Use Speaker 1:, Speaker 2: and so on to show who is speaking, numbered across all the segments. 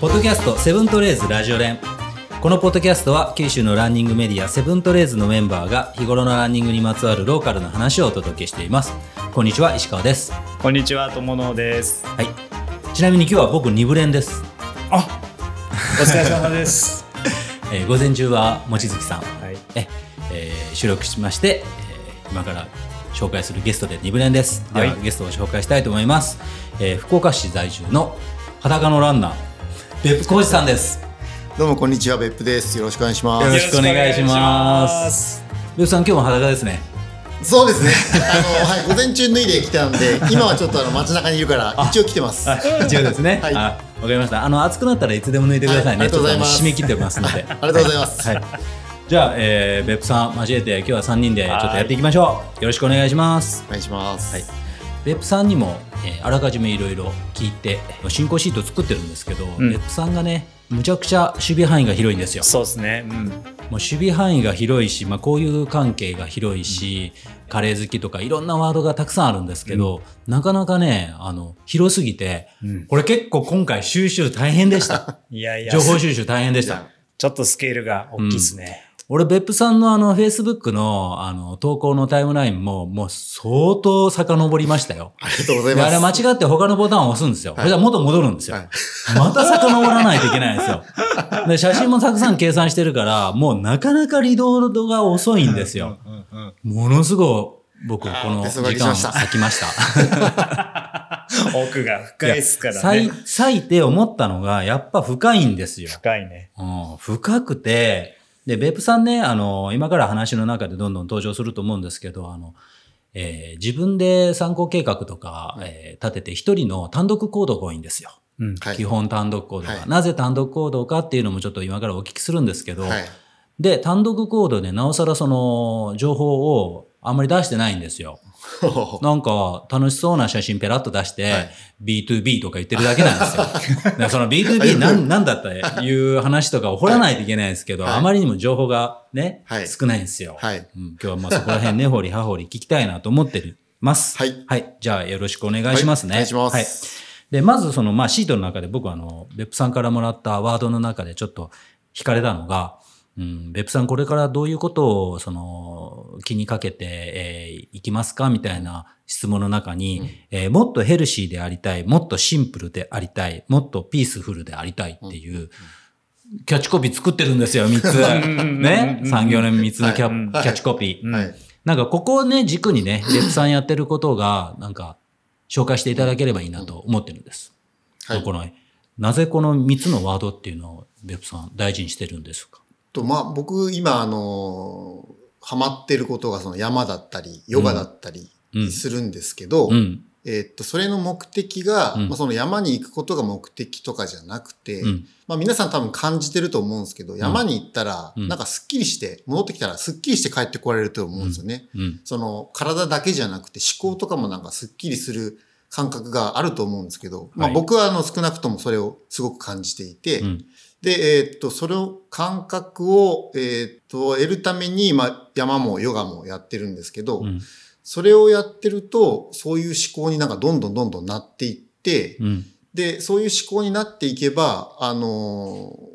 Speaker 1: ポッドキャストセブントレーズラジオ連このポッドキャストは九州のランニングメディアセブントレーズのメンバーが日頃のランニングにまつわるローカルな話をお届けしていますこんにちは石川です
Speaker 2: こんにちは、とものです。
Speaker 1: はいちなみに今日は僕2部連です、
Speaker 2: あ、お疲れ様です。
Speaker 1: えー午前中は望月さん、
Speaker 2: はい、
Speaker 1: ええー収録しまして、えー今から紹介するゲストで2部連ですでは、
Speaker 2: はい。
Speaker 1: ゲストを紹介したいと思います、えー福岡市在住の裸のランナー別府浩二さんです
Speaker 3: どうもこんにちは、別府です。よろしくお願いしま
Speaker 1: よろし
Speaker 3: す。
Speaker 1: くお願いします別府さん今日も裸ですね
Speaker 3: そうですね。あの、はい、午前中脱いで来た んで、今はちょっとあの街中にいるから、一応来てます。あ
Speaker 1: 一応ですね。
Speaker 3: はい
Speaker 1: あわかりました。あの暑くなったらいつでも抜いてくださいね。
Speaker 3: はいありがとうございます
Speaker 1: ちょっあの締め切ってますの で。
Speaker 3: りがとうございます。
Speaker 1: はい。じゃあ、えー、別府さん交えて今日は三人でちょっとやっていきましょう。よろしくお願いします。
Speaker 3: お願いします。
Speaker 1: はい別府さんにも、えーあらかじめいろいろ聞いて進行シート作ってるんですけど、
Speaker 2: ん
Speaker 1: 別府さんがね。むちゃくちゃ守備範囲が広いんですよ。
Speaker 2: そうですね。うん。
Speaker 1: もう守備範囲が広いし、まあ、こういう関係が広いし、カレー好きとかいろんなワードがたくさんあるんですけど、なかなかねあの広すぎて、
Speaker 2: うん
Speaker 1: これ結構今回収集大変でした
Speaker 2: いやいや、
Speaker 1: 情報収集大変でした
Speaker 2: ちょっとスケールが大きいですね。
Speaker 1: 俺別府さんのあの Facebook のあの投稿のタイムラインももう相当遡りましたよ
Speaker 3: ありがとうござい
Speaker 1: で
Speaker 3: ま
Speaker 1: あ
Speaker 3: す。
Speaker 1: れ間違って他のボタンを押すんですよ。それじゃ元戻るんですよ。
Speaker 3: はい
Speaker 1: また遡らないといけないんです よ。で、写真もたくさん計算してるから、もうなかなかリロードが遅いんですよ。ものすごい僕、この
Speaker 3: 手
Speaker 1: 時
Speaker 3: 相がり
Speaker 1: 間を
Speaker 3: しました
Speaker 1: 割きました。
Speaker 2: 奥が深いですから
Speaker 1: 最
Speaker 2: ね。
Speaker 1: 最低思ったのが、やっぱ深いんですよ。
Speaker 2: 深いね。
Speaker 1: うん、深くて、で、ベップさんね、あの、今から話の中でどんどん登場すると思うんですけど、あの、えー自分で参考計画とか、えー立てて一人の単独行動が多いんですよ。
Speaker 2: うん。
Speaker 3: はい
Speaker 1: 基本単独行動が、
Speaker 3: はい
Speaker 1: なぜ単独行動かっていうのもちょっと今からお聞きするんですけど、
Speaker 3: はい。
Speaker 1: で、単独行動でなおさらその情報をあんまり出してないんですよ。なんか楽しそうな写真ペラッと出して、
Speaker 3: はい
Speaker 1: B2B とか言ってるだけなんですよ。 だからその B2B なんなんだったいう話とかを掘らないといけないんですけど、
Speaker 3: はいはい
Speaker 1: あまりにも情報がね、
Speaker 3: はい
Speaker 1: 少ないんですよ。
Speaker 3: はい。
Speaker 1: うん、今日はまあそこら辺根掘り葉掘り聞きたいなと思ってます。
Speaker 3: はい
Speaker 1: じゃあよろしくお願いしますね。
Speaker 3: はいお願いします
Speaker 1: はい。で、まずその、まあシートの中で僕はあの、別府さんからもらったワードの中でちょっと惹かれたのが、うん、別府さんこれからどういうことをその気にかけて、えーいきますかみたいな質問の中に、えーもっとヘルシーでありたい、もっとシンプルでありたい、もっとピースフルでありたいっていう、キャッチコピー作ってるんですよ、3つ。ね。産業の3つのキャ,、
Speaker 2: はい
Speaker 1: キャッチコピー。
Speaker 3: はい。
Speaker 1: なんかここをね、軸にね、デプさんやってることが、なんか、紹介していただければいいなと思ってるんです。
Speaker 3: はい
Speaker 1: この、なぜこの3つのワードっていうのを、デプさん大事にしてるんですか
Speaker 3: と、まあ、僕、今、あのーハマってることが、その山だったり、ヨガだったり
Speaker 1: うん
Speaker 3: するんですけど、
Speaker 1: うん。
Speaker 3: えーっと、それの目的が、
Speaker 1: うん
Speaker 3: まあ、その山に行くことが目的とかじゃなくて、
Speaker 1: うん。
Speaker 3: まあ皆さん多分感じてると思うんですけど、山に行ったら、
Speaker 1: うん
Speaker 3: なんかスッキリして、戻ってきたらスッキリして帰ってこられると思うんですよね。
Speaker 1: うん。
Speaker 3: その体だけじゃなくて思考とかもなんかスッキリする感覚があると思うんですけど、ま
Speaker 1: は
Speaker 3: あ
Speaker 1: い
Speaker 3: 僕はあの少なくともそれをすごく感じていて、
Speaker 1: うん。
Speaker 3: で、えーっと、その感覚を、えーっと、得るために、まあ山もヨガもやってるんですけど、
Speaker 1: うん。
Speaker 3: それをやってると、そういう思考になんかどんどんどんどんなっていって、
Speaker 1: うん。
Speaker 3: で、そういう思考になっていけば、あのー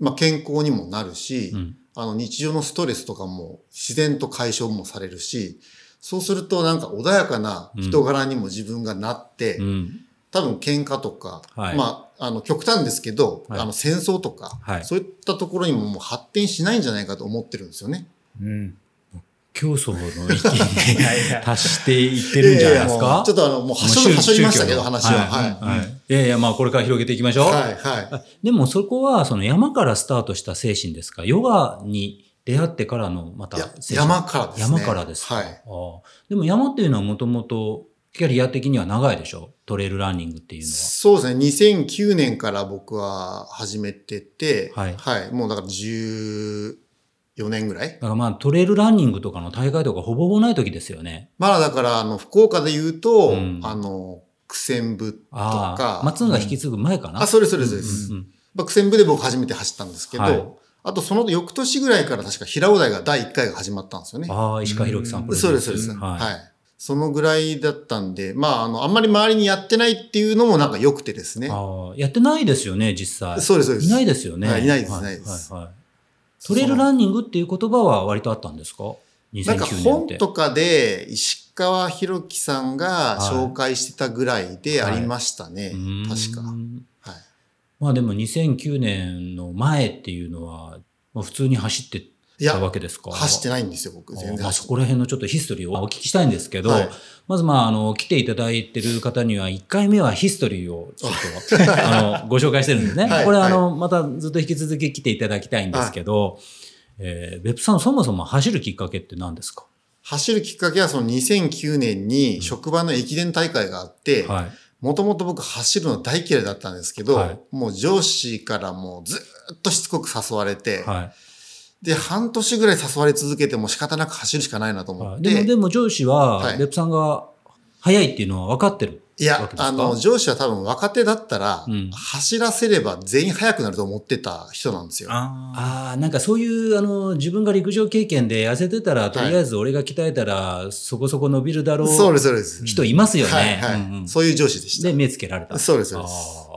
Speaker 3: まあ、健康にもなるし、
Speaker 1: うん。
Speaker 3: あの、日常のストレスとかも自然と解消もされるし、そうするとなんか穏やかな人柄にも自分がなって、
Speaker 1: うん。
Speaker 3: 多分喧嘩とか、
Speaker 1: はい
Speaker 3: まあ、あの、極端ですけど、
Speaker 1: はい
Speaker 3: あの、戦争とか、
Speaker 1: はい
Speaker 3: そういったところにももう発展しないんじゃないかと思ってるんですよね。
Speaker 2: うん。
Speaker 1: 競争の域
Speaker 2: い
Speaker 1: に
Speaker 2: やいや。
Speaker 1: 達していってるんじゃないです
Speaker 3: ややも
Speaker 1: か
Speaker 3: うちょっとあの、もうはしょり、はしょりましたけど、話は。はい。はい
Speaker 1: い。いやいや、まあこれから広げていきましょう。
Speaker 3: はい、はい。
Speaker 1: でもそこはその山からスタートした精神ですかヨガに出会ってからのまた
Speaker 3: いや
Speaker 1: 精神
Speaker 3: 山からですね。
Speaker 1: 山からですか
Speaker 3: はい。
Speaker 1: ああでも山っていうのはもともとキャリア的には長いでしょトレイルランニングっていうのは。
Speaker 3: そうですね。2009年から僕は始めてて、
Speaker 1: はい
Speaker 3: もうだから14年ぐらい
Speaker 1: だ。からまあトレイルランニングとかの大会とかほぼほぼない時ですよね。
Speaker 3: まだだから、あの、福岡で言うと、
Speaker 1: うん
Speaker 3: あの、苦戦部と
Speaker 1: あ
Speaker 3: か
Speaker 1: あ、、松永引き継ぐ前かな。
Speaker 3: あ、それそれそれです。
Speaker 1: うんうん
Speaker 3: まあ苦戦部で僕初めて走ったんですけど、
Speaker 1: はい
Speaker 3: あとその翌年ぐらいから確か平尾台が第1回が始まったんですよね。
Speaker 1: ああ、石川博樹さんプロデュ
Speaker 3: そう
Speaker 1: ー
Speaker 3: で
Speaker 1: ス
Speaker 3: す、そうです。は
Speaker 1: は
Speaker 3: い。
Speaker 1: い。
Speaker 3: そのぐらいだったんで、まあ、あの、あんまり周りにやってないっていうのもなんか良くてですね。
Speaker 1: ああ、やってないですよね、実際。
Speaker 3: そうです、そうです。
Speaker 1: いないですよね。
Speaker 3: はいいないです
Speaker 1: はい
Speaker 3: ないです
Speaker 1: はいはいトレイルランニングっていう言葉は割とあったんですか ?2009 年って。
Speaker 3: なんか本とかで石川博樹さんが紹介してたぐらいでありましたね。
Speaker 1: うーん
Speaker 3: 確か。はい。
Speaker 1: まあでも2009年の前っていうのは、まあ、普通に走って
Speaker 3: い
Speaker 1: た
Speaker 3: や
Speaker 1: わ、けですか
Speaker 3: 走って
Speaker 1: ない
Speaker 3: ないんですよ、僕。全
Speaker 1: ま
Speaker 3: 然
Speaker 1: あ、そ
Speaker 3: 走って
Speaker 1: こら辺のちょっとヒストリーをお聞きしたいんですけど、
Speaker 3: はい
Speaker 1: まずまああの来ていただいてる方には1回目はヒストリーをちょ っとあのご紹介してるんですね。
Speaker 3: はい
Speaker 1: これあの、またずっと引き続き来ていただきたいんですけど、えー、別府さんそもそも走るきっかけって何ですか、
Speaker 3: 走るきっかけはその2009年に職場の駅伝大会があって、
Speaker 1: はい、
Speaker 3: もともと僕走るの大嫌いだったんですけど、
Speaker 1: はい
Speaker 3: もう上司からもうずっとしつこく誘われて、
Speaker 1: はい
Speaker 3: で、半年ぐらい誘われ続けても仕方なく走るしかないなと思
Speaker 1: は
Speaker 3: っ
Speaker 1: い。
Speaker 3: て、
Speaker 1: でも、でも上司は
Speaker 3: は、い
Speaker 1: レプさんが速いっていうのは分かってる。
Speaker 3: い
Speaker 1: わ
Speaker 3: や
Speaker 1: けで、すか
Speaker 3: あの、上司は多分若手だったら、
Speaker 1: うん
Speaker 3: 走らせれば全員速くなると思ってた人なんですよ。
Speaker 2: あ
Speaker 1: ああ、なんかそういう、あの、自分が陸上経験で痩せてたら、とりあえず俺が鍛えたら、そこそこ伸びるだろ
Speaker 3: そう
Speaker 1: う
Speaker 3: です、そうです。
Speaker 1: 人いますよね。
Speaker 3: はい、はい、
Speaker 1: うんうん
Speaker 3: そういう上司でし
Speaker 1: で、
Speaker 3: た。
Speaker 1: 目つけられた。
Speaker 3: そうです、そう
Speaker 1: あ
Speaker 3: です。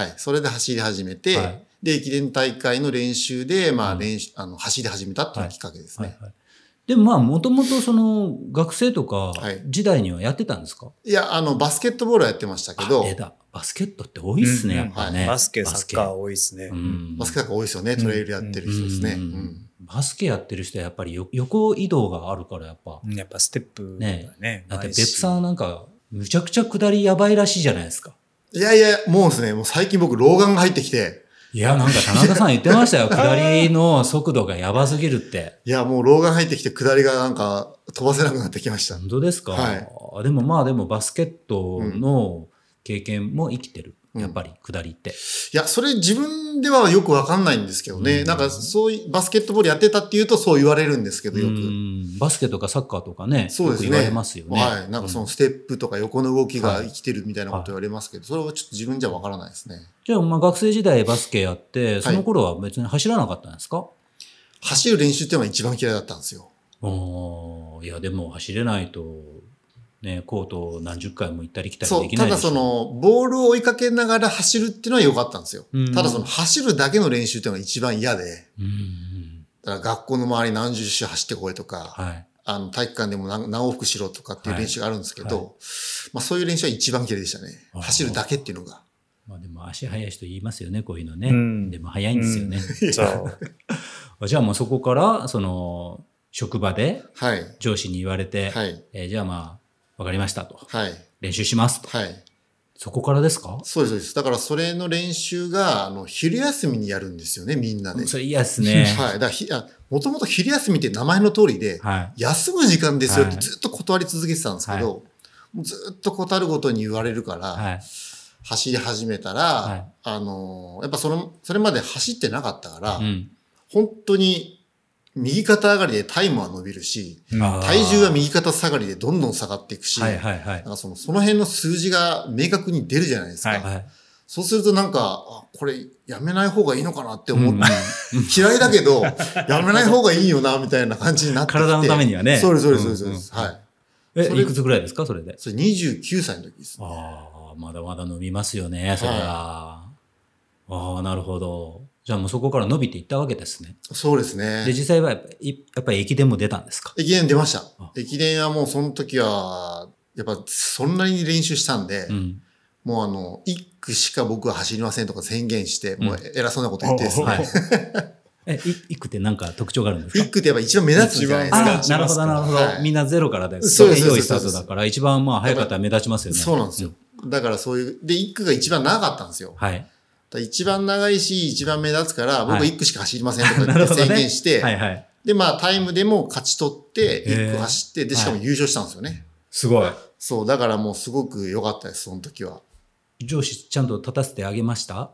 Speaker 3: はい。それで走り始めて、
Speaker 1: はい
Speaker 3: で、駅伝大会の練習で、ま
Speaker 1: う
Speaker 3: あ、
Speaker 1: ん
Speaker 3: 練習、あの、走り始めたっていうのがきっかけです
Speaker 1: ー
Speaker 3: ね。
Speaker 1: はいはい。でもまあ、もともとその、学生とか
Speaker 3: はい
Speaker 1: 時代にはやってたんですか、
Speaker 3: い、や、あの、バスケットボールはやってましたけど
Speaker 1: あ、出た。バスケットって多いっすね、
Speaker 2: うん
Speaker 1: や
Speaker 2: うん
Speaker 1: っぱ
Speaker 2: ー
Speaker 1: ね。
Speaker 2: バスケ、サ
Speaker 1: バス
Speaker 2: ッ
Speaker 1: ケ
Speaker 2: カー多いですね。
Speaker 1: うん
Speaker 3: バスケなんか多いですよね、トレイルやってる人ですね。
Speaker 1: うん
Speaker 3: うん
Speaker 1: バスケやってる人はやっぱりよ横移動があるから、やっぱ。
Speaker 2: うんやっぱステップがね。
Speaker 1: だって、
Speaker 2: うまい
Speaker 1: 別
Speaker 2: し
Speaker 1: 府さんなんか、むちゃくちゃ下りやばいらしいじゃないですか。
Speaker 3: いやいや、もうですね、もう最近僕、老眼が入ってきて、
Speaker 1: いや、なんか田中さん言ってました よ。下りの速度がやばすぎるって。
Speaker 3: いや、もう老眼入ってきて、下りがなんか飛ばせなくなってきました。
Speaker 1: 本当ですか、
Speaker 3: は
Speaker 1: でもまあ、でもバスケットの経験も生きてる。
Speaker 3: うん
Speaker 1: やっぱり下りって。
Speaker 3: いや、それ自分ではよくわかんないんですけどね。
Speaker 1: うん
Speaker 3: なんか、そういう、バスケットボールやってたっていうとそう言われるんですけど、よ
Speaker 1: う
Speaker 3: く。
Speaker 1: んバスケとかサッカーとかね、
Speaker 3: そうですね
Speaker 1: よく言われますよね。
Speaker 3: はい。なんかそうの
Speaker 1: ん
Speaker 3: ステップとか横の動きが生きてるみたいなこと言われますけど、それはちょっと自分じゃわからないですね。
Speaker 1: じゃあ、まあ学生時代バスケやって、その頃は別に走らなかったんですか、
Speaker 3: 走る練習っていうのが一番嫌いだったんですよ。
Speaker 1: おーいや、でも走れないと、ね、コートを何十回も行ったり来たり
Speaker 3: そ
Speaker 1: で
Speaker 3: う。
Speaker 1: きな
Speaker 3: た
Speaker 1: いで
Speaker 3: だ
Speaker 1: しょ
Speaker 3: そ、の、ボールを追いかけながら走るっていうのは良かったんですよ。
Speaker 1: うん
Speaker 3: ただその、走るだけの練習っていうのが一番嫌で、
Speaker 1: うんうん、
Speaker 3: だから学校の周り何十周走ってこいとか、
Speaker 1: はい。
Speaker 3: あの、体育館でも何何往復しろとかっていう練習があるんですけど、
Speaker 1: はい
Speaker 3: まあそういう練習は一番嫌いでしたね。
Speaker 1: あー
Speaker 3: 走るだけっていうのが。
Speaker 1: まあでも足速い人言いますよね、こういうのね。
Speaker 2: うん
Speaker 1: でも速いんですよね。
Speaker 2: そう。
Speaker 1: あじゃあもうそこから、その、職場で
Speaker 3: はい。
Speaker 1: 上司に言われて、
Speaker 3: はい。
Speaker 1: えーじゃあまあ、わかりましたと。
Speaker 3: はい。
Speaker 1: 練習しますと。
Speaker 3: はい。
Speaker 1: そこからですか
Speaker 3: そうです、そうです。だからそれの練習が、あの、昼休みにやるんですよね、みんなで。
Speaker 1: それ嫌ですね。
Speaker 3: はい。だからひあ、もともと昼休みって名前の通りで、
Speaker 1: はい。
Speaker 3: 休む時間ですよっ
Speaker 1: は
Speaker 3: て
Speaker 1: い
Speaker 3: ずっと断り続けてたんですけど、もうずっと断るごとに言われるから、
Speaker 1: はい。
Speaker 3: 走り始めたら、
Speaker 1: はい
Speaker 3: あのーやっぱその、それまで走ってなかったから、
Speaker 1: うん。
Speaker 3: 本当に右肩上がりでタイムは伸びるし、
Speaker 1: あー
Speaker 3: 体重は右肩下がりでどんどん下がっていくし、
Speaker 1: はいはいはい
Speaker 3: な。んかそのその辺の数字が明確に出るじゃないですか。
Speaker 2: はい
Speaker 1: はい。
Speaker 3: そうするとなんか、あこれやめない方がいいのかなって思っ
Speaker 1: うん
Speaker 3: て、 嫌いだけど、やめない方がいいよな、みたいな感じになってきて。
Speaker 1: 体のためにはね。
Speaker 3: そうです、そうです、そうです。
Speaker 1: んうん
Speaker 3: はい。
Speaker 1: え、
Speaker 3: それ
Speaker 1: いくつぐらいですかそれで。
Speaker 3: それ29歳の時です。
Speaker 1: ああ、まだまだ伸びますよね、それは。ああ、なるほど。じゃあもうそこから伸びていったわけですね。
Speaker 3: そうです
Speaker 1: で、
Speaker 3: ね。
Speaker 1: 実際はやっぱいやっぱり駅伝も出たんですか
Speaker 3: 駅伝出まし
Speaker 1: あ
Speaker 3: た。駅伝はもうその時は、やっぱそんなに練習したんで、
Speaker 1: うん。
Speaker 3: もうあの、一区しか僕は走りませんとか宣言して、
Speaker 1: ん
Speaker 3: もう偉そうなこと言ってですね。
Speaker 1: はい。え、いいくってなんか特徴があるんです
Speaker 3: 一
Speaker 1: か
Speaker 3: 区ってやっぱ一番目立つじゃないです
Speaker 2: 一番
Speaker 3: か。
Speaker 1: あ
Speaker 2: 目立
Speaker 1: あ、
Speaker 2: ち
Speaker 1: なる
Speaker 2: ま
Speaker 1: ほ
Speaker 2: す
Speaker 1: ど、
Speaker 2: から
Speaker 1: なるほど。
Speaker 3: はい
Speaker 1: みんなゼロからで、
Speaker 3: そうです
Speaker 1: 良いスタ
Speaker 3: そう
Speaker 1: ー
Speaker 3: で
Speaker 1: ト
Speaker 3: す
Speaker 1: だから、一番まあ早かったら目立ちますよね。
Speaker 3: そうなんですよ
Speaker 1: ん。。
Speaker 3: だからそういう、で、一区が一番長かったんですよ。
Speaker 1: はい。
Speaker 3: だから一番長いし、一番目立つから、
Speaker 1: は
Speaker 3: 僕
Speaker 1: い
Speaker 3: 一区しか走りませんとか
Speaker 1: な
Speaker 3: 言
Speaker 1: る
Speaker 3: っ
Speaker 1: ほ
Speaker 3: て
Speaker 1: ど
Speaker 3: 宣
Speaker 1: ね。
Speaker 3: 言して、
Speaker 1: はいはい。
Speaker 3: で、まあタイムでも勝ち取って、
Speaker 1: へー
Speaker 3: 一区走って、で、しかも優勝したんですよね。
Speaker 1: すごい。
Speaker 3: そう、だからもうすごく良かったです、その時は。
Speaker 1: 上司ちゃんと立たせてあげました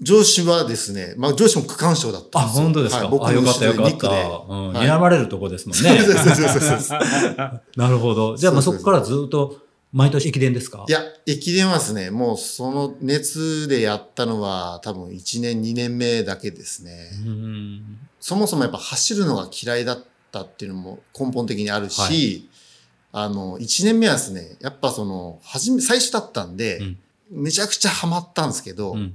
Speaker 3: 上司はですね、まあ上司も区間賞だった
Speaker 1: あ、
Speaker 3: んですよ。
Speaker 1: 本当です
Speaker 3: は
Speaker 1: か。
Speaker 3: い、僕
Speaker 1: あ、
Speaker 3: の
Speaker 1: よかっ
Speaker 3: 後
Speaker 1: たよ
Speaker 3: ろで
Speaker 1: かっ
Speaker 3: 2区
Speaker 1: た。
Speaker 3: で。
Speaker 1: うん。
Speaker 3: はい
Speaker 1: 睨まれるとこですもんね。
Speaker 3: そうそうそうそうそう。
Speaker 1: なるほど。じゃあ、まあそこからずっと、毎年駅伝ですか
Speaker 3: いや、駅伝はですね、もうその熱でやったのは多分1年、2年目だけですね。
Speaker 1: うん。
Speaker 3: そもそもやっぱ走るのが嫌いだったっていうのも根本的にあるし、あの、1年目はですね、やっぱその、初め、最初だったんで、
Speaker 1: うん
Speaker 3: めちゃくちゃハマったんですけど、
Speaker 1: う
Speaker 3: 二
Speaker 1: ん。
Speaker 3: 2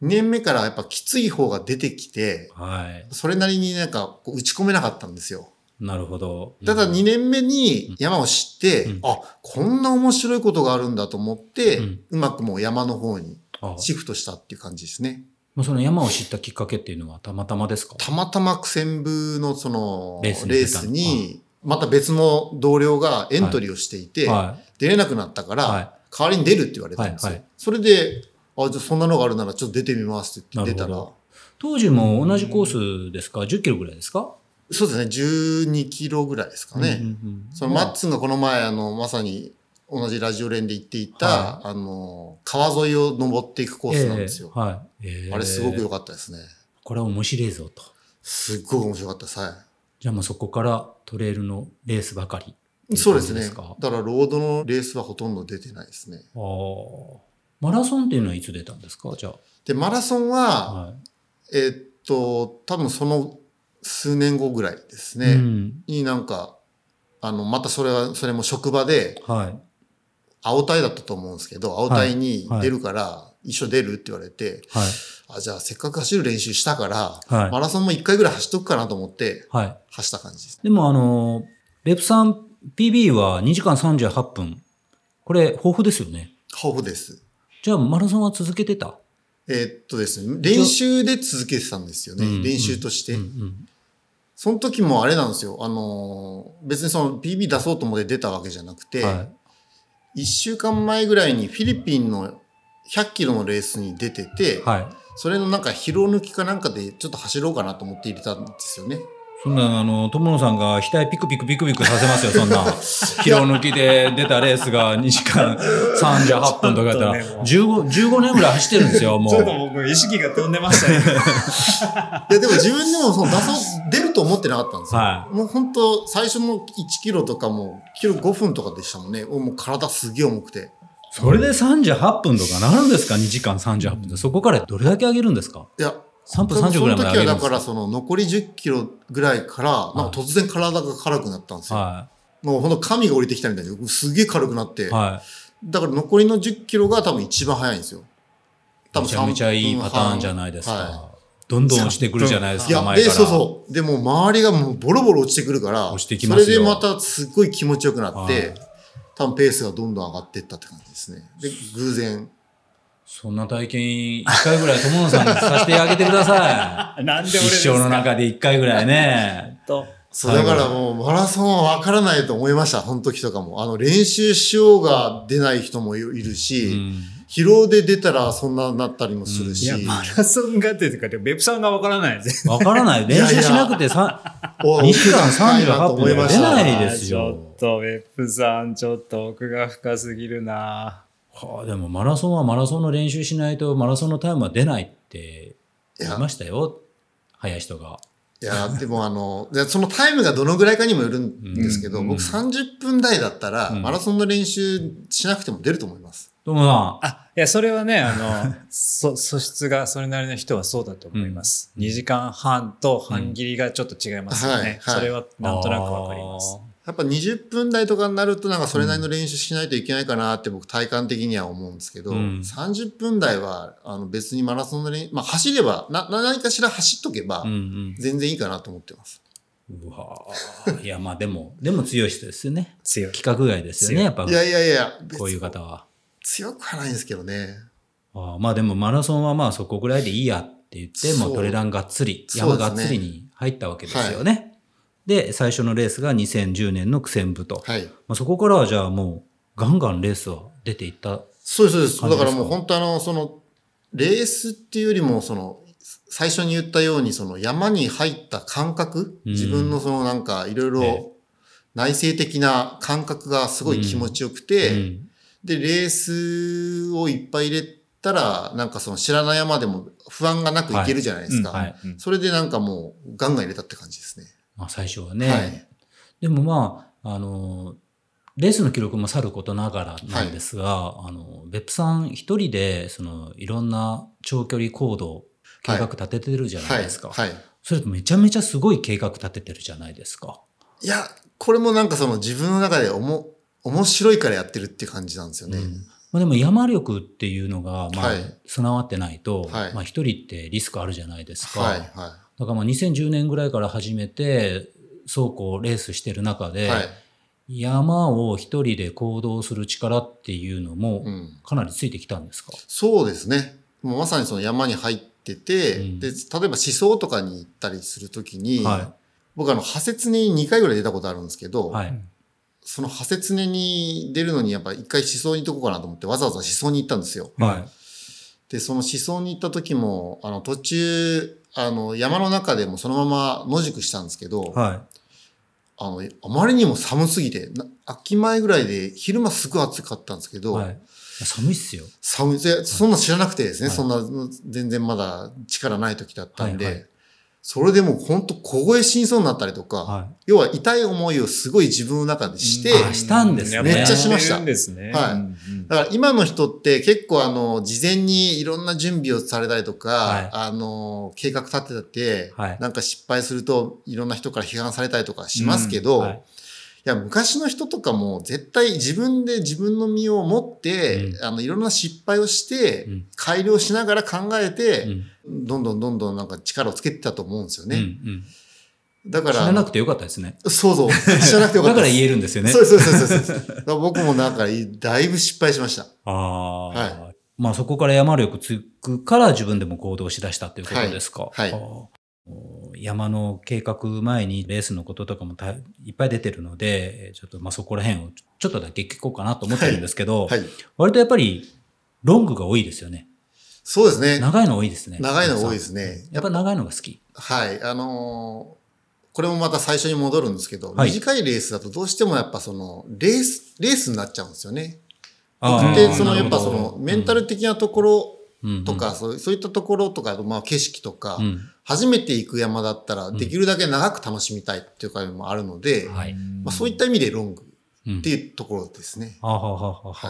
Speaker 3: 年目からやっぱきつい方が出てきて、
Speaker 1: はい。
Speaker 3: それなりになんかこう打ち込めなかったんですよ。
Speaker 1: なるほど。
Speaker 3: ただ
Speaker 1: うん
Speaker 3: 2年目に山を知って、
Speaker 1: うん
Speaker 3: あ、こんな面白いことがあるんだと思って、
Speaker 1: う
Speaker 3: うんまくもう山の方に
Speaker 1: あも
Speaker 3: シフトしたっていう感じですね。
Speaker 1: うその山を知ったきっかけっていうのはたまたまですか
Speaker 3: たまたま苦戦部のその
Speaker 1: レー
Speaker 3: レ
Speaker 1: スに出た
Speaker 3: ースに、また別の同僚がエントリーをしていて、
Speaker 1: は
Speaker 3: 出れなくなったか
Speaker 1: い。
Speaker 3: ら、
Speaker 1: は
Speaker 3: 代わりに出るって言われたんですよ。
Speaker 1: はいはい
Speaker 3: それで、あ、じゃあそんなのがあるならちょっと出てみますって言って出た
Speaker 1: なる
Speaker 3: ら
Speaker 1: ほ、い。当時も同じコースですか ?10 キロぐらいですか
Speaker 3: そうですね、12キロぐらいですかね。
Speaker 1: うんうんうん
Speaker 3: そのマッツンがこの前、あの、まさに同じラジオ連で行っていた、
Speaker 1: は
Speaker 3: あの、川沿いを登っていくコースなんですよ。
Speaker 1: ええはい。ええ
Speaker 3: あれすごく良かったですね。
Speaker 1: これは面白いぞと。
Speaker 3: すっごく面白かったです。は
Speaker 1: じゃあもうそこからトレイルのレースばかり。
Speaker 3: い。そうですね。
Speaker 1: いい
Speaker 3: だ
Speaker 1: 感じですか
Speaker 3: からロードのレースはほとんど出てないですね。
Speaker 1: ああ。マラソンっていうのはいつ出たんですかじゃ
Speaker 3: で、マラソン
Speaker 1: あ。
Speaker 3: は、
Speaker 1: は
Speaker 3: えーっと、多分その数年後ぐらいです
Speaker 1: い。
Speaker 3: ね。
Speaker 1: うん。
Speaker 3: になんか、あの、またそれは、それも職場で、
Speaker 1: はい。
Speaker 3: 青帯だったと思うんですけど、青帯に出るから、一緒出るって言われて、
Speaker 1: はい。
Speaker 3: あ、じゃあせっかく走る練習したから、
Speaker 1: はい
Speaker 3: マラソンも一回ぐらい走っとくかなと思って、
Speaker 1: はい。
Speaker 3: 走った感じです。
Speaker 1: でもあの、レプさん PB は2時間38分。これ、豊富ですよね。
Speaker 3: 豊富です。
Speaker 1: じゃあマラソンは続けてた
Speaker 3: えーっとですね、練習で続けてたんですよね。
Speaker 1: うん
Speaker 3: 練習として。
Speaker 1: うんうん。
Speaker 3: その時もあれなんですよ。あのー別にその PB 出そうと思って出たわけじゃなくて、
Speaker 1: は
Speaker 3: 一週間前ぐらいにフィリピンの100キロのレースに出てて、
Speaker 1: い。はい。
Speaker 3: それのなんか疲労抜きかなんかでちょっと走ろうかなと思って入れたんですよね。
Speaker 1: そんな、あの、友野さんが額ピクピクピクピクさせますよ、そんな。疲労抜きで出たレースが2時間38分とかやったら、
Speaker 2: ちょっとねもう
Speaker 1: 15、15年ぐらい走ってるんですよ、も
Speaker 2: ちょっ
Speaker 1: う
Speaker 2: と。僕、意識が飛んでましたね。
Speaker 3: いやでも自分でもその出そう、出ると思ってなかったんですよ。
Speaker 1: は
Speaker 3: もう本当最初の1キロとかも、キロ5分とかでしたもんね。もう体すげえ重くて。
Speaker 1: それで38分とかなるんですか ?2 時間38分で。そこからどれだけ上げるんですか
Speaker 3: いや、
Speaker 1: ?3 分
Speaker 3: その
Speaker 1: 30
Speaker 3: 時
Speaker 1: ぐらいまで上
Speaker 3: は
Speaker 1: げる
Speaker 3: だ
Speaker 1: んです
Speaker 3: か
Speaker 1: から
Speaker 3: その残り10キロぐらいから、なんか突然体が軽くなったんですよ。
Speaker 1: は
Speaker 3: もうほんと神が降りてきたみたいに、すげえ軽くなって。
Speaker 1: い。は
Speaker 3: だから残りの10キロが多分一番早いんですよ。
Speaker 1: い。めちゃめちゃいいパターンじゃないです
Speaker 3: はい
Speaker 1: か。どんどん落ちてくるじゃないです
Speaker 3: い
Speaker 1: か、
Speaker 3: や、
Speaker 1: 前
Speaker 3: で、
Speaker 1: から。
Speaker 3: そうそう。で、もう周りがもうボロボロ落ちてくるから、
Speaker 1: 落ちてきますよ
Speaker 3: それでまたすっごい気持ちよくなっ
Speaker 1: はい
Speaker 3: て、多分ペースがどんどん上がっていったって感じですね。で、偶然。
Speaker 1: そんな体験、1回ぐらい友野さんにさせてあげてください。
Speaker 2: なんで俺
Speaker 1: 一
Speaker 2: ですか
Speaker 1: 生の中で1回ぐらいね。
Speaker 2: と。
Speaker 3: そう、だからもうマラソンは分からないと思いました、その時とかも。あの、練習しようが出ない人もいる
Speaker 1: う
Speaker 3: し、
Speaker 1: ん
Speaker 3: 疲労で出たらそんななったりもする
Speaker 2: い
Speaker 3: し、
Speaker 2: や、マラソンがというか、でもベプさんがわからないです。
Speaker 1: わからない。練習しなくてさ
Speaker 3: お
Speaker 1: 2時間
Speaker 3: な
Speaker 1: 38
Speaker 3: と
Speaker 1: 分
Speaker 3: 思いまし
Speaker 1: 出な
Speaker 3: た。
Speaker 1: いです
Speaker 2: ち
Speaker 1: よ
Speaker 2: ょ。っと、ベプさん、ちょっと奥が深すぎるな
Speaker 1: はあ、でもマラソンはマラソンの練習しないとマラソンのタイムは出ないって言いましたよ。早い人が。
Speaker 3: いや、でもあの、でそのタイムがどのぐらいかにもよるんですけど、
Speaker 1: うん
Speaker 3: 僕30分台だったら、
Speaker 1: うん
Speaker 3: マラソンの練習しなくても出ると思います。
Speaker 1: どうもさん。
Speaker 2: あ、いや、それはね、あの、そ素質がそれなりの人はそうだと思います。
Speaker 1: うん
Speaker 2: 2時間半と半切りがちょっと違いますよね。
Speaker 3: うんはいはい
Speaker 2: それはなんとなくわかります。
Speaker 3: やっぱ20分台とかになるとなんかそれなりの練習しないといけないかなって僕体感的には思うんですけど、
Speaker 1: うん
Speaker 3: 30分台はあの別にマラソンの練まあ走れば、な、な何かしら走っとけば
Speaker 1: あー。うん
Speaker 3: 全然いいかなと思ってます。
Speaker 1: うん。うわーいや、まあでも、でも強い人ですよね。
Speaker 2: 強い。
Speaker 1: 規格外ですよね、やっぱ
Speaker 3: い。やいやいや、
Speaker 1: こういう
Speaker 3: 別に
Speaker 1: 方は。
Speaker 3: 強くはないんですけどね。
Speaker 1: ああまあでもマラソンはまあそこぐらいでいいやって言って、も
Speaker 3: そうう
Speaker 1: トレランがっつり、
Speaker 3: そ
Speaker 1: 山
Speaker 3: うですね
Speaker 1: がっつりに入ったわけですよね。で、最初のレースが2010年の苦戦部と。
Speaker 3: はい。
Speaker 1: まあ、そこからはじゃあもうガンガンレースは出ていった。
Speaker 3: そうです、そうです。
Speaker 1: 感じですか
Speaker 3: だからもう本当あの、その、レースっていうよりも、その、最初に言ったように、その山に入った感覚、
Speaker 1: うん
Speaker 3: 自分のそのなんかいろい
Speaker 1: ええ
Speaker 3: ろ内省的な感覚がすごい気持ちよくて、
Speaker 1: うん
Speaker 3: で、レースをいっぱい入れたら、なんかその知らない山でも不安がなくいけるじゃないですか。
Speaker 1: はいうんはい
Speaker 3: それでなんかもうガンガン入れたって感じですね。
Speaker 1: まあ、最初はね、
Speaker 3: はい
Speaker 1: でもまああのレースの記録もさることながらなんですが、あの別府さん一人でそのいろんな長距離行動計画立ててるじゃな
Speaker 3: はいい
Speaker 1: ですか、。
Speaker 3: はい。
Speaker 1: それとめちゃめちゃすごい計画立ててるじゃないですか。
Speaker 3: いや、これもなんかその自分の中でおも面白いからやってるって感じなんですよね。
Speaker 1: うんまあ、でも山力っていうのが、まあ
Speaker 3: はい、
Speaker 1: 備わってないと、
Speaker 3: はい
Speaker 1: まあ、一人ってリスクあるじゃないですか。
Speaker 3: はい、
Speaker 1: だ
Speaker 3: は
Speaker 1: からまあ2010年ぐらいから始めて、そうこうレースしてる中
Speaker 3: い。
Speaker 1: で、
Speaker 3: はい。
Speaker 1: 山を一人で行動する力っていうのも
Speaker 3: う、ん。
Speaker 1: かなりついてきたんですか、
Speaker 3: そうですね。もうまさにその山に入ってて、
Speaker 1: うん
Speaker 3: で、例えば思想とかに行ったりするときに、
Speaker 1: は
Speaker 3: 僕あの、派説に2回ぐらい出たことあるんですけど、
Speaker 1: はい。
Speaker 3: その派説に出るのにやっぱ一回思想に行っとこうかなと思ってわざわざ思想に行ったんですよ。
Speaker 1: はい。
Speaker 3: で、その思想に行った時も、あの途中、あの山の中でもそのまま野宿したんですけど、
Speaker 1: は
Speaker 3: あの、あまりにも寒すぎて、な秋前ぐらいで昼間すごい暑かったんですけ
Speaker 1: い。
Speaker 3: ど、
Speaker 1: はい、寒いっすよ。
Speaker 3: 寒い、でそんな知らなくてですね、
Speaker 1: はい
Speaker 3: そんな全然まだ力ない時だったんで、
Speaker 1: はいは
Speaker 3: それでもう本当凍え死にそうになったりとか、
Speaker 1: は
Speaker 3: 要は痛い思いをすごい自分の中でして、
Speaker 1: うんあしたんですね
Speaker 3: めっちゃしまし
Speaker 2: やって
Speaker 3: た
Speaker 2: るんですね。
Speaker 3: はい
Speaker 2: うんうん
Speaker 3: だから今の人って結構あの、事前にいろんな準備をされたりとか、
Speaker 1: はい
Speaker 3: あの、計画立ててて、
Speaker 1: はい
Speaker 3: なんか失敗するといろんな人から批判されたりとかしますけど、
Speaker 1: はい
Speaker 3: い、や、昔の人とかも絶対自分で自分の身を持って、
Speaker 1: う
Speaker 3: あの、いろんな失敗をして、
Speaker 1: うん
Speaker 3: 改良しながら考え
Speaker 1: う
Speaker 3: て、
Speaker 1: ん
Speaker 3: どんどんどんどんなんか力をつけてたと思うんですよ
Speaker 1: うんう
Speaker 3: ね。
Speaker 1: ん
Speaker 3: だか
Speaker 1: 知らな
Speaker 3: ら、
Speaker 1: くてよかったですね。
Speaker 3: そうそう、知らなく
Speaker 1: だ
Speaker 3: てよか
Speaker 1: か
Speaker 3: っ
Speaker 1: ら
Speaker 3: たです。
Speaker 1: 言えるんですよね。
Speaker 3: そうそうそうそうそう。だから僕もなんか、だいぶ失敗しました。
Speaker 1: ああ、まあそこから山力つくから自分でも行動しだしたっていうことですか。
Speaker 3: はいは
Speaker 1: あー
Speaker 3: い
Speaker 1: お山の計画前にレースのこととかもたいっぱい出てるので、えーちょっとまあそこら辺をちょっとだけ聞こうかなと思ってるんですけど、
Speaker 3: はい。
Speaker 1: 割とやっぱりロングが多いですよね。
Speaker 3: そうですね。
Speaker 1: 長いの多いですね。
Speaker 3: 長いの多いですね
Speaker 1: やっぱ長いのが好き。
Speaker 3: はい。あのーこれもまた最初に戻るんですけど、
Speaker 1: はい
Speaker 3: 短いレースだとどうしてもやっぱその、レース、レースになっちゃうんですよね。
Speaker 1: あー
Speaker 3: で、その
Speaker 1: な
Speaker 3: や
Speaker 1: る
Speaker 3: っ
Speaker 1: ほど
Speaker 3: ぱその、メンタル的なところ
Speaker 1: うん
Speaker 3: とか、そうそういったところとか、まあ景色とか、
Speaker 1: うん
Speaker 3: 初めて行く山だったら、
Speaker 1: ん
Speaker 3: できるだけ長く楽しみたいっていうかもあるので、
Speaker 1: はい
Speaker 3: まあ、そういった意味でロング
Speaker 1: うん
Speaker 3: っていうところですね。
Speaker 1: あはははは
Speaker 3: は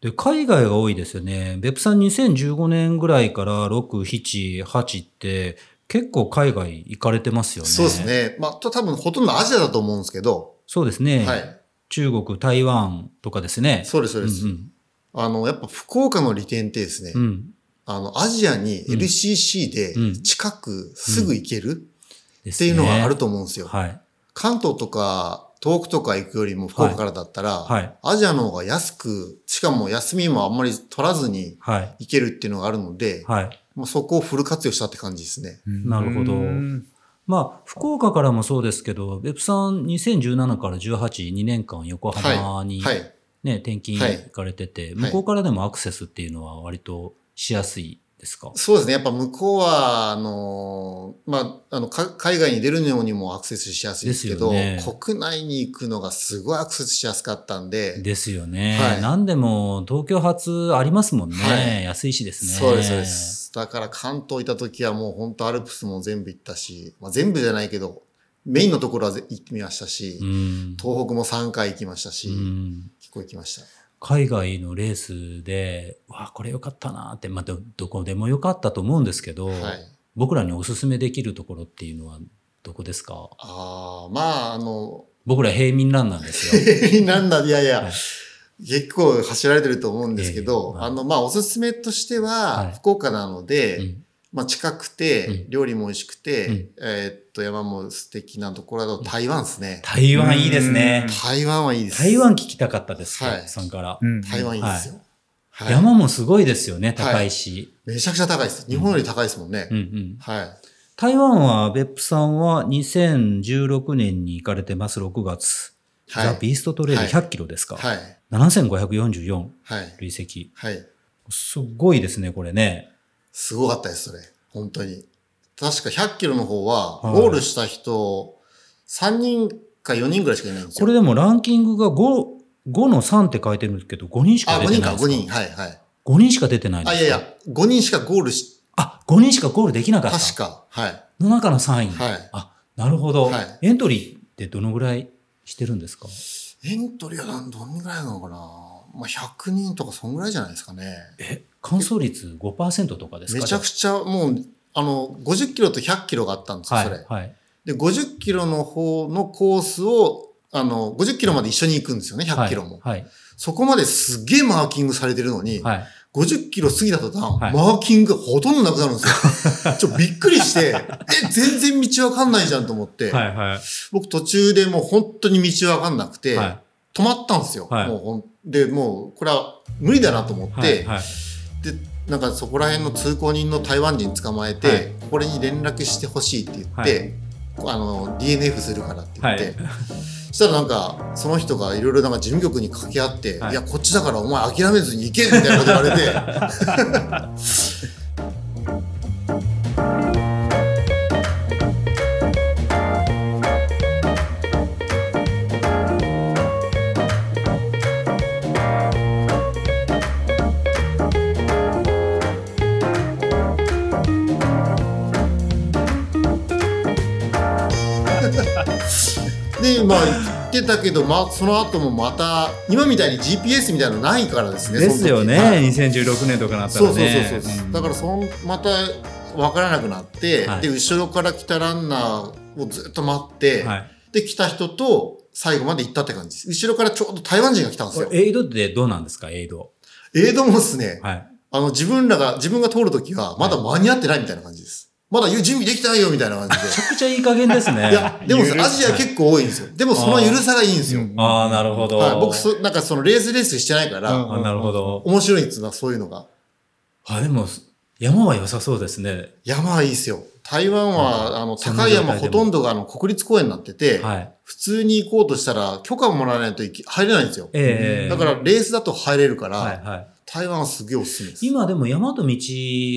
Speaker 3: い。
Speaker 1: で、海外が多いですよね。別府さん2015年ぐらいから6、7、8って結構海外行かれてますよね。
Speaker 3: そうです。ね。まあ、と多分ほとんどアジアだと思うんですけど、
Speaker 1: そうですね。
Speaker 3: はい。
Speaker 1: 中国、台湾とかですね。
Speaker 3: そうです、そうです。
Speaker 1: うん
Speaker 3: あの、やっぱ福岡の利点ってですね、
Speaker 1: うん、うん。
Speaker 3: あの、アジアに LCC で
Speaker 1: うん
Speaker 3: 近くすぐ行ける
Speaker 1: で
Speaker 3: っ
Speaker 1: す
Speaker 3: て
Speaker 1: ね
Speaker 3: いうのがあると思うんですよ。
Speaker 1: はい。
Speaker 3: 関東とか東北とか行くよりも福岡からだったら、
Speaker 1: はいはい
Speaker 3: アジアの方が安く、しかも休みもあんまり取らずに
Speaker 1: はい。
Speaker 3: 行けるっていうのがあるので、
Speaker 1: はい。
Speaker 3: まあ、そこをフル活用したって感じですね。
Speaker 1: なるほど
Speaker 2: うん
Speaker 1: まあ、福岡からもそうですけど、別府さん2017から18、2年間横浜に、
Speaker 3: はい。
Speaker 1: ね、転勤
Speaker 3: はい
Speaker 1: 行かれてて、
Speaker 3: は
Speaker 1: 向
Speaker 3: い
Speaker 1: こうからでもアクセスっていうのは割としやすいですか、
Speaker 3: そうですね。やっぱ向こうは、あのーまあ、あの、か海外に出るのにもアクセスしやすいですけど、
Speaker 1: ですよ
Speaker 3: 国内に行くのがすごいアクセスしやすかったんで、
Speaker 1: ですよね。
Speaker 3: はい
Speaker 1: 何でも東京発ありますもんね。
Speaker 3: はい
Speaker 1: 安いしですね。
Speaker 3: そうです、そうで。す。だから関東行った時はもう本当アルプスも全部行ったし、まあ、全部じゃないけど、メインのところはぜ行ってみましたし、
Speaker 1: うん。
Speaker 3: 東北も3回行きましたし、
Speaker 1: うん
Speaker 3: 結構行きました。
Speaker 1: 海外のレースで、わあ、これ良かったなーって、まあど、どこでも良かったと思うんですけど、
Speaker 3: はい。
Speaker 1: 僕らにおすすめできるところっていうのはどこですか
Speaker 3: ああ、まあ、あの、
Speaker 1: 僕ら平民ランナーですよ。
Speaker 3: なんだ、いやいや、
Speaker 1: はい
Speaker 3: 結構走られてると思うんですけど、
Speaker 1: いえいえはい
Speaker 3: あの、まあ、おすすめとしては、
Speaker 1: はい
Speaker 3: 福岡なので、
Speaker 1: うん
Speaker 3: まあ、近く
Speaker 1: う
Speaker 3: て、
Speaker 1: ん
Speaker 3: 料理も美味しくて、
Speaker 1: うん
Speaker 3: えーっと、山も素敵なところだと台湾ですね。
Speaker 1: 台湾いいですね
Speaker 2: うん。
Speaker 3: 台湾はいいです。
Speaker 1: 台湾聞きたかったです、
Speaker 3: はい
Speaker 1: ケイさんから、
Speaker 2: うん
Speaker 3: 台湾いいですよ。はい
Speaker 1: 山もすごいですよね、高いし。
Speaker 3: めちゃくちゃ高いです。日本より高いですもんね。
Speaker 1: うんうん。
Speaker 3: はい。
Speaker 1: 台湾は別府さんは2016年に行かれてます、6月。
Speaker 3: はい
Speaker 1: ザ・ビーストトレイル
Speaker 3: はい
Speaker 1: 100キロですか。
Speaker 3: はい。
Speaker 1: 7544
Speaker 3: はい。
Speaker 1: 累積。
Speaker 3: はい。
Speaker 1: すごいですね、これね。
Speaker 3: すごかったです、それ。本当に。確か100キロの方は、
Speaker 1: はい
Speaker 3: ゴールした人、3人か4人ぐらいしかいないんです
Speaker 1: こ
Speaker 3: よ。
Speaker 1: れでもランキングが5、5の3って書いてるんですけど、5人しか
Speaker 3: あ、
Speaker 1: 出
Speaker 3: 5
Speaker 1: て
Speaker 3: 人
Speaker 1: ない
Speaker 3: か、
Speaker 1: んですか。
Speaker 3: 5人。はい、はい。
Speaker 1: 5人しか出てないんで
Speaker 3: あ、
Speaker 1: す
Speaker 3: い
Speaker 1: か
Speaker 3: やい。や、5人しかゴールし、
Speaker 1: あ、5人しかゴールできなかった。
Speaker 3: 確か。はい。
Speaker 1: の中の3位。
Speaker 3: はい
Speaker 1: あ、なるほど、
Speaker 3: はい
Speaker 1: エントリーってどのぐらいしてるんですか
Speaker 3: エントリーはなんどんぐらいなのかなまあ、100人とかそんぐらいじゃないですかね。
Speaker 1: え、完走率5%とかですか
Speaker 3: めちゃく
Speaker 1: ち
Speaker 3: ちゃ、もう、あの、50キロと100キロがあったんですよ、
Speaker 1: はい
Speaker 3: それ。
Speaker 1: はい。
Speaker 3: で、50キロの方のコースをあの、50キロまで一緒に行くんですよね、100キロも。
Speaker 1: はい。
Speaker 3: そこまですっげえマーキングされてるのに、
Speaker 1: はい。
Speaker 3: 50キロ過ぎた途端、
Speaker 1: はい
Speaker 3: マーキングがほとんどなくなるんで すよ。ちょっとびっくりして、え、全然道わかんないじゃんと思って、
Speaker 1: はい。は
Speaker 3: 僕途中でもう本当に道わかんなく
Speaker 1: い。
Speaker 3: て、
Speaker 1: は
Speaker 3: 止まったんですよ。
Speaker 1: はい
Speaker 3: もうほんで、もうこれは無理だなと思って、
Speaker 1: い。はい。はい。
Speaker 3: でなんかそこら辺の通行人の台湾人捕まえて、
Speaker 1: はい
Speaker 3: これに連絡してほしいって言って、あの DNF するからって言って、
Speaker 1: はい
Speaker 3: そしたらなんかその人がいろいろなんか事務局に掛け合って、
Speaker 1: はい
Speaker 3: い、やこっちだからお前諦めずに行けみたいなこと言われてでまあ行ってたけど、まあ、その後もまた今みたいに GPS みたいなのないからですね
Speaker 1: ですよね、
Speaker 3: その時はい
Speaker 1: 2016年とかなった
Speaker 3: そ
Speaker 1: ら
Speaker 3: うそう
Speaker 1: ね
Speaker 3: そうそう、
Speaker 1: ん
Speaker 3: だからそんまた分からなくなって、
Speaker 1: はい
Speaker 3: で後ろから来たランナーをずっと待って、
Speaker 1: はい、
Speaker 3: で来た人と最後まで行ったって感じです後ろからちょうど台湾人が来たんです
Speaker 1: こ
Speaker 3: よ
Speaker 1: れエイドってどうなんですかエイド
Speaker 3: エイドもですね、
Speaker 1: はい
Speaker 3: あの自分らが自分が通るときはまだ間に合ってないみたいな感じです、まだ準備できてないよみたいな感じ
Speaker 1: めちゃくちゃいい加減ですね
Speaker 3: でいやでもさ
Speaker 2: 緩い
Speaker 3: アジア結構多いんですよでもその緩さがいいんですよ、
Speaker 2: うん
Speaker 1: ああなるほど、
Speaker 3: はい、僕そなんかそのレースレースしてないから、
Speaker 2: うん
Speaker 1: あなるほど
Speaker 3: 面白いんですよそういうのが
Speaker 1: あでも山は良さそうですね
Speaker 3: 山はいいですよ台湾は、あの
Speaker 1: そんな
Speaker 3: 高い
Speaker 1: 状
Speaker 3: 山
Speaker 1: 態で
Speaker 3: ほ
Speaker 1: も
Speaker 3: とんどがあの国立公園になってて、
Speaker 1: はい
Speaker 3: 普通に行こうとしたら許可もらわないといけ入れないんですよ、
Speaker 1: ええ
Speaker 3: だからレースだと入れるから、
Speaker 1: はいはい、
Speaker 3: 台湾はすげえおすすめです
Speaker 1: 今でも山と道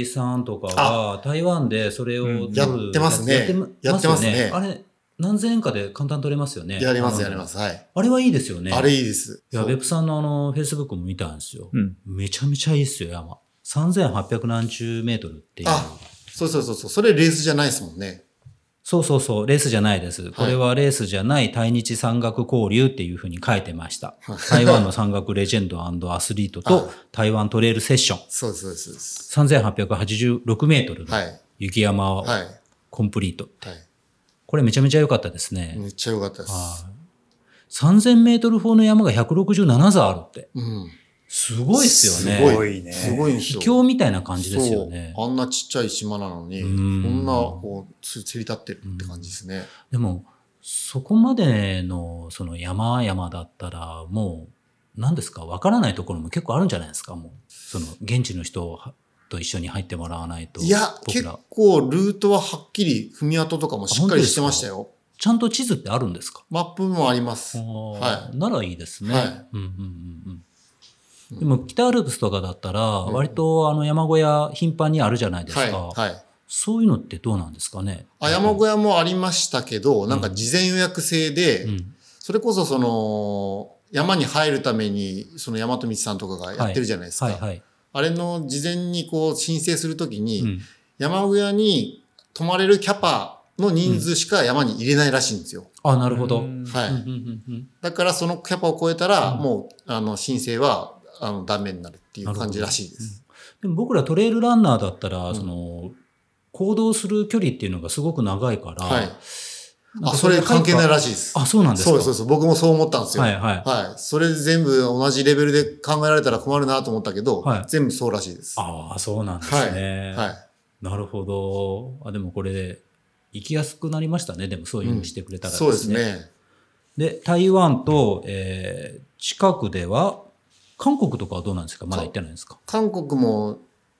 Speaker 1: さんとかは台湾でそれを
Speaker 2: うん
Speaker 1: 撮る
Speaker 3: やってますね
Speaker 1: やってま
Speaker 3: やってますね
Speaker 1: よあれ何千円かで簡単に撮れますよね
Speaker 3: やりますやり
Speaker 1: す
Speaker 3: ますはい、
Speaker 1: あれはいいですよね
Speaker 3: あれいいです
Speaker 1: いや、
Speaker 3: そう
Speaker 1: ベプさんのあの、フェイスブックも見たんですよ。
Speaker 2: うん
Speaker 1: めちゃめちゃいいっすよ、山。3800何十メートルっていう。
Speaker 3: あそうそうそうそうそれレースじゃないですもんね
Speaker 1: そうそうそう、レースじゃないです。これはレースじゃない対日山岳交流っていうふうに書いてました。台湾の山岳レジェンドアスリートと
Speaker 3: あ
Speaker 1: 台湾トレイルセッション。
Speaker 3: そうですそうですそうです
Speaker 1: 3886メートルの
Speaker 3: はい
Speaker 1: 雪山を
Speaker 3: はい
Speaker 1: コンプリート。
Speaker 3: はい
Speaker 1: これめちゃめちゃ良かったですね。
Speaker 3: めっちゃ良かったです、
Speaker 1: はい3000メートル峰の山が167座あるって。
Speaker 3: うん
Speaker 1: すごいっすよね。
Speaker 3: すごい
Speaker 2: いね
Speaker 3: すごいんです
Speaker 1: 秘
Speaker 3: よ
Speaker 1: 境みたいな感じですよね。
Speaker 3: そうあんなちっちゃい島なのにこ
Speaker 1: うん
Speaker 3: んなこうつせり立ってるって感じですね、
Speaker 1: でも、そこまでのその山々だったら、もう、何ですか、わからないところも結構あるんじゃないですか、もう。その、現地の人と一緒に入ってもらわないと。
Speaker 3: いや
Speaker 1: 僕
Speaker 3: 結
Speaker 1: ら。
Speaker 3: 構ルートははっきり踏み跡とかもしっかりしてましたよ
Speaker 1: ちゃんと地図ってあるんですか
Speaker 3: マップもありますは
Speaker 1: ならいいですね。
Speaker 3: はい
Speaker 1: うんうんうんう。
Speaker 3: うんん
Speaker 1: でも、北アルプスとかだったら、
Speaker 3: ん
Speaker 1: 割とあの山小屋頻繁にあるじゃないですか。
Speaker 3: はいはい
Speaker 1: そういうのってどうなんですかね。
Speaker 3: あ山小屋もありましたけど、なんか事前予約制で、
Speaker 1: うん
Speaker 3: それこそその、山に入るために、その山戸道さんとかがやってるじゃないですか。
Speaker 1: はいはい。
Speaker 3: あれの事前にこう申請するときに、
Speaker 1: うん
Speaker 3: 山小屋に泊まれるキャパの人数しか山に入れないらしいんですよ。
Speaker 1: あ、なるほど。
Speaker 3: は
Speaker 1: うんうん
Speaker 3: い。
Speaker 1: うんうん
Speaker 3: だからそのキャパを超えたら、
Speaker 1: うん
Speaker 3: もう、あの、申請は、あの、ダメになるっていう感じらしいです。
Speaker 1: でも僕らトレイルランナーだったら、
Speaker 3: うん
Speaker 1: その、行動する距離っていうのがすごく長いから、
Speaker 3: はい。
Speaker 1: なん
Speaker 3: あ、
Speaker 1: か
Speaker 3: それ関係ない
Speaker 1: い。
Speaker 3: らしいです。
Speaker 1: あ、そうなんですか
Speaker 3: そうですそうです。僕もそう思ったんですよ。
Speaker 1: はいはい。
Speaker 3: はい。それ全部同じレベルで考えられたら困るなと思ったけど、
Speaker 1: はい
Speaker 3: 全部そうらしいです。は
Speaker 1: ああ、そうなんですね。
Speaker 3: い。
Speaker 1: なるほど。あ、でもこれ、行きやすくなりましたね。でもそういうのしてくれたら
Speaker 3: そうです。ね。
Speaker 1: で、台湾と、えー近くでは、韓国とかはどうなんですかまだ行ってないんですか
Speaker 3: 韓国も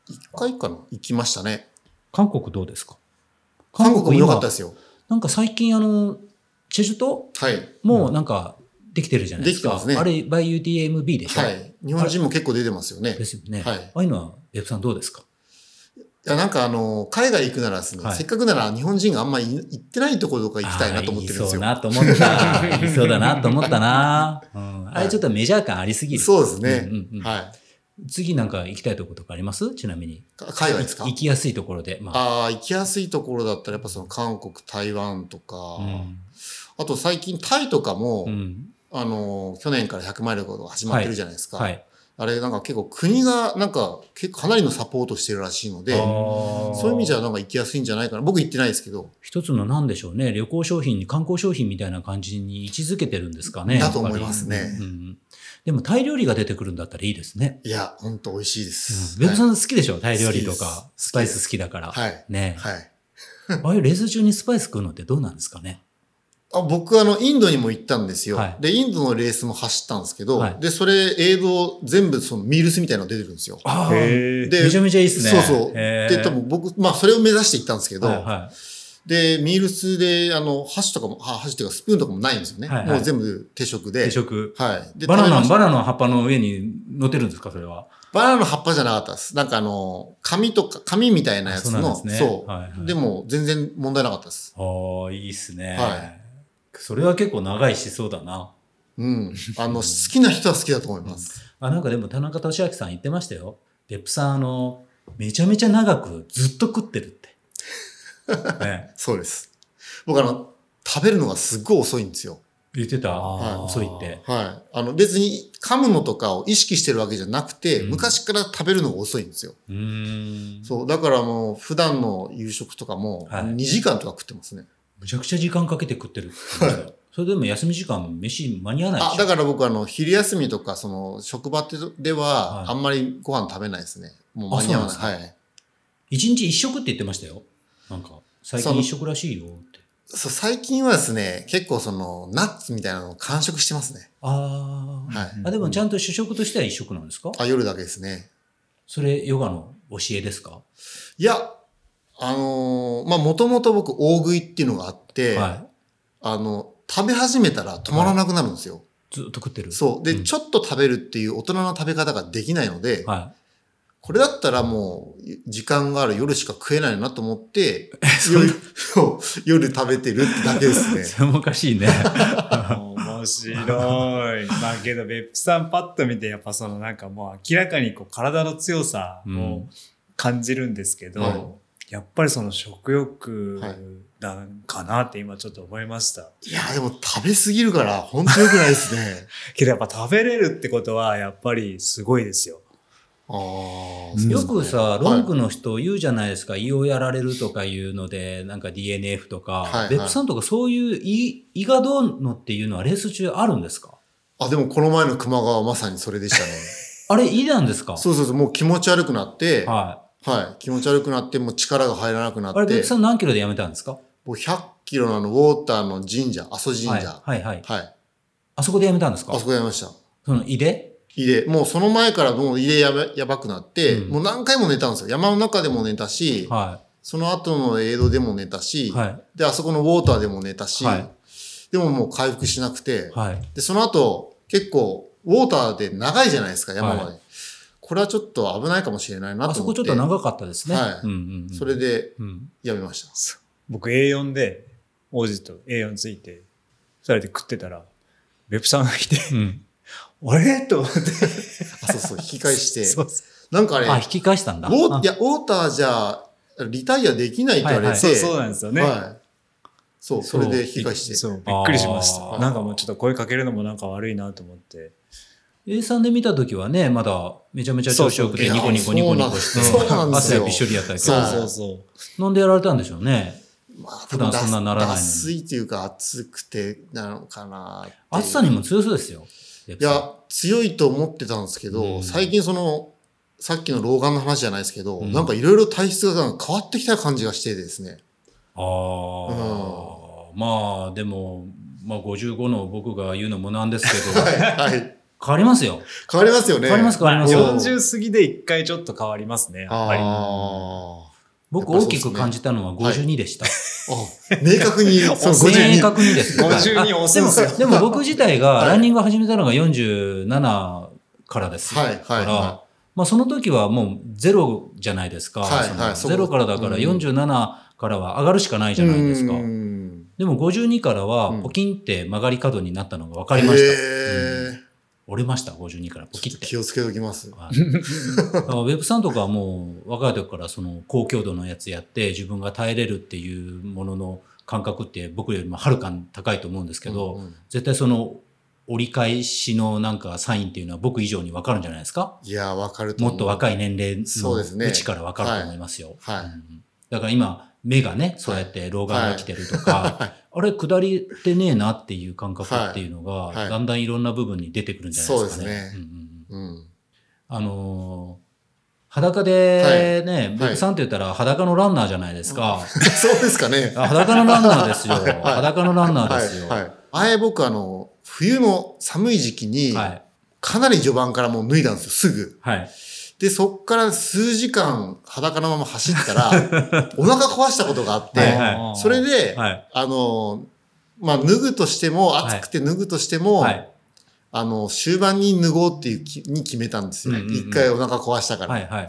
Speaker 3: 一回かな行きましたね。
Speaker 1: 韓国どうですか
Speaker 3: 韓国も良かったで
Speaker 1: 今
Speaker 3: すよ。
Speaker 1: なんか最近あの、チェジュ島
Speaker 3: はい。
Speaker 1: もうなんかできてるじゃないですか。
Speaker 3: できてますね
Speaker 1: あれ、by UTMB でしょ、
Speaker 3: はい。日本人も結構出てますよね。
Speaker 1: で
Speaker 3: い
Speaker 1: すよね。
Speaker 3: はい
Speaker 1: ああいうのは、ベプさんどうですか
Speaker 3: や、なんかあの、海外行くならですね、
Speaker 1: はい
Speaker 3: せっかくなら日本人があんまり行ってないところとか行きたいなと思ってるんですよ。
Speaker 1: ああいそうなと思 った。いそうだなと思ったな。うん、あれちょっとメジャー感ありすぎる。
Speaker 3: そうですね。
Speaker 1: うんうんうん
Speaker 3: はい。
Speaker 1: 次なんか行きたいところとかありますちなみに。
Speaker 3: か海外ですか
Speaker 1: 行きやすいところで。まあ、
Speaker 3: ああ、行きやすいところだったらやっぱその韓国、台湾とか、
Speaker 1: うん
Speaker 3: あと最近タイとかも、
Speaker 1: うん
Speaker 3: あの、去年から100マイルのことが始まってるじゃないですか。
Speaker 1: はい。
Speaker 3: あれなんか結構国がなんか結構かなりのサポートしてるらしいので、そういう意味じゃなんか行きやすいんじゃないかな。僕行ってないですけど、
Speaker 1: 一つの何でしょうね、旅行商品に観光商品みたいな感じに位置づけてるんですかね。
Speaker 3: だと思いますね
Speaker 1: うんうんでもタイ料理が出てくるんだったらいいですね。
Speaker 3: いや、ほんと美味しいで
Speaker 1: うん
Speaker 3: す。
Speaker 1: ベブさ
Speaker 3: はい
Speaker 1: ん好きでしょ、タイ料理と
Speaker 3: 好き
Speaker 1: か、
Speaker 3: です
Speaker 1: スパイス好きだから。
Speaker 3: はい
Speaker 1: ね
Speaker 3: はい。
Speaker 1: ああいうレース中にスパイス食うのってどうなんですかね。
Speaker 3: あ僕あの、インドにも行ったんですよ、
Speaker 1: はい
Speaker 3: で、インドのレースも走ったんですけど、
Speaker 1: はい
Speaker 3: で、それ映像全部そのミールスみたいなの出てくるんですよ。
Speaker 1: ああ、め
Speaker 2: へ
Speaker 3: で
Speaker 1: ちゃめちゃいいですね。
Speaker 3: そうそう。
Speaker 1: へ
Speaker 3: で、
Speaker 1: ー
Speaker 3: 多分僕、まあそれを目指して行ったんですけど、
Speaker 1: はいは
Speaker 3: で、ミールスで、あの、箸とかも、あ箸っていうかスプーンとかもないんですよね。
Speaker 1: はいはい
Speaker 3: もう全部定食
Speaker 1: い、
Speaker 3: で。
Speaker 1: 定食。
Speaker 3: はい。で
Speaker 1: バナ
Speaker 3: 食べま
Speaker 1: ナ、
Speaker 3: した
Speaker 1: バナナの葉っぱの上に乗ってるんですか、それは。
Speaker 3: バナナの葉っぱじゃなかったです。なんかあの、紙とか、紙みたいなや
Speaker 1: そ
Speaker 3: つ
Speaker 1: うなん
Speaker 3: の、
Speaker 1: ですね
Speaker 3: そう
Speaker 1: はいはい
Speaker 3: でも全然問題なかったです。
Speaker 1: ああ、いいっすね。
Speaker 3: は
Speaker 1: それは結構長いしそうだな。
Speaker 3: うん。あの、好きな人は好きだと思います。
Speaker 1: あなんかでも田中俊明さん言ってましたよ。別府さん、あの、めちゃめちゃ長くずっと食ってるって。 ね、
Speaker 3: そうです。僕あの、食べるのがすっごい遅いんですよ。
Speaker 1: 言ってた、
Speaker 3: はい
Speaker 1: そう言って。
Speaker 3: はい。あの、別に噛むのとかを意識してるわけじゃなくて、
Speaker 1: うん
Speaker 3: 昔から食べるのが遅いんですよ。
Speaker 1: うーん。
Speaker 3: そう。だからもう、普段の夕食とかも、
Speaker 1: はい
Speaker 3: 2時間とか食ってますね。
Speaker 1: むちゃくちゃ時間かけて食ってるって言ってたよそれでも休み時間、飯間に合わないでしょ
Speaker 3: あ、だから僕あの、昼休みとか、その、職場ってで
Speaker 1: はい
Speaker 3: は、あんまりご飯食べないですね。もう間に合わな
Speaker 1: あ
Speaker 3: い。
Speaker 1: そうな
Speaker 3: はい。
Speaker 1: 一日一食って言ってましたよ。なんか、最近一食らしいよって。
Speaker 3: そう、最近はですね、結構その、ナッツみたいなのを完食してますね。
Speaker 1: ああ、
Speaker 3: はい。
Speaker 2: うん
Speaker 1: あ、でもちゃんと主食としては一食なんですか
Speaker 3: あ、夜だけですね。
Speaker 1: それ、ヨガの教えですか
Speaker 3: いや、あのーまあ、もともと僕、大食いっていうのがあって、
Speaker 1: はい。
Speaker 3: あの、食べ始めたら止まらなくなるんですよ。
Speaker 1: ずっと食ってる。
Speaker 3: そう。で、
Speaker 1: ん
Speaker 3: ちょっと食べるっていう大人の食べ方ができないので、
Speaker 1: は
Speaker 3: これだったらもう、時間がある夜しか食えないなと思って、夜そう夜食べてるってだけです
Speaker 1: い。
Speaker 3: ね。
Speaker 1: それもおかしい ね。
Speaker 2: 面白い。まあけど、別府さんパッと見て、やっぱそのなんかもう明らかにこう体の強さを感じるんですけど、
Speaker 3: はい
Speaker 2: やっぱりその食欲
Speaker 3: はい
Speaker 2: だかなって今ちょっと思いました。
Speaker 3: いや、でも食べ過ぎるから、本当良くないですね。
Speaker 2: けどやっぱ食べれるってことはやっぱりすごいですよ。
Speaker 3: あー
Speaker 2: うん
Speaker 1: よくさ、ロン
Speaker 3: は
Speaker 1: グの人言うじゃないですか、胃をやられるとかいうので、なんか DNF とか、
Speaker 3: はいはい
Speaker 1: 別府さんとかそういう胃胃がどうのっていうのはレース中あるんですか
Speaker 3: あ、でもこの前の熊川はまさにそれでしたね。
Speaker 1: あれ胃なんですか
Speaker 3: そうそうそう、もう気持ち悪くなって、は、
Speaker 1: はい。
Speaker 3: 気持ち悪くなって、もう力が入らなくない
Speaker 1: あれ、
Speaker 3: っ
Speaker 1: 別
Speaker 3: て
Speaker 1: 府、さん何キロでやめたんですか
Speaker 3: もう100キロのあの、ウォーターの神社、阿蘇神社、
Speaker 1: はい、
Speaker 3: はい、
Speaker 1: はい、はい。あそこでやめたんですか
Speaker 3: あそこやりました。
Speaker 1: その胃で
Speaker 3: 胃で、もうその前からもう胃でやばやばくなって、
Speaker 1: うん
Speaker 3: もう何回も寝たんですよ。山の中でも寝たし、
Speaker 1: は
Speaker 3: その後の映像でも寝た
Speaker 1: い。
Speaker 3: し、
Speaker 1: はい。
Speaker 3: で、あそこのウォーターでも寝たし、
Speaker 1: はい
Speaker 3: でももう回復しなくて、
Speaker 1: はい。
Speaker 3: で、その後、結構、ウォーターで長いじゃないですか、山まで。
Speaker 1: は
Speaker 3: これはちょっと危ないかもしれないな
Speaker 1: あ
Speaker 3: と
Speaker 1: そこ
Speaker 3: 思っ
Speaker 1: ち
Speaker 3: て。
Speaker 1: ょっと長かったですね。
Speaker 3: は
Speaker 1: う
Speaker 3: い
Speaker 1: んうんうん、
Speaker 3: それで
Speaker 1: うん。
Speaker 3: やめました。
Speaker 2: 僕 A4 で王子と A4 ついて二人で食ってたら、別府さんが来て、
Speaker 1: うん。
Speaker 2: あれと思って。
Speaker 3: あ、そうそう、引き 返して。
Speaker 2: そうそう
Speaker 3: なんかあれ、
Speaker 1: あ、
Speaker 3: ウ
Speaker 1: 引き返したんだ。
Speaker 3: ォ
Speaker 1: あ
Speaker 3: ーいや、ウォーターじゃ、リタイアできないって言われて、
Speaker 1: はい
Speaker 2: そうそうなんですよね。
Speaker 3: はいそう、それで引き返して。
Speaker 2: そう、びっくりしまし
Speaker 1: あ
Speaker 2: た。
Speaker 1: ー
Speaker 2: なんかもうちょっと声かけるのもなんか悪いなと思って。
Speaker 1: A さんで見た時はね、まだめちゃめちゃ調子よくて、
Speaker 3: そう
Speaker 1: ニ
Speaker 3: そう
Speaker 1: コニコニコニコして、
Speaker 3: そうなんですよ
Speaker 1: 汗びっしょりやったけど。
Speaker 3: そう
Speaker 2: そうそう。
Speaker 1: なんでやられたんでしょうね。
Speaker 3: まあ、
Speaker 1: 普段そんなならないのに
Speaker 3: 脱水っていうか、暑くてなのかなっていう
Speaker 1: 暑さにも強そうですよ。い
Speaker 3: いや、強いと思ってたんですけど、
Speaker 1: うん
Speaker 3: 最近その、さっきの老眼の話じゃないですけど、
Speaker 1: うん
Speaker 3: なんかいろいろ体質がなんか変わってきた感じがしてです ね。
Speaker 1: ああ、まあでも、まあ55の僕が言うのもなんですけど、
Speaker 3: はい。
Speaker 1: 変
Speaker 3: はい
Speaker 1: わりますよ。
Speaker 3: 変わりますよね。
Speaker 1: 変わります変わります
Speaker 3: まあ
Speaker 1: よ。
Speaker 2: 40過ぎで一回ちょっと変わりますね、やっぱり。
Speaker 3: あ
Speaker 1: 僕
Speaker 3: やっぱ
Speaker 1: 大
Speaker 3: そうで
Speaker 1: き
Speaker 3: すね
Speaker 1: く感じたのは52でした。
Speaker 3: ーあ。明確に、そう、
Speaker 1: 明
Speaker 3: 52。
Speaker 1: 確にですね。
Speaker 2: 52押すんですよ。
Speaker 1: でも僕自体が
Speaker 3: はい
Speaker 1: ランニングを始めたのが47からです。
Speaker 3: はい、はい、
Speaker 1: から
Speaker 3: は
Speaker 1: まあその時はもうゼロじゃないですか。
Speaker 3: はい
Speaker 1: その
Speaker 3: はいそう
Speaker 1: ゼロからだから
Speaker 3: うん
Speaker 1: 47からは上がるしかない
Speaker 3: い。
Speaker 1: じゃないですか。
Speaker 3: うん
Speaker 1: でも52から
Speaker 3: う
Speaker 1: は
Speaker 3: ん
Speaker 1: ポキンって曲がり角になったのが分かりました。
Speaker 3: へ
Speaker 1: うん
Speaker 3: ー
Speaker 1: 折れました、52からポキ
Speaker 3: ち
Speaker 1: っ
Speaker 3: ょってと。気をつけときます。
Speaker 1: はいだからウェブさんとかはもう若い時からその高強度のやつやって自分が耐えれるっていうものの感覚って僕よりもはるかに高いと思うんですけど、
Speaker 3: うんうん
Speaker 1: 絶対その折り返しのなんかサインっていうのは僕以上にわかるんじゃないですか
Speaker 3: いやー、わかると
Speaker 1: も
Speaker 3: 思う。
Speaker 1: っと若い年齢
Speaker 3: そうです
Speaker 1: の
Speaker 3: ね
Speaker 1: うちからわかると思いますよ。
Speaker 3: はいはい
Speaker 1: うんだから今、目がね、そうやって老眼が来てるとか、
Speaker 3: はい
Speaker 1: あれ、下りってねえなっていう感覚っていうのが、
Speaker 3: いはい
Speaker 1: だんだんいろんな部分に出てくるんじゃないですかね。
Speaker 3: そうですね
Speaker 1: んうんうん
Speaker 3: うん。
Speaker 1: あのー裸でね、ベックさんって言ったら裸のランナーじゃないですか。
Speaker 3: そうですかね。
Speaker 1: あ裸のランナーですよ。
Speaker 3: はいはい
Speaker 1: 裸のランナー
Speaker 3: は
Speaker 1: ですよ。
Speaker 3: い。はい。前僕あの、冬の寒い時期に、
Speaker 1: はい。
Speaker 3: かなり序盤からもう脱いだんですよ、すぐ。
Speaker 1: はい。
Speaker 3: で、そっから数時間裸のまま走った ら、お腹壊したことがあって、
Speaker 1: はいはい
Speaker 3: それで、
Speaker 1: はい。
Speaker 3: あの、まあ、脱ぐとしても、
Speaker 1: い
Speaker 3: 暑くて脱ぐとしても、
Speaker 1: はい。
Speaker 3: あの、終盤に脱ごうっていうきに決めたんですよ。
Speaker 1: うんうんうん
Speaker 3: 一回お腹壊したから。
Speaker 1: はい。はい。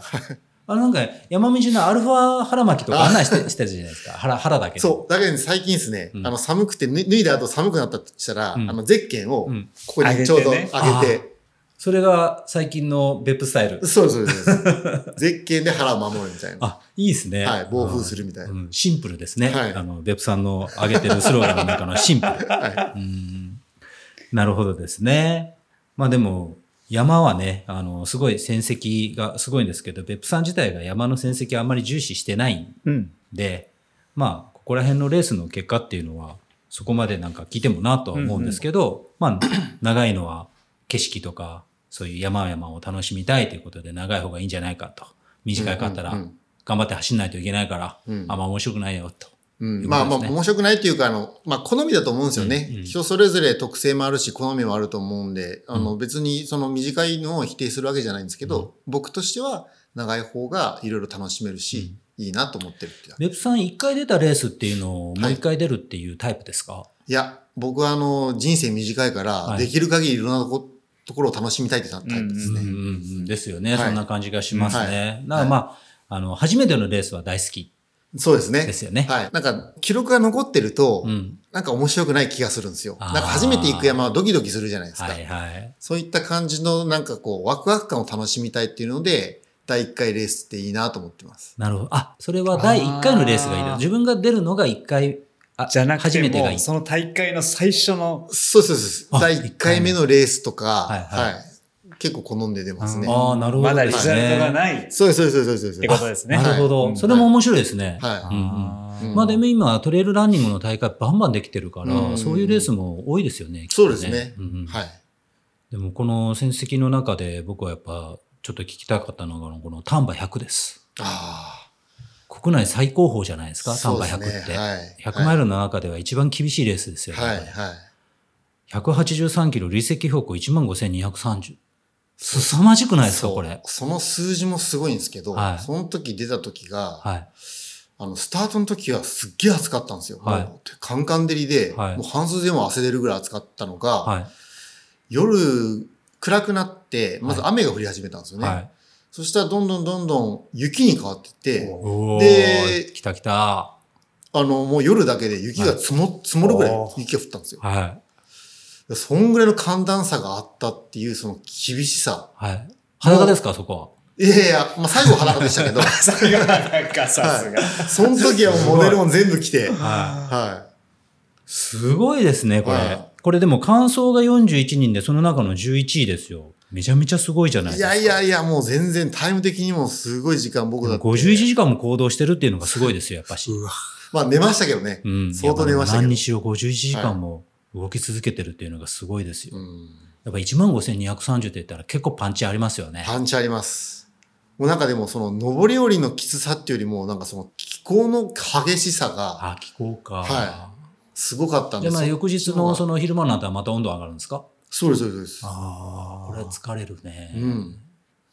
Speaker 1: あの、なんか、山道のアルファ腹巻きとか
Speaker 3: あ
Speaker 1: 案内して、 してたじゃないですか。腹、腹だけで。
Speaker 3: そう。だけど最近ですね、
Speaker 1: うん
Speaker 3: あの、寒くて、脱脱いだ後寒くなったとしたら、
Speaker 1: うん
Speaker 3: あの、ゼッケンを
Speaker 1: う、ん。
Speaker 3: ここにちょうど
Speaker 2: 上
Speaker 3: 上
Speaker 2: げ
Speaker 3: げ
Speaker 2: て
Speaker 3: て、
Speaker 1: それが最近の別府スタイル。
Speaker 3: そうですそうですそう です。ゼッケンで腹を守るみたいな。
Speaker 1: あ、いいですね。
Speaker 3: はい。暴風するみたいな。
Speaker 1: うん。シンプルですね。
Speaker 3: はい
Speaker 1: あの、別府さんの挙げてるスローガンの 中のシンプル。
Speaker 3: は
Speaker 1: うんなるほどですね。まあでも、山はね、あの、すごい戦績がすごいんですけど、別府さん自体が山の戦績あんまり重視してないん
Speaker 2: うん。
Speaker 1: で、まあ、ここら辺のレースの結果っていうのは、そこまでなんか聞いてもなとは思うんですけど、まあ、長いのは景色とか、そういう山々を楽しみたいということで、長い方がいいんじゃないかと。
Speaker 3: い。
Speaker 1: 短かったら
Speaker 3: う、ん
Speaker 1: 頑張って走んないといけないから、
Speaker 3: うんうん
Speaker 1: あんま面白くないよと。
Speaker 3: うんまあまあ、
Speaker 1: ということですね
Speaker 3: 面白くないっていうか、あの、まあ、好みだと思うんですよね。
Speaker 1: うんうん
Speaker 3: 人それぞれ特性もあるし、好みもあると思うんで、あの、別にその短いのを否定するわけじゃないんですけど、
Speaker 1: うん
Speaker 3: 僕としては長い方がいろいろ楽しめるし、いいなと思ってるっていう。
Speaker 1: 別府さん、一回出たレースっていうのをもう一回出るっていうタイプですか、
Speaker 3: いや、僕はあの、人生短いから、
Speaker 1: はい
Speaker 3: できる限りいろんなとこところを楽しみたいってタイプです
Speaker 1: うん
Speaker 3: ね。
Speaker 1: うんうんですよね、
Speaker 3: はい
Speaker 1: そんな感じがしますね。だから
Speaker 3: はい
Speaker 1: まあ、あの、初めてのレースは大好き
Speaker 3: そうです
Speaker 1: で
Speaker 3: ね。
Speaker 1: すよね。
Speaker 3: はい。なんか、記録が残ってると、
Speaker 1: うん。
Speaker 3: なんか面白くない気がするんですよ。
Speaker 1: あ
Speaker 3: な
Speaker 1: ー
Speaker 3: んか初めて行く山はドキドキするじゃないですか。
Speaker 1: はいはい。
Speaker 3: そういった感じのなんかこうワクワク感を楽しみたいっていうので、第1回レースっていいなと思ってます。
Speaker 1: なるほど。あ、それは第1回のレースがいい
Speaker 2: あ
Speaker 1: な。
Speaker 2: ー
Speaker 1: 自分が出るのが1回、あ
Speaker 2: じゃなく
Speaker 1: 初
Speaker 2: て
Speaker 1: めて
Speaker 2: も
Speaker 1: がいい。
Speaker 2: その大会の最初の、
Speaker 3: そうそうそう。
Speaker 1: あ
Speaker 3: 第1回目のレースとか、
Speaker 1: はい
Speaker 3: は
Speaker 1: はい
Speaker 3: い、結構好んで出ますね。
Speaker 1: ああ、なるほど、
Speaker 2: まだリザルトがないっ
Speaker 3: そうですそうですそうですそう
Speaker 2: て
Speaker 3: で
Speaker 2: こ
Speaker 3: す。
Speaker 2: とですね。
Speaker 1: なるほど、
Speaker 2: うん
Speaker 1: それも面白いですね。
Speaker 3: は
Speaker 1: うん
Speaker 2: あー
Speaker 3: うん
Speaker 1: まあでも今、トレイルランニングの大会バンバンできてるから、
Speaker 3: うん
Speaker 1: そういうレースも多いですよね。きっと
Speaker 3: そうですね
Speaker 1: うんうん
Speaker 3: い。はい。
Speaker 1: でもこの戦績の中で僕はやっぱちょっと聞きたかったのが、この丹波100です。
Speaker 3: あ
Speaker 1: 国内最高峰じゃないです
Speaker 3: あ。
Speaker 1: か、丹波100って。
Speaker 3: はい。
Speaker 1: 100マイルの中では一番厳しいレースですよ。
Speaker 3: はい。はい。
Speaker 1: 183キロ、累積標高15,230。凄まじくないですか、
Speaker 3: そう
Speaker 1: これ。
Speaker 3: その数字もすごいんですけど、
Speaker 1: はい
Speaker 3: その時出た時が、
Speaker 1: はい。
Speaker 3: あの、スタートの時はすっげえ暑かったんですよ。
Speaker 1: はい
Speaker 3: もうカンカン照りで、
Speaker 1: はい
Speaker 3: もう半袖でも汗出るぐらい暑かったのが、
Speaker 1: は
Speaker 3: 夜暗くなって、まず雨が降り始めたんですよ
Speaker 1: い。
Speaker 3: ね。
Speaker 1: はい。
Speaker 3: そしたらどんどんどんどん雪に変わってって、
Speaker 1: お
Speaker 3: で
Speaker 1: ー、来た来た。
Speaker 3: あの、もう夜だけで雪が積も,、積もるぐらい
Speaker 2: おー
Speaker 3: 雪が降ったんですよ。
Speaker 1: はい。
Speaker 3: そんぐらいの寒暖差があったっていうその厳しさ。
Speaker 1: はい。裸ですか、そこ
Speaker 3: いやいや、まあ、最後は裸 でしたけど、
Speaker 2: さすがなんかさすが。
Speaker 3: その時はもうモデルも全部着て、
Speaker 1: は。は。
Speaker 3: はい
Speaker 1: すごいですね、こ
Speaker 3: は
Speaker 1: れ
Speaker 3: い。
Speaker 1: これでも感想が41人で、その中の11位ですよ。めちゃめちゃすごいじゃない
Speaker 3: い。
Speaker 1: で
Speaker 3: い
Speaker 1: すか。
Speaker 3: やいやいや、もう全然タイム的にもすごい時間僕だって。
Speaker 1: 51時間も行動してるっていうのがすごいですよ、やっぱし。
Speaker 3: まあ寝ましたけどね。
Speaker 1: うん、
Speaker 3: 相当寝ましたけど
Speaker 1: 何にしろ51時間も動き続けてるっていうのがすごいですよ。
Speaker 3: うん。
Speaker 1: やっぱ1万5230って言ったら結構パンチありますよね。
Speaker 3: パンチあります。もうなんかでもその上り下りのきつさっていうよりもなんかその気候の激しさが
Speaker 1: あ、気候か。
Speaker 3: はすごかったん
Speaker 1: じ
Speaker 3: で
Speaker 1: ゃあ
Speaker 3: す
Speaker 1: まあ翌日のそ
Speaker 3: の。
Speaker 1: の昼間なんてまた温度上がるんですか
Speaker 3: そうです、そうです。そうで
Speaker 1: ああ。これは疲れるね。
Speaker 3: すうん。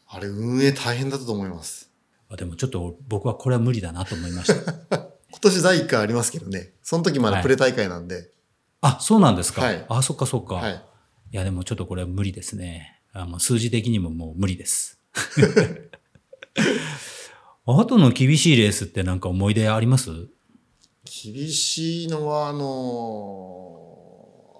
Speaker 3: あれ運営大変だったと思います。
Speaker 1: あでもちょっと僕はこれは無理だなと思いました。
Speaker 3: 今年第1回ありますけどね。その時ま
Speaker 1: はい
Speaker 3: だプレ大会なんで。
Speaker 1: あ、そうなんですか。
Speaker 3: はい
Speaker 1: あ、そっかそっか。
Speaker 3: はい。
Speaker 1: い、やでもちょっとこれは無理ですね。あもう数字的にももう無理です。 あとの厳しいレースってなんか思い出あります
Speaker 3: 厳しいのは、あのー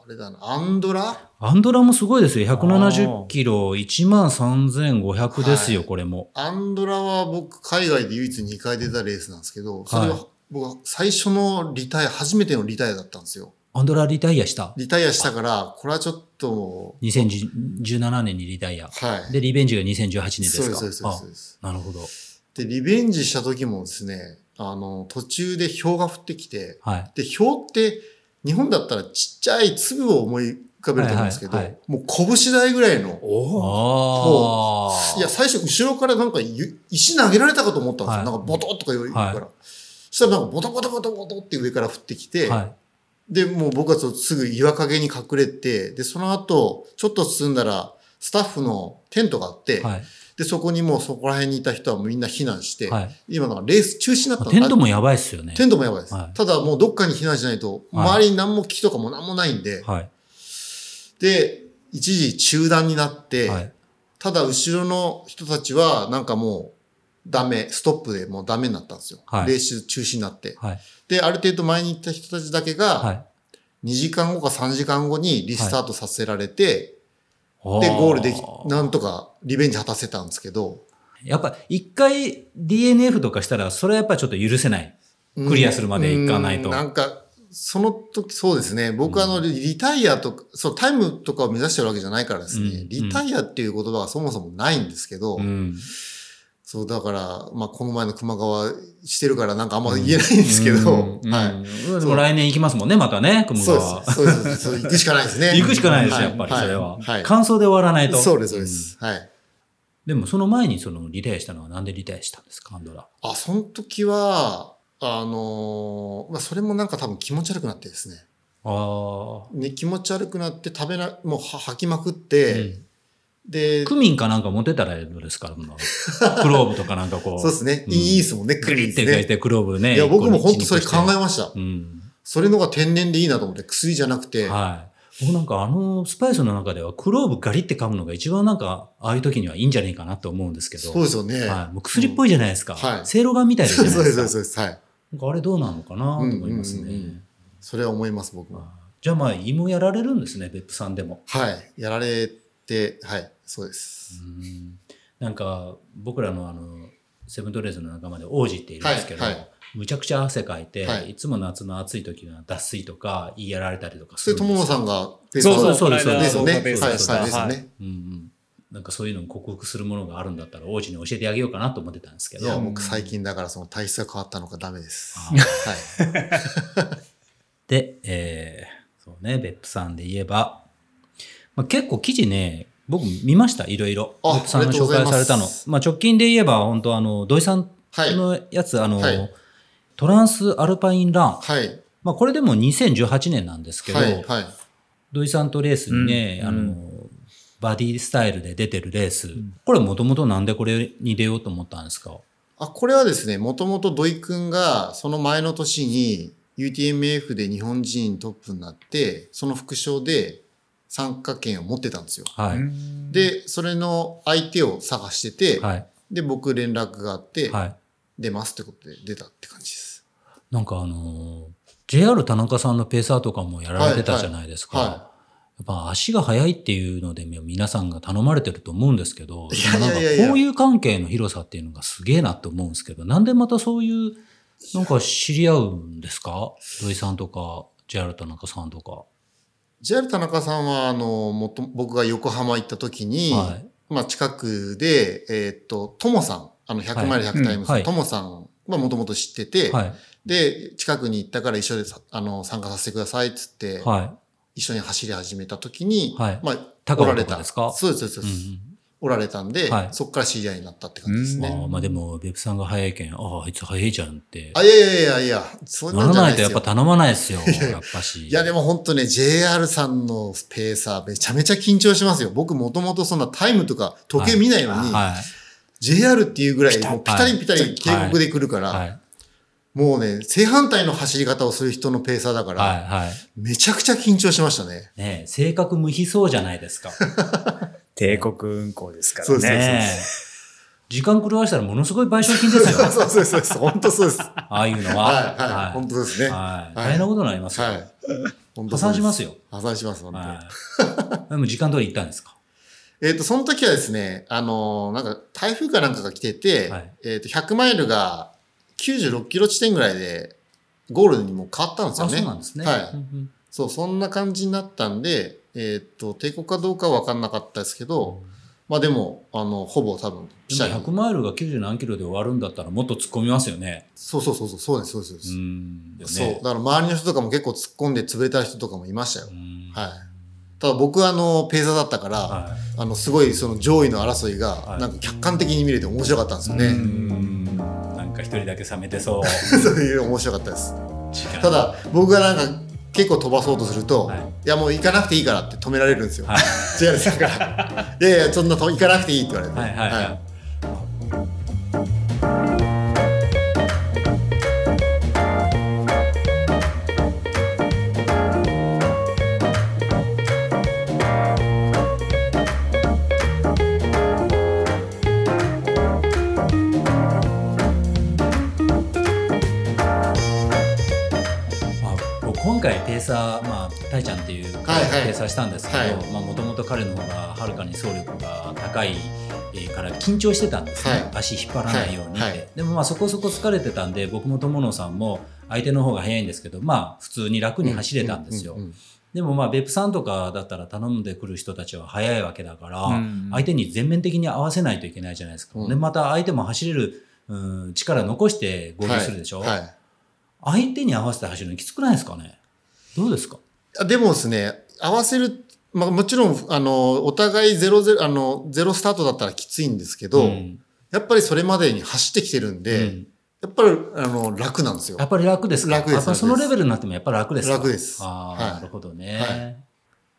Speaker 3: あれだな、アンドラ
Speaker 1: アンドラもすごいですよ。
Speaker 2: あ
Speaker 1: 170
Speaker 2: ー
Speaker 1: キロ、1万3500ですよ、
Speaker 3: はい
Speaker 1: これも。
Speaker 3: アンドラは僕、海外で唯一2回出たレースなんですけど、それ
Speaker 1: はい
Speaker 3: は僕は最初のリタイア、初めてのリタイアだったんですよ。
Speaker 1: アンドラリタイアした。
Speaker 3: リタイアしたから、これはちょっと、
Speaker 1: 2017年にリタイア。
Speaker 3: はい。
Speaker 1: で、リベンジが2018年ですか
Speaker 3: そうです、そうです、そうです。
Speaker 1: あなるほど。
Speaker 3: で、リベンジした時もですね、あの、途中で氷が降ってきて、
Speaker 1: はい。
Speaker 3: で、氷って、日本だったらちっちゃい粒を思い浮かべると思うんですけど、
Speaker 1: はいはいは
Speaker 3: もう拳台ぐらいの、
Speaker 2: おお。
Speaker 1: ああ。
Speaker 3: いや、最初、後ろからなんかゆ、石投げられたかと思ったんですよ。
Speaker 1: はい
Speaker 3: なんか、ボトッとか言うから。
Speaker 1: は
Speaker 3: そしたらなんか、ボトボトボトボトって上から降ってきて、
Speaker 1: はい。
Speaker 3: で、もう僕はすぐ岩陰に隠れて、で、その後、ちょっと進んだら、スタッフのテントがあって、
Speaker 1: はい。
Speaker 3: で、そこにもうそこら辺にいた人はみんな避難して、
Speaker 1: はい。
Speaker 3: 今のはレース中止になった
Speaker 1: まあ
Speaker 3: の
Speaker 1: テントもやばいっすよね。
Speaker 3: テントもやばいです。
Speaker 1: はい
Speaker 3: ただもうどっかに避難しないと、
Speaker 1: はい
Speaker 3: 周りに何も木とかも何もないんで、
Speaker 1: はい。
Speaker 3: で、一時中断になって、
Speaker 1: はい。
Speaker 3: ただ後ろの人たちはなんかもうダメ、ストップでもうダメになったんですよ。
Speaker 1: はい
Speaker 3: 練習中止になって。
Speaker 1: はい。
Speaker 3: で、ある程度前に行った人たちだけ
Speaker 1: は
Speaker 3: が、
Speaker 1: い。
Speaker 3: 2時間後か3時間後にリスタートさせられて、で、
Speaker 1: あ
Speaker 3: ゴールでき、なんとかリベンジ果たせたんですけど、
Speaker 1: やっぱ一回 DNF とかしたら、それはやっぱちょっと許せない。
Speaker 3: うん
Speaker 1: クリアするまで行かないと
Speaker 3: うんなんか、その時、そうですね。僕はあの、リタイアとか、そう、タイムとかを目指してるわけじゃないからですね。
Speaker 1: うん
Speaker 3: リタイアっていう言葉がそもそもないんですけど、
Speaker 1: うん。
Speaker 3: そう、だから、まあ、この前の熊川してるからなんかあんま言えないんですけど、
Speaker 1: うん
Speaker 3: はい。
Speaker 1: うんでも来年行きますもんね、またね、雲
Speaker 3: そう
Speaker 1: 川。
Speaker 3: です。そうです。そう行くしかないですね。
Speaker 1: 行くしかないですよ、
Speaker 3: は
Speaker 1: やっぱりそれは。
Speaker 3: はい。
Speaker 1: 感想で終わらないと。
Speaker 3: そうです、そうです。はい。
Speaker 1: うん。でもその前にそのリタイアしたのはなんでリタイアしたんですか、アンドラ。
Speaker 3: あ、その時は、あのーまあ、それもなんか多分気持ち悪くなってですね。
Speaker 1: ああ。
Speaker 3: ね、気持ち悪くなって食べな、もうは吐きまく
Speaker 1: う
Speaker 3: って、
Speaker 1: ん
Speaker 3: で、
Speaker 1: クミンかなんか持ってたらいいのですから、そんなクローブとかなんかこう。
Speaker 3: そうですね。
Speaker 1: うん
Speaker 3: いいですもんね、
Speaker 1: グ
Speaker 3: ク
Speaker 1: リ
Speaker 3: リ
Speaker 1: っ
Speaker 3: ー
Speaker 1: て
Speaker 3: ン
Speaker 1: 書い
Speaker 3: ね。
Speaker 1: てクローブね。
Speaker 3: いや、僕も
Speaker 1: 一個
Speaker 3: 本
Speaker 1: に
Speaker 3: 当それ考えました
Speaker 1: う。ん。
Speaker 3: それのが天然でいいなと思って、薬じゃなくて、
Speaker 1: はい。僕なんかあのスパイスの中ではクローブガリって噛むのが一番なんかああいう時にはいいんじゃないかなと思うんですけど。
Speaker 3: そうですよね。
Speaker 1: はい。もう薬っぽいじゃないですか。
Speaker 3: うんはい
Speaker 1: せいろがみたいじゃ
Speaker 3: そう
Speaker 1: ない
Speaker 3: で、
Speaker 1: です
Speaker 3: そう
Speaker 1: す
Speaker 3: で
Speaker 1: か。
Speaker 3: す、そうです。はい。
Speaker 1: なんかあれどうなのかなと思いますね。
Speaker 3: うんうんうんそれは思います、僕も。
Speaker 1: じゃあまあ芋やられるんですね、別府さんでも。
Speaker 3: はい。やられて、はい。そうです。
Speaker 1: うんなんか僕らのあのセブントレーズの仲間で王子っているんですけど、
Speaker 3: はいはい
Speaker 1: むちゃくちゃ汗かいて、、
Speaker 3: はいい
Speaker 1: つも夏の暑い時は脱水とか言いやられたりとか
Speaker 3: それ、
Speaker 1: と
Speaker 3: 友野さんが、そう
Speaker 2: そうそう、
Speaker 1: そうです
Speaker 2: この間
Speaker 3: ですよね。
Speaker 2: 動画
Speaker 3: はい、
Speaker 2: ベース
Speaker 3: はい、
Speaker 2: でした
Speaker 3: ですよ
Speaker 2: はい
Speaker 3: ね。
Speaker 1: うんうん、なんかそういうのを克服するものがあるんだったら王子に教えてあげようかなと思ってたんですけ
Speaker 3: い
Speaker 1: ど
Speaker 3: や、
Speaker 2: もう
Speaker 3: 僕最近だからその体質が変わったのかダメです。
Speaker 1: あ
Speaker 3: は
Speaker 1: ー
Speaker 3: い。
Speaker 1: で、えーそうね別府さんで言えば、まあ、結構記事ね僕見ましたいろいろ
Speaker 3: あ
Speaker 1: 別府さんの紹
Speaker 3: ありがとう
Speaker 1: 介
Speaker 3: ご
Speaker 1: さ
Speaker 3: ざい
Speaker 1: れ
Speaker 3: ます
Speaker 1: たのま、あ、直近で言えば本当あの土井さん
Speaker 3: はい。
Speaker 1: のやつ、あの、
Speaker 3: はい
Speaker 1: トランスアルパインラン、
Speaker 3: はい。
Speaker 1: まあ、これでも2018年なんですけど、
Speaker 3: はい。はい。
Speaker 1: 土井さんとレースにね、
Speaker 2: うん
Speaker 1: あ
Speaker 2: う
Speaker 1: のバディスタイルで出てるレース、
Speaker 2: ん
Speaker 1: これもともとなんでこれに出ようと思ったんですか
Speaker 3: あ、これはですね、もともと土井くんがその前の年に UTMF で日本人トップになって、その副賞で参加権を持ってたんですよ。
Speaker 1: はい、
Speaker 2: うん、
Speaker 3: で、それの相手を探してて、
Speaker 1: はい、
Speaker 3: で、僕連絡があって、
Speaker 1: はい。
Speaker 3: 出ますってことで出たって感じです。
Speaker 1: なんかあの JR 田中さんのペーサーとかもやられてたじゃないですか。
Speaker 3: はいはいはい
Speaker 1: やっぱ足が速いっていうので皆さんが頼まれてると思うんですけど、
Speaker 3: いやいやいやいや
Speaker 1: でもなんかこういう関係の広さっていうのがすげえなと思うんですけど、なんでまたそういう、なんか知り合うんですか土井さんとか、JR 田中さんとか。
Speaker 3: JR 田中さんは、あの、もと、僕が横浜行った時に、
Speaker 1: はい。
Speaker 3: まあ近くで、えーっと、ともさん、あの、100マイル100タイムズ
Speaker 1: は
Speaker 3: の
Speaker 1: い
Speaker 3: ともさんはもともと知ってて、
Speaker 1: はい。
Speaker 3: で、近くに行ったから一緒でさ、あの、参加させてくださいっつって、
Speaker 1: は
Speaker 3: 一緒に走り始めた時に、
Speaker 1: はい
Speaker 3: まあ、
Speaker 1: 高尾
Speaker 3: おられ
Speaker 1: とか
Speaker 3: た。
Speaker 1: ですか
Speaker 3: そうです、そう
Speaker 1: い。うん
Speaker 3: です。おられたんで、
Speaker 1: はい
Speaker 3: そこから知り合いになったって感じです
Speaker 1: うん。
Speaker 3: ね。
Speaker 1: あーまあでも、ベプさんが速いけん、ああ、あいつ速いじゃんって。
Speaker 3: あ、いやいやいやいや、そう
Speaker 1: な
Speaker 3: なん
Speaker 1: ら
Speaker 3: じゃ
Speaker 1: な
Speaker 3: ない
Speaker 1: いと
Speaker 3: で
Speaker 1: やっ
Speaker 3: すよ。
Speaker 1: ぱ頼まないですよ、やっぱし。
Speaker 3: いや、でも本当ね、JR さんのペーサー、めちゃめちゃ緊張しますよ。僕もともとそんなタイムとか時計見ないのに、
Speaker 1: はい。
Speaker 3: JR っていうぐらい、もうピタリピタリ警告で来るから、
Speaker 1: はい。
Speaker 3: もうね、正反対の走り方をする人のペーサーだから、
Speaker 1: はい。はい。
Speaker 3: めちゃくちゃ緊張しました ね。
Speaker 1: ねえ性格無比そうじゃない ですか。
Speaker 2: 帝国運行ですか
Speaker 3: そう
Speaker 2: ら
Speaker 3: です
Speaker 2: ね。
Speaker 1: ねえ。時間狂わしたらものすごい賠償金 ですよ。
Speaker 3: そうそうそうです。本当そうです。は
Speaker 1: ああいうの
Speaker 3: い、
Speaker 1: は。
Speaker 3: はい、本当ですね。は
Speaker 1: はい大変なことになりますよ。
Speaker 3: い。本。
Speaker 1: 破産しますすよ。
Speaker 3: 破産します、本当に。
Speaker 1: はい。でも時間通り行ったんですか。
Speaker 3: えっ、と、その時はですね、あのーなんか台風かなんかが来てて、
Speaker 1: はい
Speaker 3: えっ、と、100マイルが96キロ地点ぐらいで、ゴールにもう変わったんですよ
Speaker 1: あ、
Speaker 3: ね。
Speaker 1: そうなんですね。
Speaker 3: は
Speaker 1: うんうん
Speaker 3: そう、そんな感じになったんで、えーっと、帝国かどうかは分かんなかったですけど、まあでも、あの、ほぼ多分、
Speaker 1: で
Speaker 3: 記
Speaker 1: も
Speaker 3: 者に
Speaker 1: 100。マイルが90何キロで終わるんだったらもっと突っ込みますよね。
Speaker 3: そうそうそうそう、そうです、そうです。そうです
Speaker 1: うん。だよね
Speaker 3: そう。だから周りの人とかも結構突っ込んで潰れた人とかもいましたよ。
Speaker 1: うん
Speaker 3: はい。ただ僕はあの、ペーザーだったから、
Speaker 1: は
Speaker 3: あの、すごいその上位の争い
Speaker 1: は
Speaker 3: が、
Speaker 1: い
Speaker 3: なんか客観的に見れて面白かったんですよ
Speaker 1: い。
Speaker 3: ね。
Speaker 1: うん。なんか一人だけ冷めて そう。
Speaker 3: そういう面白かったです。
Speaker 1: 時間
Speaker 3: た、だ、僕がなんか結構飛ばそうとすると、
Speaker 1: はい
Speaker 3: い、やもう行かなくていいからって止められるんですよ。
Speaker 1: はい
Speaker 3: 違うですだ から、いやいや、そんなと行かなくていいって言われて。
Speaker 1: はいはいはい。まあ僕今回ペーサー、まあ、タイちゃんっていう
Speaker 3: はいはい
Speaker 1: ペーサーしたんですけ
Speaker 3: はい
Speaker 1: どもともと彼の方がはるかに走力が高いえーから緊張してたんですね、
Speaker 3: はい
Speaker 1: 足引っ張らないようにって、
Speaker 3: はいはい
Speaker 1: でもまあそこそこ疲れてたんで僕も友野さんも相手の方が速いんですけどまあ普通に楽に走れたんですよ、
Speaker 3: うううん
Speaker 1: でもまあ別府さんとかだったら頼んでくる人たちは速いわけだから、
Speaker 2: うん
Speaker 1: 相手に全面的に合わせないといけないじゃないですか、
Speaker 3: うん
Speaker 1: でまた相手も走れる、うん、力残して合流するでしょ、
Speaker 3: はいはい
Speaker 1: 相手に合わせて走るのきつくないですかねどうですか
Speaker 3: あでもですね、合わせる、まあもちろん、あの、お互いゼロゼロ、あの、ゼロスタートだったらきついんですけど、
Speaker 1: ん
Speaker 3: やっぱりそれまでに走ってきてるんで、
Speaker 1: うん
Speaker 3: やっぱり、あの、楽なんですよ
Speaker 1: や。っぱり楽ですか
Speaker 3: 楽です
Speaker 1: やっぱりそのレベルになってもやっぱり楽ですか
Speaker 3: 楽です
Speaker 1: ああ、
Speaker 3: はい
Speaker 1: なるほどね、
Speaker 3: はい
Speaker 1: やっ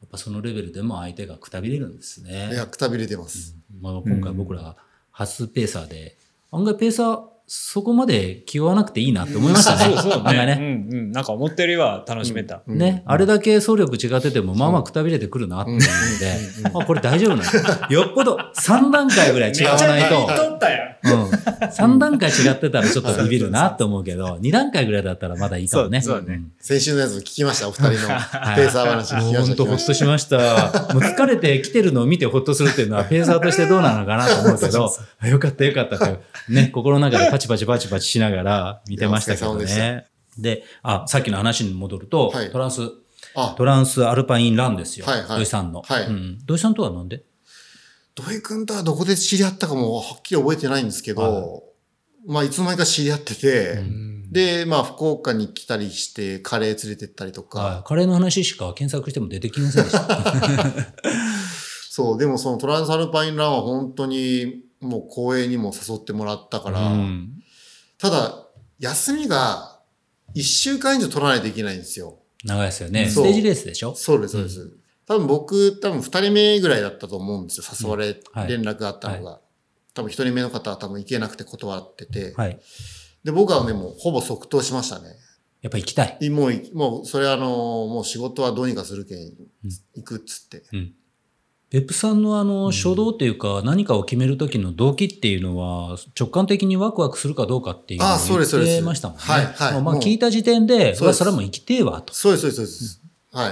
Speaker 1: ぱそのレベルでも相手がくたびれるんですね
Speaker 3: いや、くたびれてます。
Speaker 1: まあ、今回僕ら初ペーサーで、案外ペーサーそこまで気負わなくていいなって思いましたね。
Speaker 2: そうそう
Speaker 1: 案外
Speaker 2: ね。
Speaker 1: ね。
Speaker 2: うんうん。なんか思ったよりは楽しめた。
Speaker 3: うん
Speaker 1: ね、あれだけ走力違ってても、まあまあくたびれてくるなっていうので、まあこれ大丈夫なの。 よっぽど3段階ぐらい違わない
Speaker 2: めっちゃ言っ
Speaker 1: と、
Speaker 2: とったやん。
Speaker 1: うん、3段階違ってたらちょっとビビるなと思うけど、2段階ぐらいだったらまだいいかもね。
Speaker 2: そうそうだね
Speaker 1: ん
Speaker 3: 先週のやつ聞きました、お二 人のペーサー話聞きま
Speaker 1: ほ
Speaker 3: し
Speaker 1: ん
Speaker 3: た。
Speaker 1: とほ
Speaker 3: 聞きま
Speaker 1: っ
Speaker 3: し
Speaker 1: としました。もう疲れて来てるのを見てほっとするっていうのは、ペーサーとしてどうなのかなと思う けど、あよかったよかったって、ね、心の中でパチパチパチパチしながら見てましたけど
Speaker 3: いやお疲れ様
Speaker 1: ね。で、あ、さっきの話に戻ると、
Speaker 3: はい
Speaker 1: トランス、
Speaker 3: たあ、
Speaker 1: トランスアルパインランですよ。
Speaker 3: はいはい
Speaker 1: 土井さんの。
Speaker 3: はい
Speaker 1: うん土井さんとはなんで
Speaker 3: 土井くんとはどこで知り合ったかもはっきり覚えてないんですけど、まあ、いつの間にか知り合ってて、で、まあ、福岡に来たりして、カレー連れてったりとか、
Speaker 1: はいカレーの話しか検索しても出てきませんでした。
Speaker 3: そう、でもそのトランスアルパインランは本当にもう光栄にも誘ってもらったから、
Speaker 1: うん
Speaker 3: ただ、休みが1週間以上取らないといけないんですよ。
Speaker 1: 長いですよね。
Speaker 3: そ
Speaker 1: ス
Speaker 3: う
Speaker 1: テージレースでしょ
Speaker 3: そうです、そうです。多分僕、多分2人目ぐらいだったと思うんですよ。誘われ、
Speaker 1: はい
Speaker 3: 連絡があったのが。多分1人目の方は多分行けなくて断ってて。
Speaker 1: はい。
Speaker 3: で、僕はね、もうほぼ即答しましたね。
Speaker 1: やっぱ行きたい。
Speaker 3: いもうい、もう、それあの、もう仕事はどうにかするけん、行くっつって。
Speaker 1: 別府さんのあの初動というか、何かを決める時の動機っていうのは直感的にワクワクするかどうかっていうのを
Speaker 3: あそうですそうです
Speaker 1: 言ってましたもんね。
Speaker 3: はいはい
Speaker 1: まあまあ
Speaker 3: もう
Speaker 1: 聞いた時点で、
Speaker 3: す
Speaker 1: うわそれはもう生きてえわと。
Speaker 3: そうです、そうです、そうです。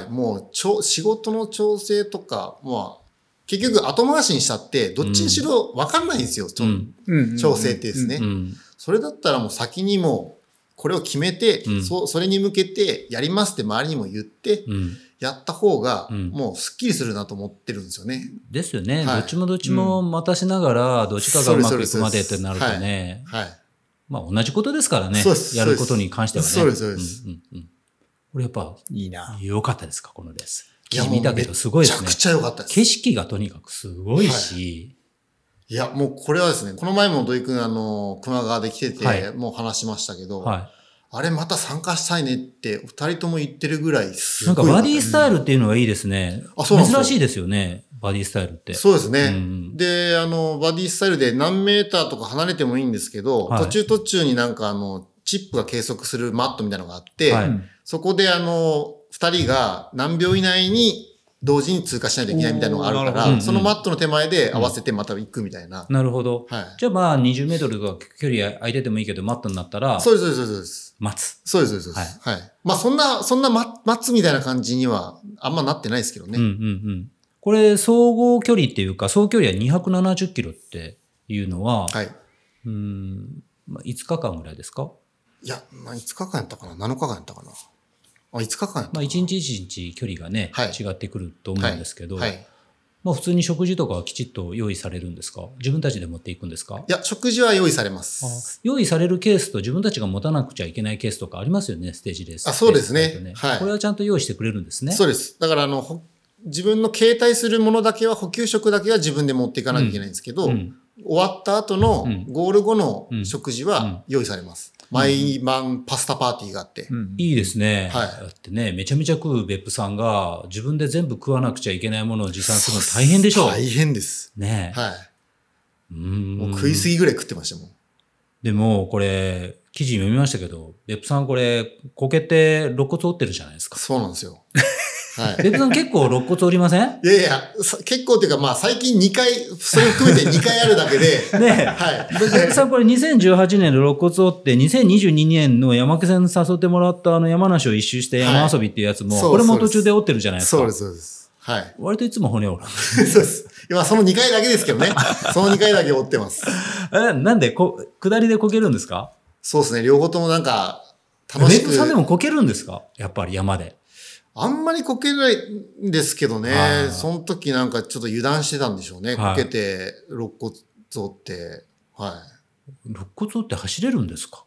Speaker 3: はい。もう、ちょ、仕事の調整とか、まあ、結局後回しにしたって、どっちにしろ分かんないんですよ、ちょ
Speaker 1: うん
Speaker 2: うんうん
Speaker 3: 調整ってですね。。
Speaker 1: うん
Speaker 3: それだったらもう先にもう、これを決めて、
Speaker 1: うん
Speaker 3: そそれに向けてやりますって周りにも言って、
Speaker 1: うん
Speaker 3: やった方が、
Speaker 1: うん
Speaker 3: もうスッキリするなと思ってるんですよね。
Speaker 1: ですよね、
Speaker 3: はい
Speaker 1: どっちもどっちも待たしながら、どっちかがうまくいくまでってなると
Speaker 3: そうですそう
Speaker 1: ね、
Speaker 3: はい。
Speaker 1: まあ同じことですからね
Speaker 3: そうで、す
Speaker 1: やることに関してはね。
Speaker 3: そうですそうです
Speaker 1: んうんうんこれやっぱ
Speaker 2: いいな。
Speaker 1: 良かったですか、このレース。
Speaker 3: いやもう
Speaker 1: 見たけどすごい
Speaker 3: め
Speaker 1: で
Speaker 3: ちゃ
Speaker 1: すね
Speaker 3: く。ちゃ良かったです。
Speaker 1: 景色がとにかくすごいし、
Speaker 3: いや、もうこれはですね、この前も土井くん、あの、熊川で来てて、
Speaker 1: はい
Speaker 3: もう話しましたけど、
Speaker 1: はい
Speaker 3: あれまた参加したいねって、二人とも言ってるぐらいす
Speaker 1: なんか
Speaker 3: ごい良
Speaker 1: バ
Speaker 3: った
Speaker 1: ディスタイルっていうのがいいですね。
Speaker 3: あそうなんですよ
Speaker 1: 珍しいですよね、バディスタイルって。
Speaker 3: そうですね。
Speaker 1: うん
Speaker 3: で、あの、バディスタイルで何メーターとか離れてもいいんですけど、
Speaker 1: はい
Speaker 3: 途中途中になんかあの、チップが計測するマットみたいなのがあって、
Speaker 1: はい
Speaker 3: そこであの、二人が何秒以内に同時に通過しないといけないみたいなのがある
Speaker 2: おーなる
Speaker 3: か
Speaker 1: ほ
Speaker 3: ら、
Speaker 1: ど
Speaker 3: そのマットの手前で合わせてまた行くみたいな。
Speaker 1: なるほど。
Speaker 3: はい。
Speaker 1: じゃあまあ20メートルとか距離空いててもいいけど、マットになったら、
Speaker 3: そうです、そうです、そうです。
Speaker 1: 待つ。
Speaker 3: そうです、そうです。はい。まあ、そんな、そんなま待つみたいな感じにはあんまなってないですけどね。
Speaker 1: うんうんうん。これ、総合距離っていうか、総距離は270キロっていうのは、
Speaker 3: はい。
Speaker 1: うん、まあ、5日間ぐらいですか
Speaker 3: いや、まあ、5日間やったかな ?7 日間やったかなあ、5日間やった
Speaker 1: まあ、一日一日距離がね、
Speaker 3: はい
Speaker 1: 違ってくると思うんですけど、
Speaker 3: はい。い
Speaker 1: まあ、普通に食事とかはきちっと用意されるんですか自分たちで持っていくんですか
Speaker 3: や、食事は用意されま
Speaker 1: あ
Speaker 3: す。
Speaker 1: 用意されるケースと自分たちが持たなくちゃいけないケースとかありますよね、ステージレースって。
Speaker 3: あそうですね
Speaker 1: えっと
Speaker 3: はい
Speaker 1: これはちゃんと用意してくれるんですね。
Speaker 3: そうです。だから、あの、ほ自分の携帯するものだけは、補給食だけは自分で持っていかなきゃいけないんですけど、
Speaker 1: うん
Speaker 3: 終わった後の
Speaker 1: うん
Speaker 3: ゴール後の
Speaker 1: うん
Speaker 3: 食事は用意されます。毎晩パスタパーティーがあって。
Speaker 1: いいですね。
Speaker 3: はい
Speaker 1: だってね、めちゃめちゃ食う別府さんが自分で全部食わなくちゃいけないものを持参するの大変でしょ
Speaker 3: 大変です。
Speaker 1: う。ねえ。
Speaker 3: は
Speaker 1: う
Speaker 3: い。
Speaker 1: ん
Speaker 3: もう食い過ぎぐらい食ってましたもん。
Speaker 1: でも、これ、記事読みましたけど、別府さんこれ、こけて肋骨折ってるじゃないですか。
Speaker 3: そうなんですよ。はい。
Speaker 1: 別府さん結構肋骨折りません
Speaker 3: いやいや、さ結構っていうか、まあ最近2回、それを含めて2回あるだけで、
Speaker 1: ねえ。
Speaker 3: はい。
Speaker 1: 別府さんこれ2018年で肋骨折って、2022年の山手線に誘ってもらったあの山梨を一周して山遊びっていうやつも、
Speaker 3: はいそう
Speaker 1: これも
Speaker 3: そう
Speaker 1: 途
Speaker 3: です
Speaker 1: 中で折ってるじゃないですか。
Speaker 3: そうです、そうです。はい。
Speaker 1: 割といつも骨折る。
Speaker 3: そうです。今その2回だけですけどね。その2回だけ追ってます。
Speaker 1: えなんでこ、下りでこけるんですか
Speaker 3: そうですね。両方ともなんか、
Speaker 1: メ
Speaker 3: 楽し
Speaker 1: イクさんで
Speaker 3: く。
Speaker 1: もこけるんですかやっぱり山で。
Speaker 3: あんまりこけないんですけど
Speaker 1: は
Speaker 3: ね。
Speaker 1: い
Speaker 3: その時なんかちょっと油断してたんでしょうね。
Speaker 1: は
Speaker 3: こ
Speaker 1: い
Speaker 3: けて、肋骨折って。はい。
Speaker 1: 肋骨折って走れるんですか、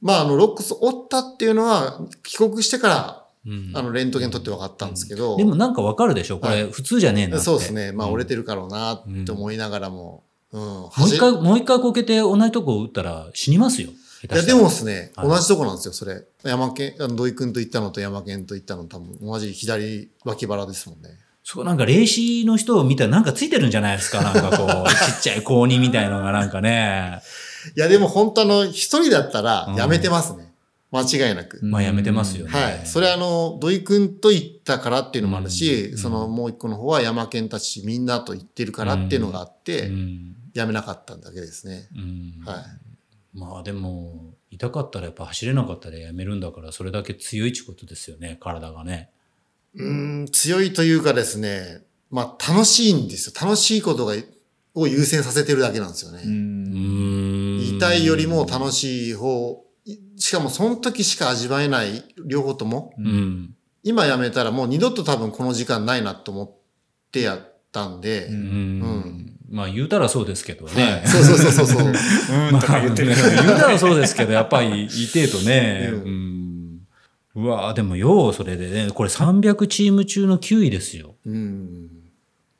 Speaker 3: まあ、あの、肋骨折ったっていうのは、帰国してから、
Speaker 1: うん
Speaker 3: あの、レントゲン取って分かったんですけど。
Speaker 1: でもなんかわかるでしょこれ、
Speaker 3: は
Speaker 1: 普通じゃねえなって。
Speaker 3: そうですね。まあ、
Speaker 1: うん
Speaker 3: 折れてるかろうなって思いながらも。うん。
Speaker 1: もう一
Speaker 3: 走
Speaker 1: 回、もう一回こけて同じとこ打ったら死にますよ。下
Speaker 3: い
Speaker 1: 手
Speaker 3: や、
Speaker 1: したら
Speaker 3: でもで、すね、
Speaker 1: はい
Speaker 3: 同じとこなんですよ、それ。山県、あの土井くんと行ったのと山県と行ったの多分同じ左脇腹ですもんね。
Speaker 1: そうなんか、霊視の人を見たらなんかついてるんじゃないですかなんかこ う、ちっちゃい高2みたいのがなんかね。
Speaker 3: いや、でも本当あの、一人だったら
Speaker 1: うん
Speaker 3: やめてますね。間違いなく。
Speaker 1: まあやめてますよね。
Speaker 3: はい。それはあの、土井くんと行ったからっていうのもあるし、
Speaker 1: うん
Speaker 3: そのもう一個の方は山県たちみんなと行ってるからっていうのがあって、
Speaker 1: うん。
Speaker 3: やめなかったんだけですね。
Speaker 1: うん。
Speaker 3: はい。
Speaker 1: まあでも、痛かったらやっぱ走れなかったらやめるんだから、それだけ強いってことですよね、体がね。
Speaker 3: うーん、強いというかですね、まあ楽しいんですよ。楽しいことが、を優先させてるだけなんですよね。
Speaker 1: うーん
Speaker 3: 痛いよりも楽しい方、いしかもその時しか味わえない両方とも、
Speaker 1: うん。
Speaker 3: 今やめたらもう二度と多分この時間ないなと思ってやったんで、
Speaker 2: う
Speaker 1: うんん。まあ言うたらそうですけど
Speaker 3: は
Speaker 1: ね
Speaker 3: い。そうそうそうそ うそう。
Speaker 2: うんとか言ってる。
Speaker 1: まあ 言うたらそうですけど、やっぱり痛いとね。
Speaker 3: う
Speaker 1: うん。うわでもよう、それでね、これ300チーム中の9位ですよ。
Speaker 3: うん。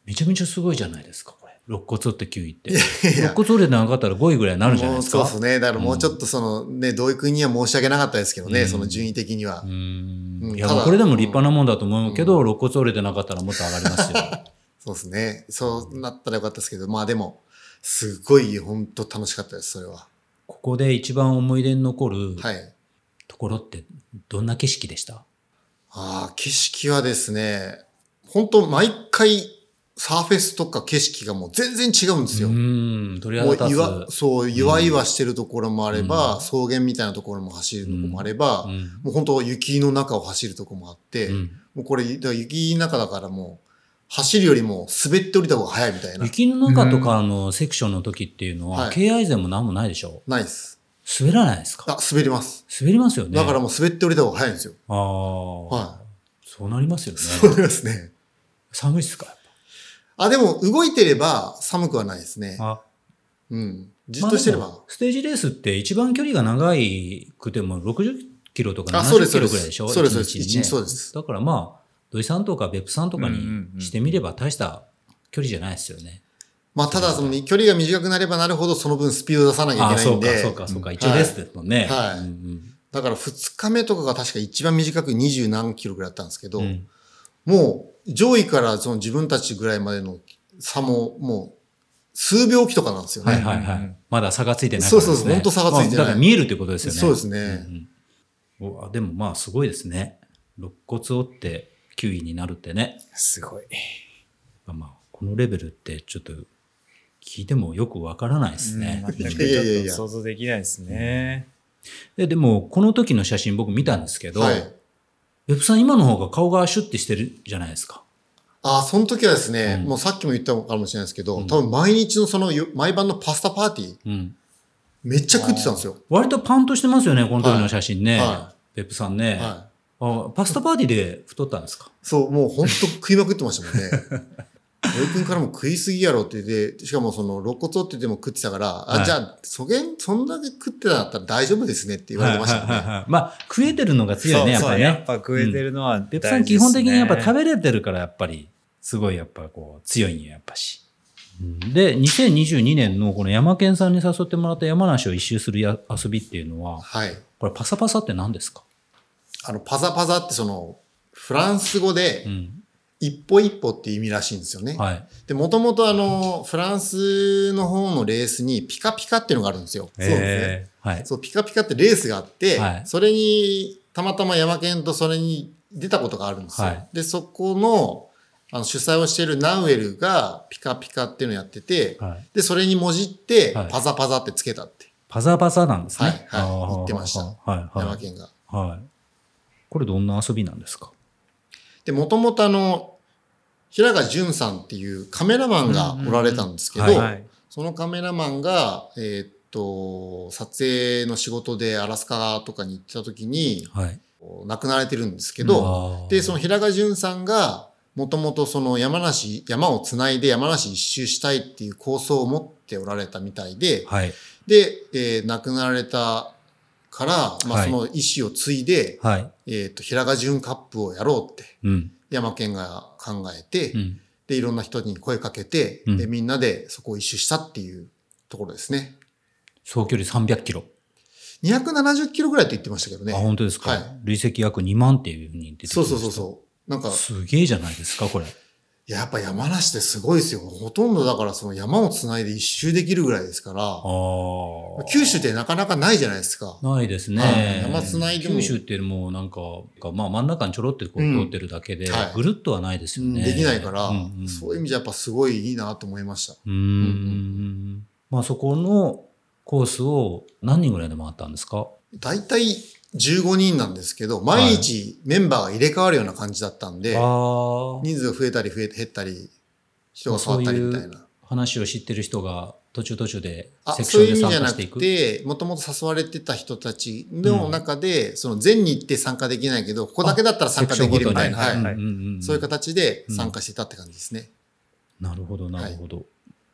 Speaker 1: めちゃめちゃすごいじゃないですか、これ。肋骨折って9位って。
Speaker 3: い
Speaker 1: 肋
Speaker 3: や
Speaker 1: 骨折れてなかったら5位ぐらいになるじゃない
Speaker 3: もう
Speaker 1: です
Speaker 3: そう
Speaker 1: か。
Speaker 3: ですね。だからもうちょっとそのね、同意君には申し訳なかったですけどね、
Speaker 1: うん
Speaker 3: その順位的には
Speaker 1: う。ん。
Speaker 3: うん
Speaker 1: いや、
Speaker 3: ただ
Speaker 1: これでも立派なもんだと思うけど、
Speaker 3: う
Speaker 1: 肋骨折れてなかったらもっと上がります よ。
Speaker 3: そうですね。そうなったらよかったですけど、まあでも、すごい本当楽しかったです、それは。
Speaker 1: ここで一番思い出に残る
Speaker 3: はい。
Speaker 1: ところって、どんな景色でした
Speaker 3: ああ、景色はですね、本当毎回サーフェスとか景色がもう全然違うんですよ。
Speaker 1: うん、鳥
Speaker 3: も
Speaker 1: 肌
Speaker 3: う
Speaker 1: 立つ。
Speaker 3: 岩、そう、岩岩してるところもあれば、草原みたいなところも走るところもあれば、
Speaker 1: うん
Speaker 3: もう本当雪の中を走るところもあって、
Speaker 1: うん
Speaker 3: もうこれ、だから雪の中だからもう、走るよりも滑って降りた方が早いみたいな。
Speaker 1: 雪の中とかのセクションの時っていうのは、
Speaker 3: はい
Speaker 1: KI 勢も何もないでしょ
Speaker 3: ないです。
Speaker 1: 滑らないですか
Speaker 3: あ、滑ります。
Speaker 1: 滑りますよね。
Speaker 3: だから
Speaker 1: あ
Speaker 3: もう滑って降りた方が早いんですよ。
Speaker 1: あー、
Speaker 3: は
Speaker 1: そうなりますよ
Speaker 3: い。そ
Speaker 1: ね。
Speaker 3: うですね。
Speaker 1: 寒いっすかやっ
Speaker 3: あ、でも動いてれば寒くはないですね。
Speaker 1: ぱあ
Speaker 3: うん。じっとしてれ
Speaker 1: まあで
Speaker 3: ば
Speaker 1: も。ステージレースって一番距離が長いくても60キロとか
Speaker 3: あ、そうで
Speaker 1: 70
Speaker 3: す、
Speaker 1: キ
Speaker 3: そう
Speaker 1: ロ
Speaker 3: で。
Speaker 1: ぐらいですしょ
Speaker 3: そうです、そうです。
Speaker 1: に
Speaker 3: 一
Speaker 1: ね
Speaker 3: 日そうです。
Speaker 1: だからまあ、土井さんとか別府さんとか
Speaker 2: うんうんう
Speaker 1: に
Speaker 2: ん
Speaker 1: してみれば大した距離じゃないですよね。
Speaker 3: まあ、ただ、その、距離が短くなればなるほど、その分スピード出さなきゃ
Speaker 1: あ
Speaker 3: い
Speaker 1: あ、
Speaker 3: けない
Speaker 1: そ
Speaker 3: ん
Speaker 1: うか、
Speaker 3: で。
Speaker 1: そうか、そうか。
Speaker 3: ん
Speaker 1: 一応レースですもんね。
Speaker 3: はい
Speaker 1: うんうん
Speaker 3: だから、二日目とかが確か一番短く二十何キロぐらいだったんですけど、
Speaker 1: うん
Speaker 3: もう、上位からその自分たちぐらいまでの差も、もう、数秒期とかなんですよね。
Speaker 1: はいはいは
Speaker 2: うんう
Speaker 1: い
Speaker 2: ん。
Speaker 1: まだ差がついてない
Speaker 3: そうそうそう本当差がついてな
Speaker 1: あ
Speaker 3: い
Speaker 1: だから見えるということですよね。
Speaker 3: そうですね
Speaker 1: うんうん。うわでもまあすごいですね。肋骨折って9位になるってね。
Speaker 2: すごい。
Speaker 1: まあこのレベルってちょっと聞いてもよくわからないですね。
Speaker 2: うん全
Speaker 1: うん
Speaker 2: くちょっと想像できないですね。
Speaker 1: ででもこの時の写真僕見たんですけど、
Speaker 3: はい。
Speaker 1: ウェブさん今の方が顔がシュッてしてるじゃないですか。
Speaker 3: ああ、その時はですね、
Speaker 1: うん
Speaker 3: もうさっきも言ったかもしれないですけど、
Speaker 1: うん
Speaker 3: 多分毎日のそのよ、毎晩のパスタパーティー、
Speaker 1: うん。
Speaker 3: めっちゃ食ってたんですよ。
Speaker 1: 割とパンとしてますよね、この時の写真ね。
Speaker 3: はいは
Speaker 1: ベップさんね、
Speaker 3: は
Speaker 1: あパスタパーティーで太ったんですか
Speaker 3: そう、もうほんと食いまくってましたもんね。 土井君からも食いすぎやろって言って、しかもその、肋骨折ってても食ってたから、
Speaker 1: は
Speaker 3: あ、
Speaker 1: い
Speaker 3: じゃあ、そげん、そんだけ食ってたんだったら大丈夫ですねって言われてましたもん
Speaker 1: はいはい
Speaker 3: ね。
Speaker 1: はいはいまあ、食えてるのが強いね、やっ
Speaker 2: そ
Speaker 1: ぱ
Speaker 2: うそう
Speaker 1: り
Speaker 2: やっ
Speaker 1: ね。
Speaker 2: ぱ食えてるのは大事
Speaker 1: 別
Speaker 2: です、
Speaker 1: 府
Speaker 2: ね
Speaker 1: さん基本的にやっぱ食
Speaker 2: べ
Speaker 1: べれてるから、やっぱり、すごいやっぱこう、強いんよ、やっぱし。うんで、2022年のこの山県さんに誘ってもらった山梨を一周するや遊びっていうのは、
Speaker 3: はい。
Speaker 1: これパサパサって何ですか
Speaker 3: あの、パザパザってその、フランス語で
Speaker 1: う、ん。
Speaker 3: 一歩一歩って意味らしいんですよね。
Speaker 1: はい。
Speaker 3: で、もともとあの、フランスの方のレースにピカピカっていうのがあるんですよ。
Speaker 1: え
Speaker 3: ね。
Speaker 1: ーはい。
Speaker 3: そう、ピカピカってレースがあって、
Speaker 1: はい
Speaker 3: それに、たまたま山県とそれに出たことがあるんですよ。
Speaker 1: はい
Speaker 3: で、そこの、あの、主催をしているナウエルがピカピカっていうのをやってて、
Speaker 1: はい
Speaker 3: で、それにもじって
Speaker 1: はい、
Speaker 3: パザパザってつけたって、
Speaker 1: パサパサなんですね。
Speaker 3: はいはい
Speaker 1: あー
Speaker 3: 言ってました
Speaker 1: はい
Speaker 3: 山
Speaker 1: は
Speaker 3: 県が。
Speaker 1: い。はい。これどんな遊びなんですか
Speaker 3: で、もともとあの、平賀淳さんっていうカメラマンがおられたんですけど、
Speaker 1: うんうんうん
Speaker 2: はい、
Speaker 3: そのカメラマンが、えーっと、撮影の仕事でアラスカとかに行ってた時に、
Speaker 1: はい。
Speaker 3: 亡くなられてるんですけど、で、そ
Speaker 1: の、
Speaker 3: の平賀淳さんが、もともとその山梨、山をつないで山梨一周したいっていう構想を持っておられたみたいで、
Speaker 1: はい。
Speaker 3: で、えー亡くなられたから、ま
Speaker 1: は
Speaker 3: あ、
Speaker 1: い
Speaker 3: その意思を継いで、
Speaker 1: はい。
Speaker 3: えーっと、平賀淳カップをやろうって、
Speaker 1: うん。
Speaker 3: 山県が考えて、
Speaker 1: うん。
Speaker 3: で、いろんな人に声かけて、
Speaker 1: うん
Speaker 3: で、みんなでそこを一周したっていうところですね。
Speaker 1: 総距離300キロ。
Speaker 3: 270キロぐらいって言ってましたけどね。
Speaker 1: あ、本当ですか。
Speaker 3: はい
Speaker 1: 累積約2万っていうふうに出てき
Speaker 3: そ
Speaker 1: ま
Speaker 3: う
Speaker 1: した
Speaker 3: そうそうそう。なんか、
Speaker 1: すげえじゃないですか、これ。
Speaker 3: いややっぱ山梨ってすごいですよ。ほとんどだからその山をつないで一周できるぐらいですから、
Speaker 1: ああ。
Speaker 3: 九州ってなかなかないじゃないですか。
Speaker 1: ないですね。
Speaker 3: はい山繋いでも
Speaker 1: 九州ってもうなんか、まあ真ん中にちょろってこ
Speaker 3: う
Speaker 1: うん通ってるだけで、
Speaker 3: はい
Speaker 1: ぐるっとはないですよね。
Speaker 3: できないから、
Speaker 1: うんうん
Speaker 3: そういう意味じゃやっぱすごいいいなと思いました。
Speaker 1: うー。
Speaker 3: うん
Speaker 1: まあそこのコースを何人ぐらいで回ったんですか
Speaker 3: 大体15人なんですけど、毎日メンバーが入れ替わるような感じだったんで、
Speaker 1: ああ。
Speaker 3: 人数が増えたり増え減ったり、人が変わったりみたいな。
Speaker 1: 話を知ってる人が途中途中で
Speaker 3: あ
Speaker 1: セクシ
Speaker 3: そう
Speaker 1: ョンで
Speaker 3: いう意味
Speaker 1: 参
Speaker 3: じゃ
Speaker 1: 加
Speaker 3: な
Speaker 1: していく。
Speaker 3: くて、もともと誘われてた人たちの中で、その全日って参加できないけど、ここだけだったら参加できるみたいな、
Speaker 1: セクションごとに
Speaker 3: は
Speaker 2: は
Speaker 3: い
Speaker 2: い
Speaker 1: うんうんうん
Speaker 3: そういう形で参加してたって感じですね。
Speaker 1: なるほど、なるほど。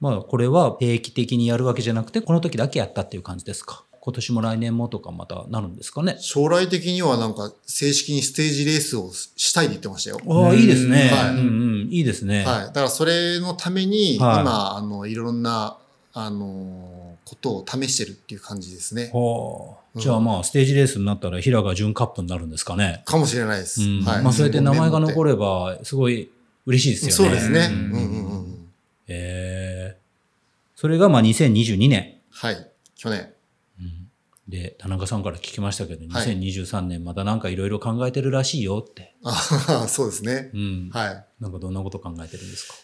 Speaker 1: まあ、これは定期的にやるわけじゃなくて、この時だけやったっていう感じですか。今年も来年もとかまたなるんですかね。
Speaker 3: 将来的にはなんか正式にステージレースをしたいって言ってましたよ。
Speaker 1: ああ、いいですね。
Speaker 3: はい
Speaker 1: うんうん、いいですね。
Speaker 3: はい。だからそれのために、
Speaker 1: はい
Speaker 3: 今、あの、いろんな、あの、ことを試してるっていう感じですね。
Speaker 1: はあ
Speaker 3: うん
Speaker 1: じゃあまあ、ステージレースになったら、平賀準カップになるんですかね。
Speaker 3: かもしれないです。
Speaker 1: うん
Speaker 3: はい。
Speaker 1: まあ、そうやって名前が残
Speaker 3: る
Speaker 1: れば、すごい嬉しいです
Speaker 3: そ
Speaker 1: よ
Speaker 3: う
Speaker 1: ね。
Speaker 3: ですね。
Speaker 1: う
Speaker 3: うんん
Speaker 1: う
Speaker 3: うん
Speaker 1: う
Speaker 3: ん
Speaker 1: ん
Speaker 3: うんうん。
Speaker 1: ええそれがまあ、2022年。
Speaker 3: はい。去年。
Speaker 1: うんで、田中さんから聞きましたけど、
Speaker 3: はい
Speaker 1: 2023年またなんかいろいろ考えてるらしいよって。
Speaker 3: あそうですね。
Speaker 1: うん。
Speaker 3: はい。
Speaker 1: なんかどんなこと考えてるんですか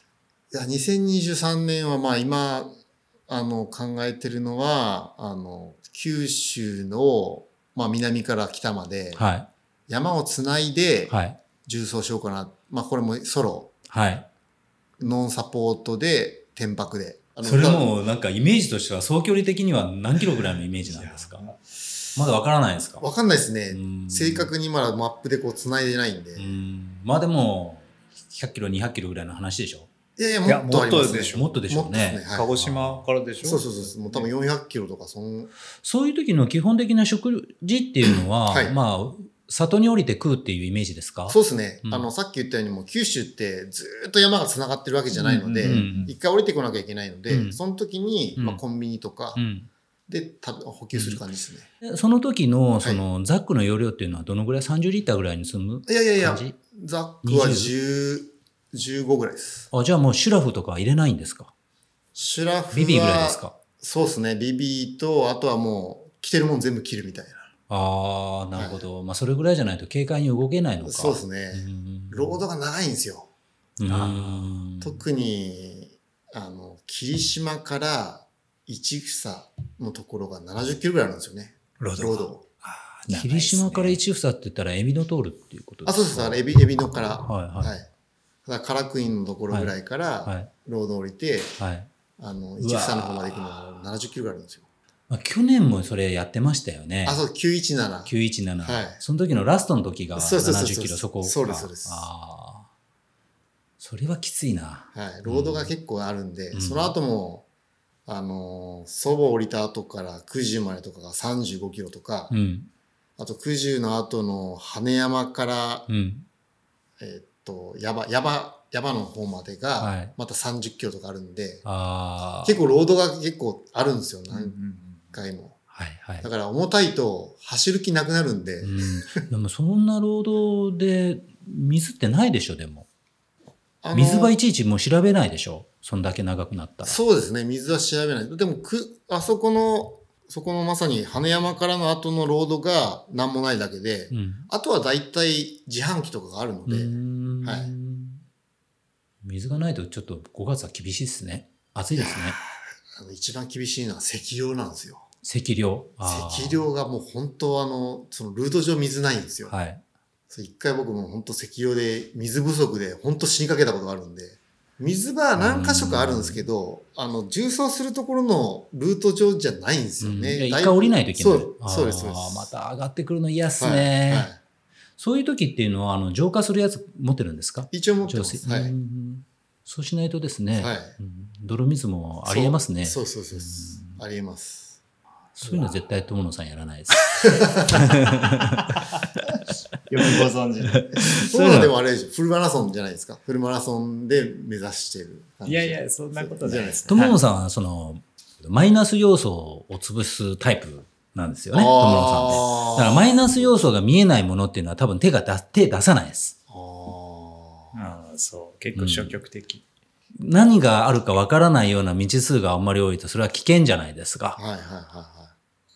Speaker 3: いや、2023年はまあ今、あの、考えてるのは、あの、九州の、まあ南から北まで、
Speaker 1: は
Speaker 3: 山をつないで
Speaker 1: い。、はい。
Speaker 3: 重走しようかな。まあこれもソロ、
Speaker 1: はい。
Speaker 3: ノンサポートで、天白で。あの
Speaker 1: それもなんかイメージとしては総距離的には何キロぐらいのイメージなんですかまだわからないですか
Speaker 3: 歌わかんないですね。正
Speaker 1: に。
Speaker 3: 確にまだマップでこうつないでないんで。
Speaker 1: う
Speaker 3: い
Speaker 1: ん。まあでも、100キロ、200キロぐらいの話でしょ
Speaker 3: やいや、
Speaker 2: いや
Speaker 3: もっとありま
Speaker 2: もっ
Speaker 3: す
Speaker 2: と
Speaker 3: ね。
Speaker 2: でしょ
Speaker 1: もっとでしょう
Speaker 3: もっと
Speaker 1: ね
Speaker 3: で。す
Speaker 2: 鹿
Speaker 3: はい
Speaker 2: 児島からでしょ
Speaker 3: そうそうそうそう。もう多分400キロとか、そん、
Speaker 1: そういう時の基本的な食事っていうのは、
Speaker 3: はい
Speaker 1: まあ、里に降りて食うっていうイメージですか
Speaker 3: そうですね、
Speaker 1: うん
Speaker 3: あのさっき言ったようにもう九州ってずーっと山がつながってるわけじゃないので、
Speaker 1: うんうんうん
Speaker 3: 一回降りてこなきゃいけないので、
Speaker 1: うん
Speaker 3: その時に、
Speaker 1: うん
Speaker 3: まあ、コンビニとか
Speaker 1: うん。
Speaker 3: で食べ補給する感じですね、
Speaker 1: でその時の、その、ザックの容量っていうのはどのぐらい ?30 リッターぐらいに積む
Speaker 3: いやいやい
Speaker 1: 感
Speaker 3: や
Speaker 1: じ
Speaker 3: ザックは10 15ぐらいです
Speaker 1: あ、じゃあもうシュラフとかは入れないんですか
Speaker 3: シュラフは
Speaker 1: ビビーぐらいですか
Speaker 3: そうですねビビーとあとはもう着てるもん全部着るみたい
Speaker 1: ああ、なるほど。まあ、それぐらいじゃないと警戒に動けないの
Speaker 3: な
Speaker 1: か。
Speaker 3: そうですね、
Speaker 1: うん
Speaker 3: ロードが長いんですよ、
Speaker 1: うん
Speaker 3: 特にあの霧島から市草のところが70キロぐらいあるんですよね
Speaker 2: ロ
Speaker 3: ロ
Speaker 2: ー
Speaker 3: ー
Speaker 2: ド
Speaker 3: ド
Speaker 2: があー
Speaker 1: 霧島から
Speaker 2: 長いです
Speaker 1: 一房って言ったら、エビの通るっていうことで
Speaker 3: あ、
Speaker 1: す
Speaker 3: そうです。だからエビ、エビのから。は
Speaker 1: はい
Speaker 3: い。
Speaker 1: はい。
Speaker 3: だから、カラクインのところぐらいから、
Speaker 1: はい。
Speaker 3: ロード降りて、
Speaker 1: はい。
Speaker 3: あの、
Speaker 1: うわー
Speaker 3: 一草の方まで行くのは70キロぐらいあるんですよ。
Speaker 1: まあ、去年もそれやってましたよね。
Speaker 3: あ、そう、917。
Speaker 1: 917、
Speaker 3: はい
Speaker 1: その時のラストの時が
Speaker 3: そうそうそうそう
Speaker 1: 70キロ、そこが。
Speaker 3: そうですそうです
Speaker 1: ああ。それはきついな。
Speaker 3: はい、ロードが結構あるんで、
Speaker 1: うん
Speaker 3: その後も、あのー、祖母降りた後から九十までとかが35キロとか、
Speaker 1: うん。
Speaker 3: あと九十の後の羽山から、
Speaker 1: うん。
Speaker 3: えーっと、矢場、矢場、矢場の方まで
Speaker 1: は
Speaker 3: が
Speaker 1: い、
Speaker 3: また30キロとかあるんで、
Speaker 1: ああ。
Speaker 3: 結構ロードが結構あるんですよ、
Speaker 2: うんうんう
Speaker 3: 何
Speaker 2: ん
Speaker 3: 回も。
Speaker 1: はいはい
Speaker 3: だ。から重たいと走る気なくなるんで、
Speaker 1: うん、でもそんな労働で水ってないでしょでも
Speaker 3: あのー
Speaker 1: 水はいちいちもう調べないでしょそんだけ長くなったら
Speaker 3: そうですね、水は調べない。でも、く、あそこの、そこのまさに羽山からの後のロードが何もないだけで、
Speaker 1: うん
Speaker 3: あとは大体自販機とかがあるの
Speaker 1: う
Speaker 3: で、
Speaker 1: ーん
Speaker 3: はい
Speaker 1: 水がないとちょっと5月は厳しいですね暑いですね
Speaker 3: あの一番厳しいのは赤量なんですよ。
Speaker 1: 赤量あー
Speaker 3: 赤量がもう本当あの、そのルート上水ないんですよ。
Speaker 1: はい
Speaker 3: そう一回僕も本当赤量で水不足で本当死にかけたことがあるんで、水場何箇所かあるんですけど、あの、重曹するところのルート上じゃないんですよ
Speaker 1: うん
Speaker 3: ね。
Speaker 1: で一
Speaker 3: だい
Speaker 1: 回降りないといけない
Speaker 3: そうそうですそうで
Speaker 1: あー
Speaker 3: す
Speaker 1: また上がってくるの嫌っす
Speaker 3: はい
Speaker 1: ね、
Speaker 3: はい
Speaker 1: そういう時っていうのはあの浄化するやつ持ってるんですか
Speaker 3: 一応持ってます。
Speaker 1: 浄
Speaker 3: は
Speaker 1: 水
Speaker 3: い。
Speaker 1: うんうんそうしないとですね、
Speaker 3: はい。
Speaker 1: うん泥水もありえますね
Speaker 3: そうそうそうそう。ありえ ます。
Speaker 1: そういうの絶対友野さんやらないです。
Speaker 2: よくご存知で
Speaker 3: そういうのでもあれでしょ。フルマラソンじゃないですか。フルマラソンで目指してる感
Speaker 2: い
Speaker 3: じ。
Speaker 2: やいや、そんなことじゃないです。
Speaker 1: 友野さんはその、マイナス要素を潰すタイプなんですよね、
Speaker 3: あー
Speaker 1: 友野さんって。だからマイナス要素が見えないものっていうのは多分手が出手出さないです。
Speaker 3: あー
Speaker 2: ああ、そう。結構消極的。
Speaker 1: 何があるかわからないような未知数があんまり多いとそれは危険じゃないですか。
Speaker 3: はいはいはいは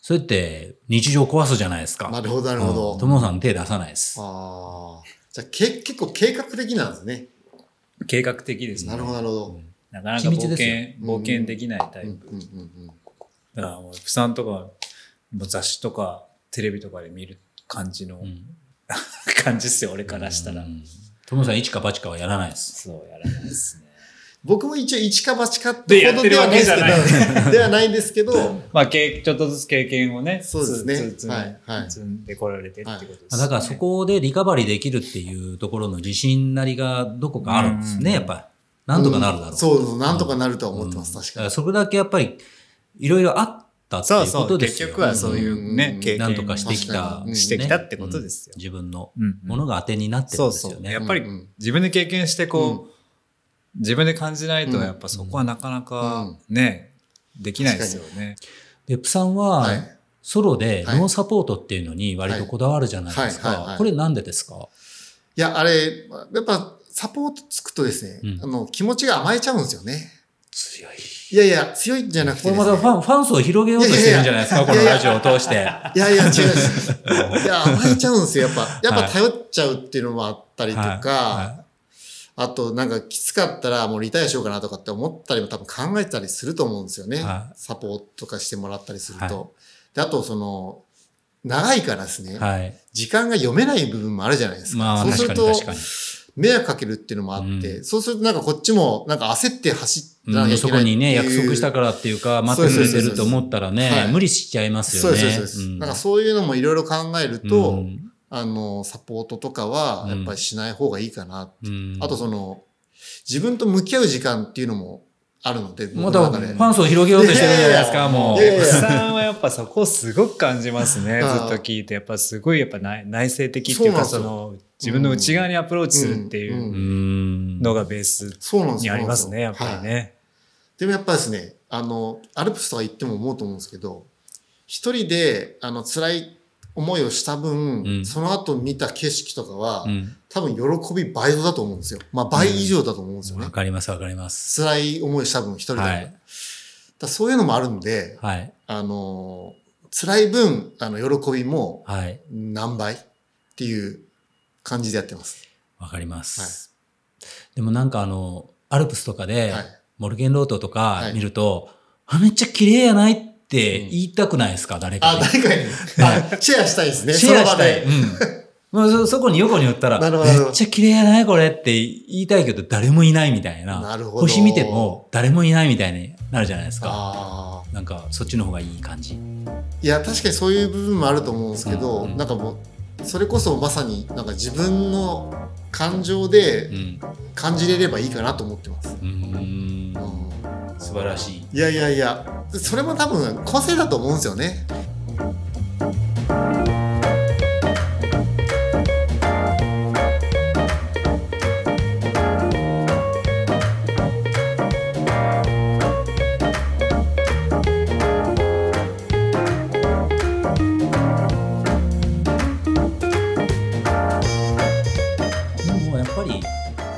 Speaker 1: それって日常壊すじゃないですか。
Speaker 3: い。なるほどなるほ
Speaker 1: うん
Speaker 3: ど。
Speaker 1: 友野さん手出さないです。
Speaker 3: ああ。じゃあけ結構計画的なんですね。
Speaker 2: 計画的ですね。
Speaker 3: なるほどなるほど。
Speaker 2: なかなか
Speaker 1: 緻
Speaker 2: 冒
Speaker 1: 密
Speaker 2: 険
Speaker 1: で、
Speaker 3: よ
Speaker 2: 冒険できないタイ
Speaker 3: うん
Speaker 2: プ。
Speaker 3: うんうん
Speaker 2: だからもう、不さんとか、もう雑誌とか、テレビとかで見る感じの、
Speaker 1: うん
Speaker 2: 感じっすよ、俺からしたら
Speaker 1: う。ん友野さん一か八かはやらないです。
Speaker 2: そう、やらないですね。
Speaker 3: 僕も一応一か八かってほどではないですけ
Speaker 2: でやってる
Speaker 3: ど、ではないんですけど、
Speaker 2: まあ、けいちょっとずつ経験をね、
Speaker 3: そうですね
Speaker 2: つつ
Speaker 3: はいはい
Speaker 2: 積んでこられてってことですね。
Speaker 1: だからそこでリカバリーできるっていうところの自信なりがどこかあるんです
Speaker 2: うん
Speaker 1: ね、やっぱり。なんとかなるだろう。
Speaker 3: そうそう、なんとかなるとは思ってます、
Speaker 1: うん
Speaker 3: 確
Speaker 1: だ
Speaker 3: か
Speaker 1: ら
Speaker 3: に。
Speaker 1: それだけやっぱり、いろいろあったって
Speaker 2: そう
Speaker 1: いう
Speaker 2: そ
Speaker 1: こ
Speaker 2: う、
Speaker 1: とで
Speaker 2: 結
Speaker 1: すよ
Speaker 2: 局はそういうね
Speaker 3: う、ん
Speaker 2: 経験
Speaker 1: なんとかしてき
Speaker 3: 確
Speaker 1: た
Speaker 3: か、に
Speaker 2: してきたってことですよ
Speaker 1: うん自分の
Speaker 2: うんうん
Speaker 1: ものが当てになってるんですよ
Speaker 2: や
Speaker 1: ね。
Speaker 2: っぱり
Speaker 3: うんうん
Speaker 2: 自分で経験してこう、
Speaker 3: う
Speaker 2: 自分で感じないとやっぱそこはなかなかね、できないですよね。
Speaker 1: 別府さん
Speaker 3: は、
Speaker 1: はいソロで
Speaker 3: はい
Speaker 1: ノーサポートっていうのに割とこだわるじゃないです
Speaker 3: はいはいはいは
Speaker 1: か
Speaker 3: い。
Speaker 1: これなんでですか
Speaker 3: いや、あれ、やっぱサポートつくとです
Speaker 1: う
Speaker 3: ね、
Speaker 1: ん
Speaker 3: あの、気持ちが甘えちゃうんですよね。
Speaker 1: 強い。
Speaker 3: いやいや、強いんじゃなくて
Speaker 1: これ
Speaker 3: です、
Speaker 1: ま
Speaker 3: ね。
Speaker 1: たファン、ファン層を広げようとしてるんじゃないですか、
Speaker 3: いや
Speaker 1: こ
Speaker 3: いや
Speaker 1: の
Speaker 3: いや
Speaker 1: ラジオを通して。
Speaker 3: いやいや、違う 違う。いや、甘えちゃうんですよ。やっぱ、やっぱ頼っちゃうっていうのもあったり とか、
Speaker 1: はいは
Speaker 3: あとなんかきつかったらもうリタイアしようかなとかって思ったりも多分考えてたりすると思うんですよね。
Speaker 1: は
Speaker 3: サポートとかしてもらったりすると。
Speaker 1: は
Speaker 3: で、あとその、長いからですね、
Speaker 1: はい。
Speaker 3: 時間が読めない部分もあるじゃないですか。
Speaker 1: まあ、
Speaker 3: そうす
Speaker 1: 確
Speaker 3: る
Speaker 1: か
Speaker 3: と
Speaker 1: に確かに。
Speaker 3: 迷惑かけるっていうのもあって、
Speaker 1: う
Speaker 3: そうするとなんかこっちもなんか焦って走らな
Speaker 1: う
Speaker 3: きゃ
Speaker 1: ん、
Speaker 3: いけ
Speaker 1: そ
Speaker 3: な
Speaker 1: こ
Speaker 3: いっていう、
Speaker 1: にね、約束したからっていうか、待ってくれてると思ったら
Speaker 3: そうそうそう
Speaker 1: ね
Speaker 3: は、い
Speaker 1: 無理しちゃいます
Speaker 3: そ
Speaker 1: よ
Speaker 3: う
Speaker 1: ね。
Speaker 3: です、そうです。
Speaker 1: ん
Speaker 3: なんかそういうのもいろいろ考えると、
Speaker 1: うん
Speaker 3: あの、サポートとかは、やっぱりしない方がいいかな。
Speaker 1: うん
Speaker 3: あと、その、自分と向き合う時間っていうのもあるので、
Speaker 1: また
Speaker 3: 僕
Speaker 1: フ
Speaker 3: の中で
Speaker 1: ァン層を広げようとしてるんじゃないですか、
Speaker 2: いやいや
Speaker 1: も。
Speaker 3: いうやいや
Speaker 2: 奥さんはやっぱそこをすごく感じます ね。ず
Speaker 3: あ
Speaker 2: っ
Speaker 3: ー
Speaker 2: と聞いて、やっぱすごいやっぱ内内省的っていうか、
Speaker 3: そ
Speaker 2: そうの自分の内側にアプローチするってい
Speaker 3: うん
Speaker 2: う
Speaker 1: う
Speaker 3: うん
Speaker 2: のがベース
Speaker 3: そうなんです
Speaker 2: に
Speaker 3: よ
Speaker 2: ありますね、やっぱり。
Speaker 3: はい
Speaker 2: ね。
Speaker 3: でもやっぱですね、あの、アルプスとか行っても思うと思うんですけど、一人で、あの、辛い思いをした分、
Speaker 1: うん
Speaker 3: その後見た景色とかは、
Speaker 1: うん
Speaker 3: 多分喜び倍増だと思うんですよ。まあ倍以上だと思うんですよね。
Speaker 1: わかります、わかります。
Speaker 3: 辛い思いした分、一人だから。
Speaker 1: はい
Speaker 3: だか。らそういうのもあるんで、
Speaker 1: はい。
Speaker 3: あの、辛い分、あの、喜びも
Speaker 1: はい。
Speaker 3: 何倍っていう感じでやってます。
Speaker 1: わかります。でもなんかあの、アルプスとかで
Speaker 3: はい、
Speaker 1: モルゲンロートとか
Speaker 3: はい
Speaker 1: 見ると、あ、めっちゃ綺麗やないって言いたくないですか、誰か
Speaker 3: あ、
Speaker 1: に。
Speaker 3: 誰かに、あ、シェアしたいですね。
Speaker 1: シェアしたい。
Speaker 3: そ
Speaker 1: うんも
Speaker 3: の場
Speaker 1: うそそこに横に売ったら、
Speaker 3: なるほど
Speaker 1: めっちゃ綺麗やないこれって言いたいけど、誰もいないみたいな。
Speaker 3: なるほど
Speaker 1: 星見ても誰もいないみたいになるじゃないですか。
Speaker 3: ああ
Speaker 1: なんか、そっちの方がいい感じ。
Speaker 3: いや確かにそういう部分もあると思うんですけど、
Speaker 1: うんうん
Speaker 3: なんかもうそれこそまさになんか自分の感情で
Speaker 1: うん。
Speaker 3: 感じれればいいかなと思ってます、
Speaker 1: うーん
Speaker 3: う。ん
Speaker 1: 素晴らしい。
Speaker 3: いやいやいやそれも多分個性だと思うんですよね
Speaker 1: でもやっぱり、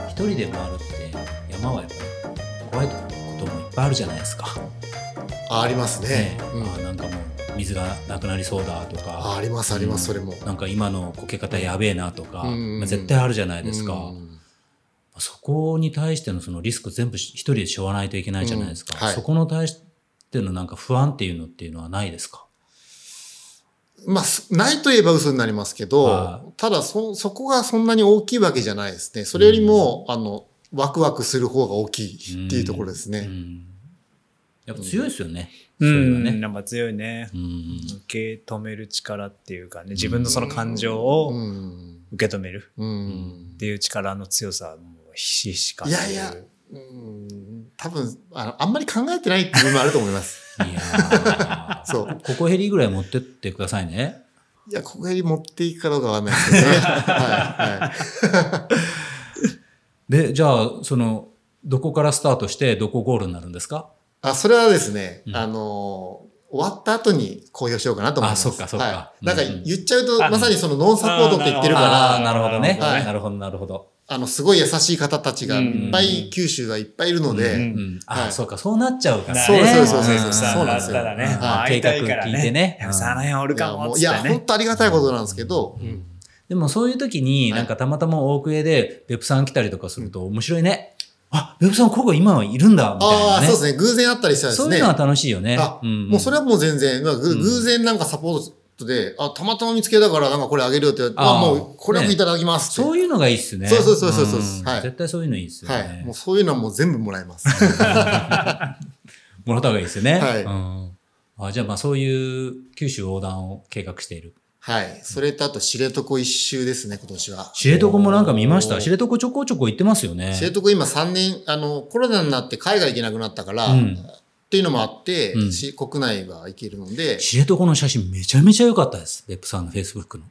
Speaker 1: 一人で回るって、山はやっぱり怖いこともいっぱいあるじゃないですか。
Speaker 3: あありますね
Speaker 1: ね、
Speaker 3: うん
Speaker 1: あーなんかもう、水がなくなりそうだと
Speaker 3: あ
Speaker 1: か、
Speaker 3: ありますありますそれも、
Speaker 1: なんか今のこけ方やべえなとか、
Speaker 3: うん
Speaker 1: まあ絶対あるじゃないですか。
Speaker 3: うん
Speaker 1: そこに対してのそのリスク全部し一人で背負わないといけないじゃないですか。
Speaker 3: うんはい
Speaker 1: そこの対してのなんか不安っていうのっていうのはないですか
Speaker 3: まあ、すないといえば嘘になりますけ
Speaker 1: は
Speaker 3: ど、ただそ、そこがそんなに大きいわけじゃないですね。それよりも、あの、ワクワクする方が大きいっていうところです
Speaker 1: う
Speaker 3: ね。
Speaker 1: ん。やっぱ強いですよね。
Speaker 2: う
Speaker 1: それは
Speaker 2: ん、
Speaker 1: ね。
Speaker 2: やっぱ強いね
Speaker 1: う。ん。
Speaker 2: 受け止める力っていうかね、自分のその感情を
Speaker 3: ん。
Speaker 2: 受け止める
Speaker 3: うん。
Speaker 2: っていう力の強さはもうひしひし感
Speaker 3: い
Speaker 2: じる。
Speaker 3: やいや、うん、多分あの、あんまり考えてないっていう部分もあると思います。
Speaker 1: いや ー
Speaker 3: そう。
Speaker 1: ここヘリぐらい持ってってくださいね。
Speaker 3: いや、ここに持っていくかどうかわかんないですけどね。はい。はい。
Speaker 1: で、じゃあ、その、どこからスタートして、どこゴールになるんですか
Speaker 3: あ、それはですね、
Speaker 1: うん
Speaker 3: あの終わった後に公表しようかなと思います。
Speaker 1: あそっかそっか
Speaker 3: はい。
Speaker 1: うん
Speaker 3: なんか言っちゃうと、
Speaker 2: あ
Speaker 3: まさにそのノンサポートって言ってるから、
Speaker 1: ああー、なるほどね。
Speaker 3: はい
Speaker 1: なるほど、なるほど。
Speaker 3: あの、すごい優しい方たちがいっぱ
Speaker 1: うん
Speaker 3: い、九州はいっぱいいるので、
Speaker 2: うん
Speaker 1: うん。あ、
Speaker 3: はい
Speaker 1: そうか、そうなっちゃうからね。
Speaker 3: そうそうそうそう
Speaker 1: うん
Speaker 3: そうなんですよ
Speaker 2: だからね、
Speaker 3: はい
Speaker 2: まあ会いたいから
Speaker 1: 計画聞いてね
Speaker 2: ね。やっぱさあの辺おる
Speaker 3: い
Speaker 2: か
Speaker 3: や、
Speaker 2: も
Speaker 3: も
Speaker 2: っ
Speaker 3: う、
Speaker 2: つ
Speaker 3: い
Speaker 2: っ
Speaker 3: や、
Speaker 2: てね
Speaker 3: 本。当ありがたいことなんですけど、うん
Speaker 1: でもそういう時に、
Speaker 3: はい
Speaker 1: なんかたまたま大久江で、ベプさん来たりとかすると面白いね。あ、ベプさんここ今はいるんだ、みたい
Speaker 3: あ
Speaker 1: な
Speaker 3: あ、
Speaker 1: ね。
Speaker 3: そうですね、偶然あったりしたらで
Speaker 1: そ
Speaker 3: す
Speaker 1: うい
Speaker 3: ね
Speaker 1: うのは。楽しいよね。
Speaker 3: あ、
Speaker 1: ん
Speaker 3: もうそれはもう全然、まあぐ
Speaker 1: うん
Speaker 3: 偶然なんかサポートで、あ、たまたま見つけたからなんかこれあげるよって言われて、あ
Speaker 1: あー
Speaker 3: もうこれもいただきますって。
Speaker 1: そういうのがいいっすね。
Speaker 3: そうそうそうそうそうんはい
Speaker 1: 絶対そういうのいいっすよ
Speaker 3: はい。
Speaker 1: ね
Speaker 3: もう。そういうのはもう全部もらいます。
Speaker 1: もらった方がいいっすよね。
Speaker 3: はい
Speaker 1: うんあじゃあまあそういう九州横断を計画している。
Speaker 3: はい。それとあと、知床一周ですね、今年は。
Speaker 1: 知床もなんか見ました。
Speaker 2: おー
Speaker 1: 知床ちょこちょこ行ってますよね。
Speaker 3: 知床今3年、あの、コロナになって海外行けなくなったから、
Speaker 1: うん
Speaker 3: っていうのもあって、
Speaker 1: うん
Speaker 3: し国内は行けるので、
Speaker 1: 知床の写真めちゃめちゃ良かったです。ベップさんのフェイスブックの。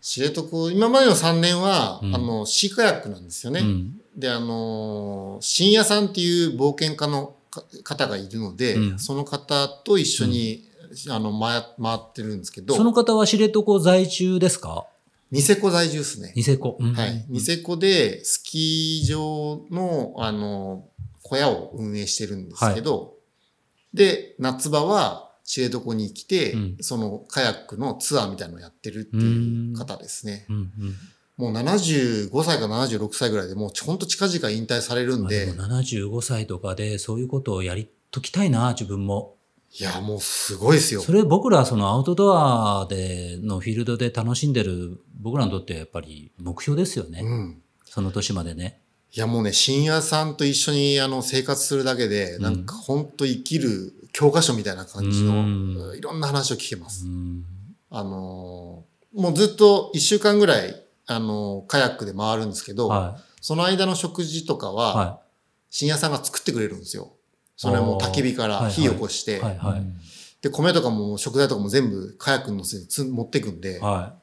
Speaker 3: 知床、今までの3年は、
Speaker 1: うん
Speaker 3: あの、シーカヤックなんですよね。
Speaker 1: うん
Speaker 3: で、あのー、深夜さんっていう冒険家のか方がいるので、
Speaker 1: うん
Speaker 3: その方と一緒に、あの、回、回ってるんですけ
Speaker 1: その
Speaker 3: ど、
Speaker 1: 方は知床在住ですか
Speaker 3: ニセコ在住ですね。
Speaker 1: ニセコ。うん
Speaker 3: はい。ニセコでスキー場の、あの、小屋を運営してるんですけど、で、夏場は知床に来て、
Speaker 1: うん
Speaker 3: そのカヤックのツアーみたいなのをやってるっていう方ですね。
Speaker 1: うんうん
Speaker 3: もう75歳か76歳ぐらいでもうちほんと近々引退されるん
Speaker 1: まあ
Speaker 3: で、
Speaker 1: でも75歳とかでそういうことをやりときたいな、自分も。
Speaker 3: いや、もうすごいですよ。
Speaker 1: それ僕らそのアウトドアでのフィールドで楽しんでる僕らにとってはやっぱり目標ですよね。
Speaker 3: うん。
Speaker 1: その年までね。
Speaker 3: いや、もうね、深夜さんと一緒にあの生活するだけで、
Speaker 1: ん
Speaker 3: なんかほんと生きる教科書みたいな感じ
Speaker 1: う
Speaker 3: の、
Speaker 1: ん
Speaker 3: いろんな話を聞けます。
Speaker 1: うん。
Speaker 3: あのーもうずっと一週間ぐらい、あのーカヤックで回るんですけど、
Speaker 1: は
Speaker 3: その間の食事とか
Speaker 1: い。
Speaker 3: は、
Speaker 1: は
Speaker 3: 深夜さんが作ってくれるんですよ。それはもう
Speaker 1: あー
Speaker 3: 焚き火か
Speaker 1: はいは
Speaker 3: ら
Speaker 1: い
Speaker 3: 火起こし
Speaker 1: い。
Speaker 3: て、
Speaker 1: はい。はい。
Speaker 3: で、米とかも食材とかも全部カヤックに乗せてつ持ってくんで、
Speaker 1: は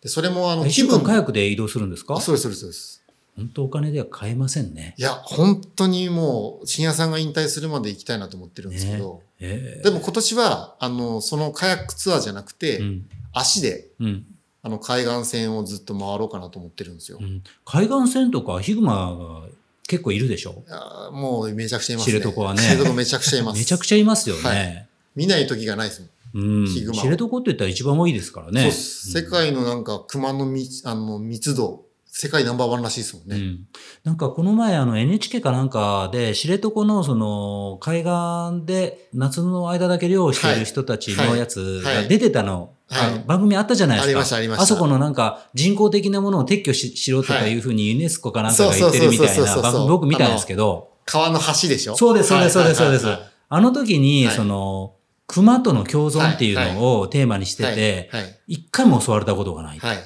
Speaker 3: でそれもあの
Speaker 1: い。
Speaker 3: 気
Speaker 1: 気
Speaker 3: 分
Speaker 1: 分カヤックで移動するんですか
Speaker 3: あそうです、そうです、そうです。
Speaker 1: 本当お金では買えませんね。
Speaker 3: いや、本当にもう、深夜さんが引退するまで行きたいなと思ってるんですけど、
Speaker 1: ええ
Speaker 3: でも今年は、あの、そのカヤックツアーじゃなくて、
Speaker 1: うん。
Speaker 3: 足で、
Speaker 1: うん。
Speaker 3: あの、海岸線をずっと回ろうかなと思ってるんですよ。
Speaker 1: うん。海岸線とかヒグマが結構いるでしょ
Speaker 3: いやーもうめちゃくちゃいますね。
Speaker 1: 知床はね
Speaker 3: 知床めちゃくちゃいます。
Speaker 1: めちゃくちゃいますよね。
Speaker 3: は見ない時がないですもん。
Speaker 1: うん。
Speaker 3: ヒグマ
Speaker 1: 知床って言ったら一番多いですからね。
Speaker 3: そうっす世界のなんか熊の密あの密度、世界ナンバーワンらしいですもん
Speaker 1: う
Speaker 3: ね。
Speaker 1: ん、なんかこの前あの NHK かなんかで知床のその海岸で夏の間だけ漁をしている人たちのやつが出てたの、
Speaker 3: はいはい
Speaker 1: あの番組あったじゃないですか。
Speaker 3: ありましたありました
Speaker 1: そこのなんか人工的なものを撤去ししろとかいうふうにユネスコかなんかが言ってるみたい
Speaker 3: そうそうそうそ
Speaker 1: な番
Speaker 3: うそう
Speaker 1: 組僕見たんですけど、
Speaker 3: 川の橋でしょ
Speaker 1: そうですそうですそうですそうです
Speaker 3: はいはいはい
Speaker 1: あの時に
Speaker 3: はい
Speaker 1: その熊との共存っていうのをテーマにしてて、
Speaker 3: はい。
Speaker 1: 一回も襲われたことがない。
Speaker 3: はい。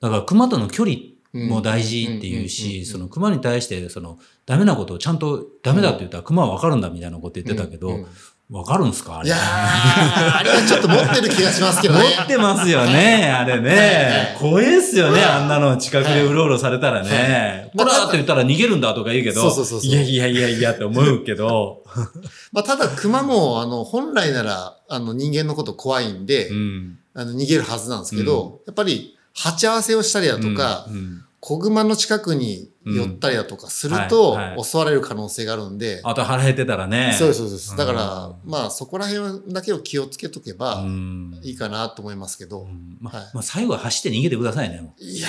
Speaker 1: だから熊との距離
Speaker 3: うん
Speaker 1: もう大事っていう
Speaker 3: うんうんうんう
Speaker 1: し、
Speaker 3: ん
Speaker 1: その熊に対して、その、ダメなことをちゃんとダメだって言ったら熊はわかるんだみたいなこと言ってたけ
Speaker 3: うん
Speaker 1: ど
Speaker 3: う、ん
Speaker 1: わかるんすかあ
Speaker 3: い
Speaker 1: れ
Speaker 3: やー、。あれはちょっと持ってる気がしますけ
Speaker 1: 持
Speaker 3: どね。
Speaker 1: ってますよね、あれ ね。怖いっすよね、あんなの近くでうろうろされたらね。
Speaker 3: は
Speaker 1: ほ
Speaker 3: い
Speaker 1: らーって言ったら逃げるんだとか言うけど
Speaker 3: そうそうそう、そう
Speaker 1: いやいやいやいやって思うけ ど、
Speaker 3: まあ、ただ、熊も、あの、本来なら、あの、人間のこと怖いんで、
Speaker 1: うん。
Speaker 3: あの、逃げるはずなんですけど、やっぱり、鉢合わせをしたりだとか、
Speaker 1: うん、
Speaker 3: 子熊の近くに寄ったりだとかする
Speaker 1: うん
Speaker 3: と
Speaker 1: はいはい
Speaker 3: 襲われる可能性があるんで、
Speaker 1: あと腹減ってたらね。
Speaker 3: そうですそうです。だから、
Speaker 1: う
Speaker 3: まあそこら辺だけを気をつけとけば
Speaker 1: うん
Speaker 3: いいかなと思いますけど、
Speaker 1: うんま
Speaker 3: はい
Speaker 1: まあ最後は走って逃げてくださいね。も
Speaker 3: い
Speaker 1: う
Speaker 3: や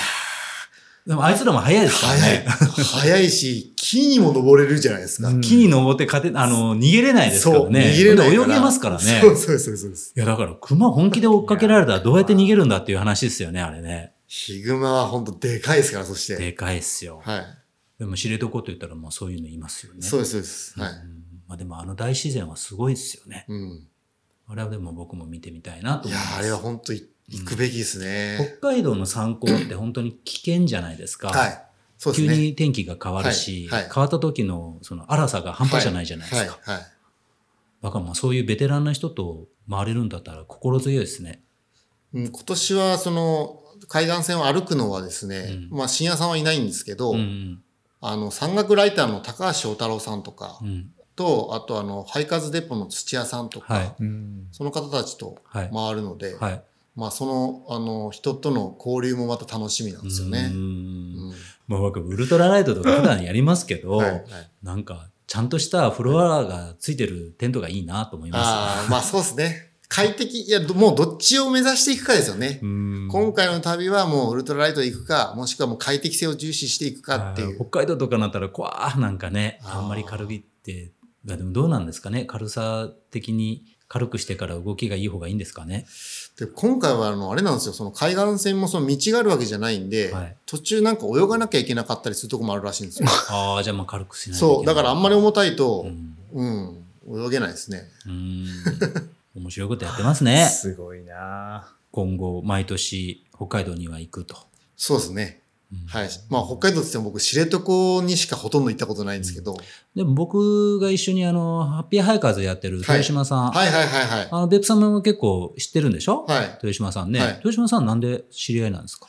Speaker 1: でもあいつらも早いで
Speaker 3: ー、
Speaker 1: すから
Speaker 3: 早い。
Speaker 1: ね。
Speaker 3: 早いし、木にも登れるじゃないですか。
Speaker 2: うん
Speaker 1: 木に登って勝て、あの、逃げれないですからね。
Speaker 3: そう、逃げれない
Speaker 1: で泳げますからね。
Speaker 3: そうそうそうそうです。
Speaker 1: いや、だから、熊本気で追っかけられたらどうやって逃げるんだっていう話ですよね、あれね。
Speaker 3: ヒグマは本当でかいですから、そして。
Speaker 1: でかいっすよ。
Speaker 3: はい。
Speaker 1: でも、知床と言ったらもうそういうのいますよね。
Speaker 3: そう
Speaker 1: う
Speaker 3: です、そうです。は
Speaker 1: ん
Speaker 3: い。
Speaker 1: まあでも、あの大自然はすごいですよね。
Speaker 3: うん。
Speaker 1: あれはでも僕も見てみたいなと
Speaker 3: い
Speaker 1: 思
Speaker 3: や
Speaker 1: います。
Speaker 3: ー、あれは本当行くべきですね。
Speaker 1: 北海道の参考って本当に危険じゃないですか。
Speaker 3: はい。そうです
Speaker 1: 急
Speaker 3: ね。
Speaker 1: に天気が変わるし、
Speaker 3: はいはい
Speaker 1: 変わった時のその荒さが半端じゃないじゃないですか。
Speaker 3: はい。はい。
Speaker 1: だからまあそういうベテランな人と回れるんだったら心強いですね。
Speaker 3: うん今年はその海岸線を歩くのはですね、
Speaker 1: うん
Speaker 3: まあ深夜さんはいないんですけど、
Speaker 1: うん
Speaker 3: あの山岳ライターの高橋翔太郎さんとか
Speaker 1: うん。うん。
Speaker 3: と、あとあのハイカズデポの土屋さんとか、
Speaker 1: はい
Speaker 2: うん
Speaker 3: その方たちと
Speaker 1: はい。
Speaker 3: 回るので、
Speaker 1: はい。
Speaker 3: まあそのあの人との交流もまた楽しみなんですよ
Speaker 1: うー
Speaker 3: ね。うんん
Speaker 1: まあ、僕、ウルトラライトとか普段やりますけど、
Speaker 3: はいはい
Speaker 1: なんか、ちゃんとしたフロアがついてるテントがいいなと思いま
Speaker 3: ああまあそうですね。快適、いや、どもうどっちを目指していくかですよね
Speaker 1: す。。うん
Speaker 3: 今回の旅はもうウルトラライトで行くか、もしくはもう快適性を重視していくかってい
Speaker 1: あー
Speaker 3: う。
Speaker 1: 北海道とかになったら、こわーなんかね、
Speaker 3: あー
Speaker 1: あんまり軽いって、まあでもどうなんですかね、軽さ的に軽くしてから動きがいい方がいいんですか ね。
Speaker 3: で今回はあのあれなんですよその海岸線もその道があるわけじゃないんで、
Speaker 1: はい
Speaker 3: 途中なんか泳がなきゃいけなかったりするとこもあるらしいん ですよ
Speaker 1: ああ、じゃあまあ軽くしないといけない
Speaker 3: そうだからあんまり重たいと
Speaker 1: うん。
Speaker 3: うん、泳げないですね
Speaker 1: うーん面白いことやってます ね。
Speaker 2: すごいな
Speaker 1: 今後、毎年、北海道には行くと。
Speaker 3: そうですね
Speaker 1: うん
Speaker 3: はいまあ北海道って言っても僕知床にしかほとんど行ったことないんですけど、
Speaker 1: でも僕が一緒にあの、ハッピーハイカーズやってる豊島さん。
Speaker 3: はいはいはいはい
Speaker 1: あの、別府さんも結構知ってるんでしょ、
Speaker 3: はい
Speaker 1: 豊島さんね、
Speaker 3: はい
Speaker 1: 豊島さんなんで知り合いなんですか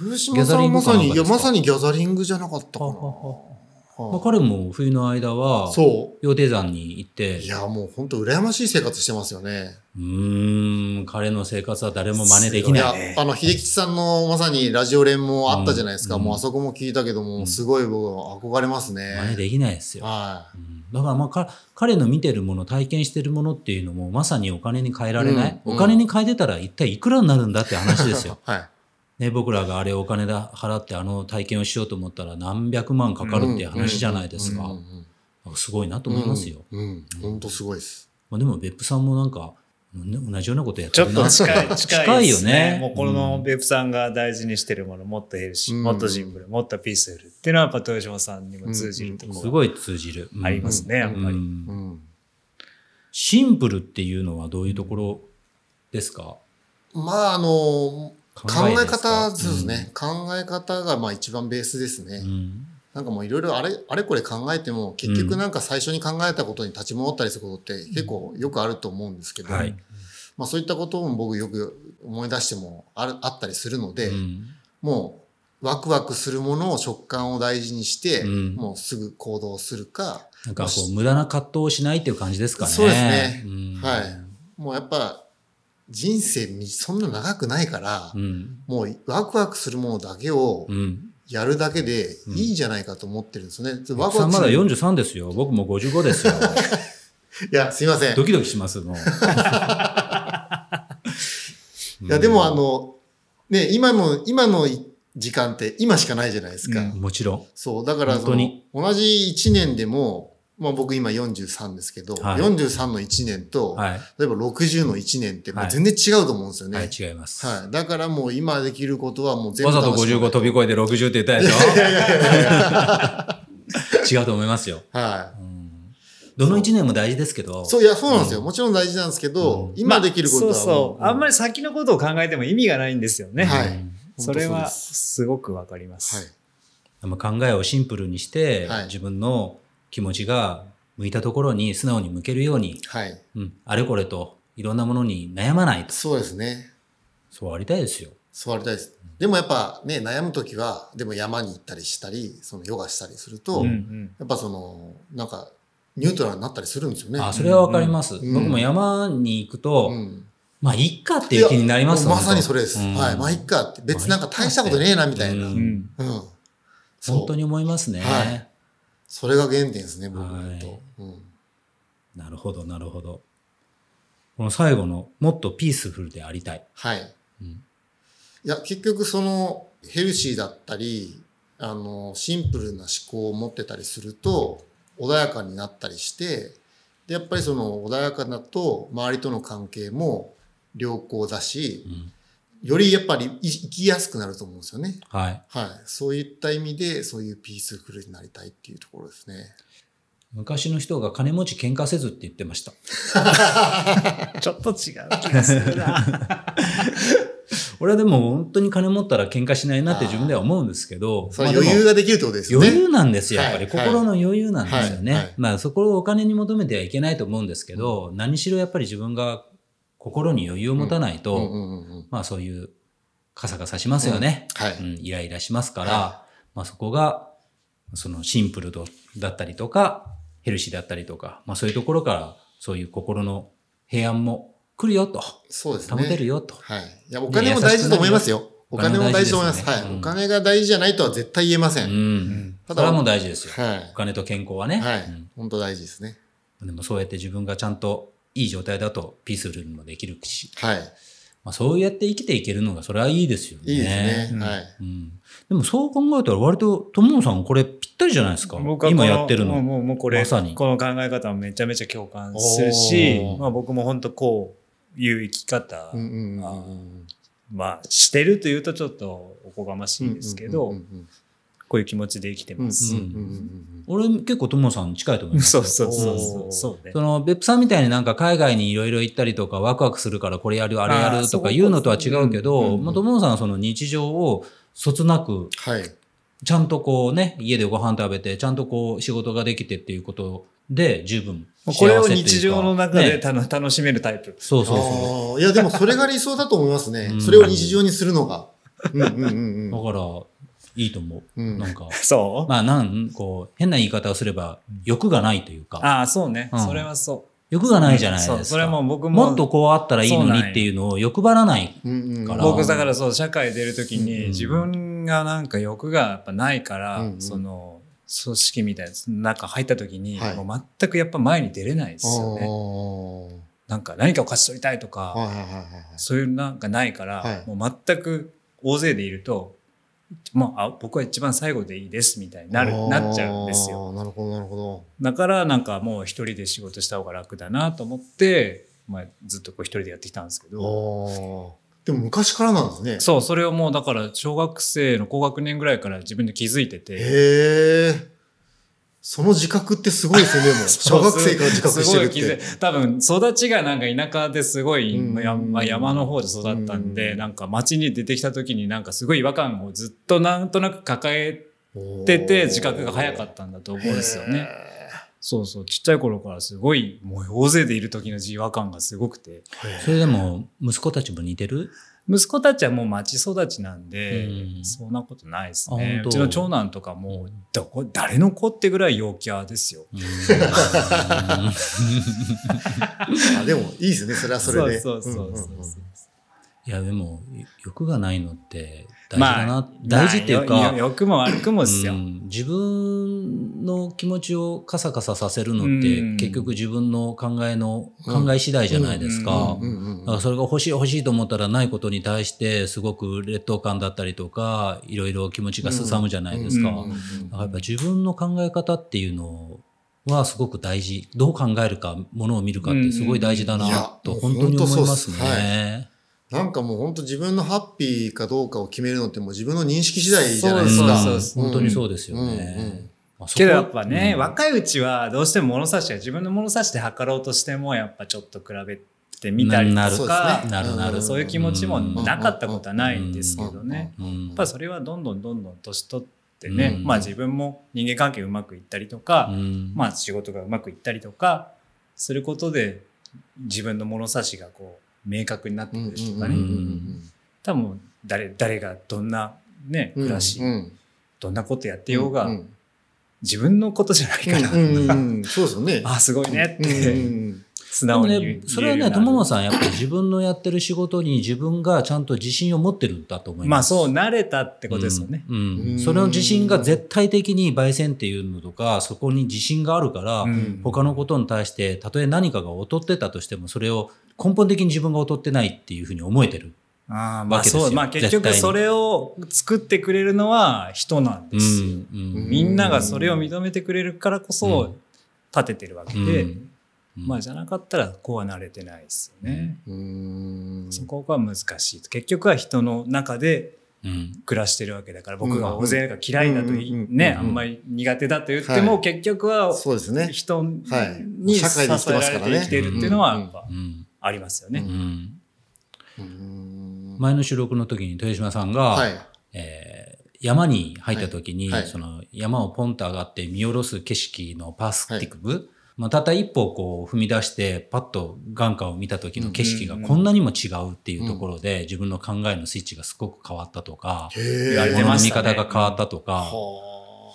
Speaker 3: 豊島さんはまさ
Speaker 1: ギャザリングかなんか
Speaker 3: にい
Speaker 1: で
Speaker 3: や
Speaker 1: すか
Speaker 3: まさにギャザリングじゃなかったかな、
Speaker 1: まあ、
Speaker 3: は、、
Speaker 1: 彼も冬の間はい
Speaker 3: そ
Speaker 1: 羊蹄山に行っ
Speaker 3: う
Speaker 1: て
Speaker 3: い、やもう本当羨ましい生活してますよね
Speaker 1: うーん、彼の生活は誰も真似でき
Speaker 3: い
Speaker 1: ない。
Speaker 3: や、あの、秀吉さんのまさにラジオ連もあったじゃないですか。
Speaker 1: うん
Speaker 3: もうあそこも聞いたけど
Speaker 1: う
Speaker 3: も、
Speaker 1: ん
Speaker 3: すごい僕は憧れます
Speaker 1: 真似
Speaker 3: ね。
Speaker 1: できないですよ。
Speaker 3: は
Speaker 1: うんだからまあか彼の見てるもの体験してるものっていうのもまさにお金に変えられない、
Speaker 3: うんうん
Speaker 1: お金に変えてたら一体いくらになるんだって話です
Speaker 3: い
Speaker 1: よ、。
Speaker 3: はい。
Speaker 1: ね、僕らがあれをお金だ払ってあの体験をしようと思ったら何百万かかるっていう話じゃないですか、
Speaker 3: うんうんうん
Speaker 1: すごいなと思いますよ、
Speaker 3: うん。うん。本当すごいです。
Speaker 1: まあ、でも別府さんもなんか、ね同じようなことやっ
Speaker 2: ち
Speaker 1: て
Speaker 2: ょっ
Speaker 1: るな
Speaker 2: と近い
Speaker 1: 近 い
Speaker 2: 近いです
Speaker 1: 近いよね
Speaker 2: もうこの別府さんが大事にしてるものもっとヘルシー、
Speaker 3: うん
Speaker 2: もっとシンプルもっとピースフルっていうのはやっぱ豊島さんにも通じるとこ
Speaker 1: す
Speaker 2: ろが
Speaker 1: ごい通じる、うん
Speaker 2: ありますね、やっぱり。
Speaker 1: うん
Speaker 3: うん。
Speaker 1: シンプルっていうのはどういうところですか
Speaker 3: まあ、あの、考
Speaker 1: で
Speaker 3: え
Speaker 1: すか
Speaker 3: 方、そうですね。考え方がまあ一番ベースです
Speaker 1: う
Speaker 3: ね。
Speaker 1: ん
Speaker 3: なんかもういろいろあれ、あれこれ考えても、結局なんか最初に考えたことに立ち戻ったりすることって結構よくあると思うんですけど、
Speaker 1: はい
Speaker 3: まあそういったことも僕よく思い出してもあるあったりするので、
Speaker 1: うん
Speaker 3: もうワクワクするものを食感を大事にして、
Speaker 1: うん
Speaker 3: もうすぐ行動するか、
Speaker 1: なんかこう無駄な葛藤をしないっていう感じですかね
Speaker 3: そうですね
Speaker 1: うん
Speaker 3: はいもうやっぱ人生みそんな長くないから、
Speaker 1: うん
Speaker 3: もうワクワクするものだけを
Speaker 1: うん、
Speaker 3: やるだけで
Speaker 1: うん
Speaker 3: いいんじゃないかと思ってるんですよね。
Speaker 1: ワ
Speaker 3: ワ
Speaker 1: ク
Speaker 3: クワク
Speaker 1: さんますだ
Speaker 3: る。
Speaker 1: 43ですよ。僕も55ですよ。
Speaker 3: いや、すいませ ん。
Speaker 1: ド
Speaker 3: い
Speaker 1: キドキします、 もう。
Speaker 3: や、でもあ
Speaker 1: うん、
Speaker 3: の、ね、今の、今のい時間って今しかないじゃないですか。
Speaker 2: うん
Speaker 1: もちろん。
Speaker 3: そう、だからそ
Speaker 1: 本当
Speaker 3: の
Speaker 1: に
Speaker 3: 同じ1年でも、まあ僕今43ですけど、
Speaker 1: はい
Speaker 3: 43の1年と、
Speaker 1: はい。
Speaker 3: 例えば60の1年ってもう
Speaker 1: はい
Speaker 3: 全然違うと思うんですよね。
Speaker 1: は、
Speaker 3: はいい。
Speaker 1: 違います。
Speaker 3: だからもう今できることはもう全
Speaker 1: わ
Speaker 3: 部
Speaker 1: ざと
Speaker 3: 楽しむ
Speaker 1: 55飛び越えて60って言ったでし
Speaker 3: いやいやいやいや
Speaker 1: ょ違うと思いますよ。
Speaker 3: は
Speaker 1: うんどの1年も大事ですけど。
Speaker 3: い。そう、いや、そうなんですよ。
Speaker 1: うん
Speaker 3: もちろん大事なんですけど、
Speaker 1: うん
Speaker 3: 今できることは
Speaker 2: まあ
Speaker 3: もう、
Speaker 2: そうそう。あんまり先のことを考えても意味がないんですよね。
Speaker 3: はい
Speaker 1: うん
Speaker 2: それ
Speaker 3: 本当
Speaker 2: は
Speaker 3: そうです
Speaker 2: すごくわかります。
Speaker 3: はい。
Speaker 1: まあ考えをシンプルにして、
Speaker 3: はい
Speaker 1: 自分の気持ちが向いたところに素直に向けるように、
Speaker 3: はい。
Speaker 1: うん、あれこれといろんなものに悩まないと。
Speaker 3: そうですね。
Speaker 1: そうありたいですよ。
Speaker 3: 座りたいです。でもやっぱね、悩むときは、でも山に行ったりしたり、そのヨガしたりすると、
Speaker 2: うんう
Speaker 3: や
Speaker 2: ん
Speaker 3: っぱその、なんか、ニュートラルになったりするんですよね。
Speaker 1: あそれはわかります、
Speaker 3: うん
Speaker 1: 僕も山に行くと、
Speaker 3: うん
Speaker 1: まあ、いっかっていう気になります
Speaker 3: もうまさにそ
Speaker 1: れ。
Speaker 3: れです。
Speaker 1: うん
Speaker 3: はい。まあ、いっかって。別になんか大したことねえな、みたいな。
Speaker 1: う
Speaker 3: うんん。
Speaker 2: うん
Speaker 3: そう
Speaker 1: 本当に思いますね。
Speaker 3: はいそれが原点ですね、僕
Speaker 1: はい
Speaker 3: 本当うん
Speaker 1: なるほど、なるほど。この最後の、もっとピースフルでありたい。
Speaker 3: はい。
Speaker 1: うん
Speaker 3: いや、結局その、ヘルシーだったり、あの、シンプルな思考を持ってたりすると、穏やかになったりして、で、やっぱりその、穏やかだと、周りとの関係も良好だし
Speaker 1: う、ん
Speaker 3: よりやっぱりい生きやすくなると思うんですよね。
Speaker 1: はい。
Speaker 3: はい。そういった意味で、そういうピースフルになりたいっていうところですね。
Speaker 1: 昔の人が金持ち喧嘩せずって言ってました。
Speaker 2: ちょっと違う気がす るな。
Speaker 1: 俺はでも本当に金持ったら喧嘩しないなって自分では思うんですけど、
Speaker 3: それ
Speaker 1: まあ
Speaker 3: は
Speaker 1: でも
Speaker 3: 余裕ができるってことですよね。
Speaker 1: 余裕なんですよ、やっぱり。
Speaker 3: はい
Speaker 1: 心の余裕なんですよね。
Speaker 3: はいはい
Speaker 1: まあそこをお金に求めてはいけないと思うんですけど、何しろやっぱり自分が心に余裕を持たないと、
Speaker 3: うんうんうんうん
Speaker 1: まあそういうカサカサしますよね。
Speaker 3: はい。
Speaker 1: うん、イライラしますから、
Speaker 3: は
Speaker 1: まあそこが、そのシンプルだったりとか、ヘルシーだったりとか、まあそういうところから、そういう心の平安も来るよと、
Speaker 3: そうです
Speaker 1: 保
Speaker 3: ね。
Speaker 1: てるよと。
Speaker 3: はい。いや、お金も大事だと思いますよ。
Speaker 1: お
Speaker 3: お
Speaker 1: 金
Speaker 3: 金
Speaker 1: も
Speaker 3: も
Speaker 1: 大
Speaker 3: 大
Speaker 1: 事
Speaker 3: 事
Speaker 1: で
Speaker 3: と
Speaker 1: すね
Speaker 3: 思います。はい、
Speaker 1: うん
Speaker 3: お金が大事じゃないとは絶対言えませ。
Speaker 1: うんん。
Speaker 3: た
Speaker 1: それは
Speaker 3: だ、
Speaker 1: も
Speaker 3: は
Speaker 1: う大事ですよ。お
Speaker 3: い。
Speaker 1: 金と健康はね。
Speaker 3: はい。
Speaker 1: うん
Speaker 3: 本当大事ですね。
Speaker 1: でもそうやって自分がちゃんといい状態だとピースフルにもできるし、
Speaker 3: はい。
Speaker 1: まあそうやって生きていけるのがそれはいいですよね。
Speaker 3: いいですね。
Speaker 2: うん
Speaker 3: はい。
Speaker 1: うん。でもそう考えたら割と、ともさんこれぴったりじゃないですか。今やってる
Speaker 2: もう
Speaker 1: の。
Speaker 2: もうもうこれ、
Speaker 1: まさに
Speaker 2: この考え方はめちゃめちゃ共感するし
Speaker 3: お、ー
Speaker 2: まあ、僕も本当こういう生き方、
Speaker 3: うんうんうん
Speaker 2: あ
Speaker 3: うん
Speaker 2: まあ、してるというとちょっとおこがましいですけど、
Speaker 3: うんうん
Speaker 2: こういう気持ちで生きて
Speaker 3: うんうんうん
Speaker 2: ます。
Speaker 3: うんうんうん
Speaker 1: 俺結構ともさん近いと思います。
Speaker 2: そうそうそう
Speaker 3: お
Speaker 2: そう。
Speaker 3: ー
Speaker 2: そうね
Speaker 1: そ。の別府さんみたいになんか海外にいろいろ行ったりとかワクワクするからこれやるあれや
Speaker 2: あー
Speaker 1: るとか
Speaker 2: そう
Speaker 1: いうのとは違うけ
Speaker 3: うんうん
Speaker 1: ど、
Speaker 3: うん
Speaker 1: もともさんはその日常をそつなく、
Speaker 3: はい。
Speaker 1: ちゃんとこうね、家でご飯食べて、ちゃんとこう仕事ができてっていうことで十分幸せ
Speaker 2: これを
Speaker 1: っていうか
Speaker 2: 日常の中で
Speaker 1: ね
Speaker 2: たの楽しめるタイプ。
Speaker 1: そうそうそ
Speaker 3: ああ、いや、でもそれが理想だと思います
Speaker 1: う
Speaker 3: ね
Speaker 1: ん。
Speaker 3: それを日常にするのが。うんうんうん
Speaker 1: う。
Speaker 3: うん
Speaker 1: だから、いいと思
Speaker 3: う
Speaker 1: う。
Speaker 3: ん。
Speaker 1: なんか、
Speaker 2: そう、
Speaker 1: まあなん、こう、変な言い方をすれば欲がないというか、
Speaker 2: ああ、そうね、
Speaker 1: うん
Speaker 2: それはそう。
Speaker 1: 欲がないじゃないですか。
Speaker 2: そうそれはもう僕も
Speaker 1: もっとこうあったらいいのにっていうのを欲張らない。
Speaker 3: うんうん。
Speaker 1: から
Speaker 2: 僕だからそう社会出る時
Speaker 1: うん
Speaker 2: に自分がなんか欲がやっぱないから、
Speaker 3: うんうん
Speaker 2: その組織みたいな中入った時に、
Speaker 3: はい
Speaker 2: もう全くやっぱ前に出れないですよね。
Speaker 3: おー
Speaker 2: なんか何かを勝ち取りたいとか、
Speaker 3: はいはいはいはいはい。
Speaker 2: そういうなんかないから、
Speaker 3: はい
Speaker 2: もう全く大勢でいると、まあ、あ僕は一番最後でいいですみたいになるなっちゃうんですよ。
Speaker 3: あー。なるほど、なるほど。
Speaker 2: だからなんかもう一人で仕事した方が楽だなと思って、まあ、ずっとこう一人でやってきたんですけど。
Speaker 3: ああ。でも昔からなんですね。
Speaker 2: そう、それをもうだから小学生の高学年ぐらいから自分で気づいてて、
Speaker 3: へえ。その自覚ってすごいですね、でも。 小学生から自覚してるっ
Speaker 2: すごい気
Speaker 3: て。
Speaker 2: づい多分育ちがなんか田舎ですごい、
Speaker 3: うん
Speaker 2: やまあ、山の方で育ったんで、
Speaker 3: うん
Speaker 2: なんか街に出てきた時になんかすごい違和感をずっとなんとなく抱え
Speaker 3: おー
Speaker 2: てて自覚が早かったんだと思うんですよね。そうそう、ちっちゃい頃からすごいもう大勢でいる時の違和感がすごくて、
Speaker 3: へー
Speaker 1: それでも、息子たちも似てる
Speaker 2: 息子たちはもう町育ちなんで、
Speaker 1: うん
Speaker 2: そんなことないです
Speaker 1: あ本
Speaker 2: ね。
Speaker 1: 当
Speaker 2: うちの長男とかもうどこ誰の子ってぐらい陽キャですよ。
Speaker 1: うーん
Speaker 3: あでもいいですね、それはそれで。
Speaker 2: そうそうそうそう
Speaker 3: うんうんうん
Speaker 2: そう
Speaker 1: いや、でも、欲がないのって大事
Speaker 2: ま
Speaker 1: だ
Speaker 2: あ
Speaker 1: な、大事っていう
Speaker 2: まあよ
Speaker 1: か
Speaker 2: よ、欲も悪くもですよ。
Speaker 1: うん自分の気持ちをカサカサさせるのって、
Speaker 2: うん
Speaker 1: 結局自分の考えの、
Speaker 3: うん
Speaker 1: 考え次第じゃないですか。
Speaker 3: うんう
Speaker 1: だ
Speaker 3: んう
Speaker 1: か
Speaker 3: ん
Speaker 1: らそれが欲しい欲しいと思ったらないことに対してすごく劣等感だったりとかいろいろ気持ちがすさむじゃないですか。
Speaker 2: うんうん
Speaker 3: うん
Speaker 1: だからやっぱ自分の考え方っていうのはすごく大事。どう考えるか、ものを見るかってすごい大事だ
Speaker 3: うんうんい
Speaker 1: な
Speaker 3: や
Speaker 1: と
Speaker 3: もう
Speaker 1: 本当に思います
Speaker 3: 本当そうっす
Speaker 1: ね。
Speaker 3: なんかもう本当自分のハッピーかどうかを決めるのってもう自分の認識次第じゃない
Speaker 2: は
Speaker 3: ですか。
Speaker 2: そううんそう
Speaker 1: 本当にそうです
Speaker 3: う
Speaker 1: よ
Speaker 3: ん
Speaker 1: ね。まあそこ
Speaker 2: けどやっぱね、
Speaker 1: うん
Speaker 2: 若いうちはどうしても物差しが自分の物差しで測ろうとしてもやっぱちょっと比べてみたり
Speaker 1: な
Speaker 2: と
Speaker 1: る
Speaker 3: そう
Speaker 2: か
Speaker 3: ですね
Speaker 1: なるなる
Speaker 2: そういう気持ちもなかったことはないんですけどね。
Speaker 1: うん
Speaker 2: やっぱりそれはどんどんどんどん年取ってね、
Speaker 1: うん
Speaker 2: まあ自分も人間関係うまくいったりとか、
Speaker 1: うん
Speaker 2: まあ仕事がうまくいったりとかすることで自分の物差しがこう明確になって
Speaker 3: う
Speaker 2: くる
Speaker 3: んうん
Speaker 2: と
Speaker 3: うん
Speaker 2: か
Speaker 3: うんう
Speaker 2: ね、
Speaker 3: ん
Speaker 2: 多分誰誰がどんなね
Speaker 3: うん
Speaker 2: 暮らし、
Speaker 3: うん
Speaker 2: どんなことやってようが、
Speaker 3: うん
Speaker 2: 自分のことじゃないから、
Speaker 3: うんうんうんそうですよね。
Speaker 2: ああすごいねっ
Speaker 3: うんう
Speaker 2: て
Speaker 3: んうん
Speaker 2: 素
Speaker 1: で
Speaker 2: 直
Speaker 1: も
Speaker 2: に言
Speaker 1: ね
Speaker 2: う、
Speaker 1: それはね、
Speaker 2: 言えるようになる
Speaker 1: 友野さん、やっぱり自分のやってる仕事に自分がちゃんと自信を持ってるんだと思いま
Speaker 2: まあ
Speaker 1: す。
Speaker 2: そう慣れたってことですよね。
Speaker 1: うん。うん
Speaker 3: うん
Speaker 1: それの自信が絶対的に焙煎っていうのとか、そこに自信があるから、
Speaker 2: うん
Speaker 1: 他のことに対して、たとえ何かが劣ってたとしても、それを根本的に自分が劣ってないっていうふうに思えてる。
Speaker 2: ああま
Speaker 1: わ
Speaker 2: あ
Speaker 1: けですよ
Speaker 2: そうまあ結
Speaker 1: 絶対
Speaker 2: 局
Speaker 1: に
Speaker 2: それを作ってくれるのは人なん
Speaker 1: う
Speaker 2: ですよ。
Speaker 1: ん。うん
Speaker 2: みんながそれを認めてくれるからこ
Speaker 1: う
Speaker 2: そ
Speaker 1: ん
Speaker 2: 立ててるわけで、まあじゃなかったらこうはなれてないですよね。
Speaker 3: うん
Speaker 2: そこが難しいと結局は人の中で
Speaker 1: うん
Speaker 2: 暮らしてるわけだから僕が大勢が嫌いだとい
Speaker 3: うんうん
Speaker 2: ね
Speaker 1: うん
Speaker 2: あんまり苦手だと言っても
Speaker 3: はい
Speaker 2: 結局は
Speaker 3: そうですね。
Speaker 2: 人
Speaker 3: はい
Speaker 2: に支
Speaker 3: 社
Speaker 2: え
Speaker 3: 会で
Speaker 2: ら
Speaker 3: 生きてます
Speaker 2: れ
Speaker 3: から
Speaker 2: て
Speaker 3: ね
Speaker 2: 生きてるっていうのはやっぱ
Speaker 1: うん
Speaker 2: ありますよ
Speaker 1: う
Speaker 2: ね。
Speaker 1: ん
Speaker 3: うん
Speaker 1: 前の収録の時に豊島さんが、
Speaker 3: はい。
Speaker 1: えー山に入った時に、
Speaker 3: はいはい
Speaker 1: その山をポンと上がって見下ろす景色のパースティック部、まあ、たった一歩こう踏み出してパッと眼下を見た時の景色が
Speaker 2: うんうんうん
Speaker 1: こんなにも違うっていうところで、自分の考えのスイッチがすごく変わったとか、
Speaker 3: 言
Speaker 2: 言われて
Speaker 1: 物
Speaker 2: ま
Speaker 1: の
Speaker 2: し
Speaker 1: 見
Speaker 2: たね
Speaker 1: 方が変わったとか、
Speaker 3: は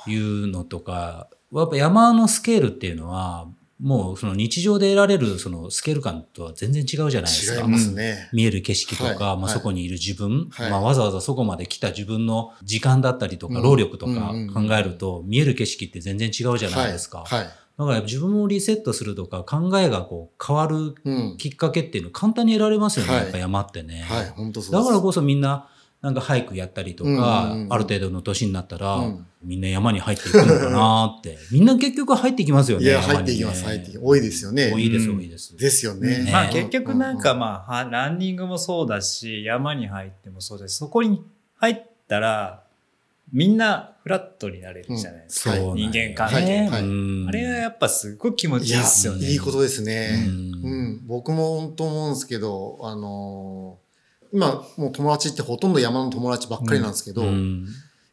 Speaker 1: いうのとか、やっぱ山のスケールっていうのは、もうその日常で得られるそのスケール感とは全然違うじゃないです
Speaker 3: あ。
Speaker 1: か。
Speaker 3: 違いますね。
Speaker 1: 見える景色とか、
Speaker 3: はい
Speaker 1: まあ、
Speaker 3: はい
Speaker 1: そこにいる自分、
Speaker 3: はい
Speaker 1: まあ、わざわざそこまで来た自分の時間だったりとか、
Speaker 3: うん
Speaker 1: 労力とか
Speaker 3: うん
Speaker 1: 考えると、見える景色って全然違うじゃないですか。
Speaker 3: はい。はい
Speaker 1: だから自分をリセットするとか、考えがこう変わる
Speaker 3: うん。
Speaker 1: きっかけっていうの簡単に得られますよね、
Speaker 3: はい
Speaker 1: やっぱ山ってね。
Speaker 3: はい、本当そうで
Speaker 1: だ
Speaker 3: す。
Speaker 1: からこそみんな、なんか俳句やったりとか、
Speaker 3: うんうんうん
Speaker 1: ある程度の年になったら、
Speaker 3: うん
Speaker 1: みんな山に入っていくのかなって。みんな結局入ってきますよね。
Speaker 3: いや、
Speaker 1: 山に
Speaker 3: 入っていきます、
Speaker 1: ね
Speaker 3: 入っていきます。多いですよね。
Speaker 1: 多いです、
Speaker 2: うん
Speaker 1: 多いです。
Speaker 3: ですよね
Speaker 1: ね。
Speaker 2: まあ結局なんかまあはランニングもそうだし山に入ってもそうだしそこに入ったらみんなフラットになれるじゃないですか、
Speaker 1: そうなんよ
Speaker 2: 人間関係、
Speaker 3: はい
Speaker 1: うん
Speaker 2: あれはやっぱすごい気持
Speaker 3: うんい
Speaker 2: ちいい
Speaker 3: や
Speaker 2: ですよね。
Speaker 3: いいことですね。
Speaker 1: う
Speaker 3: うんん、僕も本当思うんですけど、あのー今もう友達ってほとんど山の友達ばっかりなんですけど、
Speaker 1: うん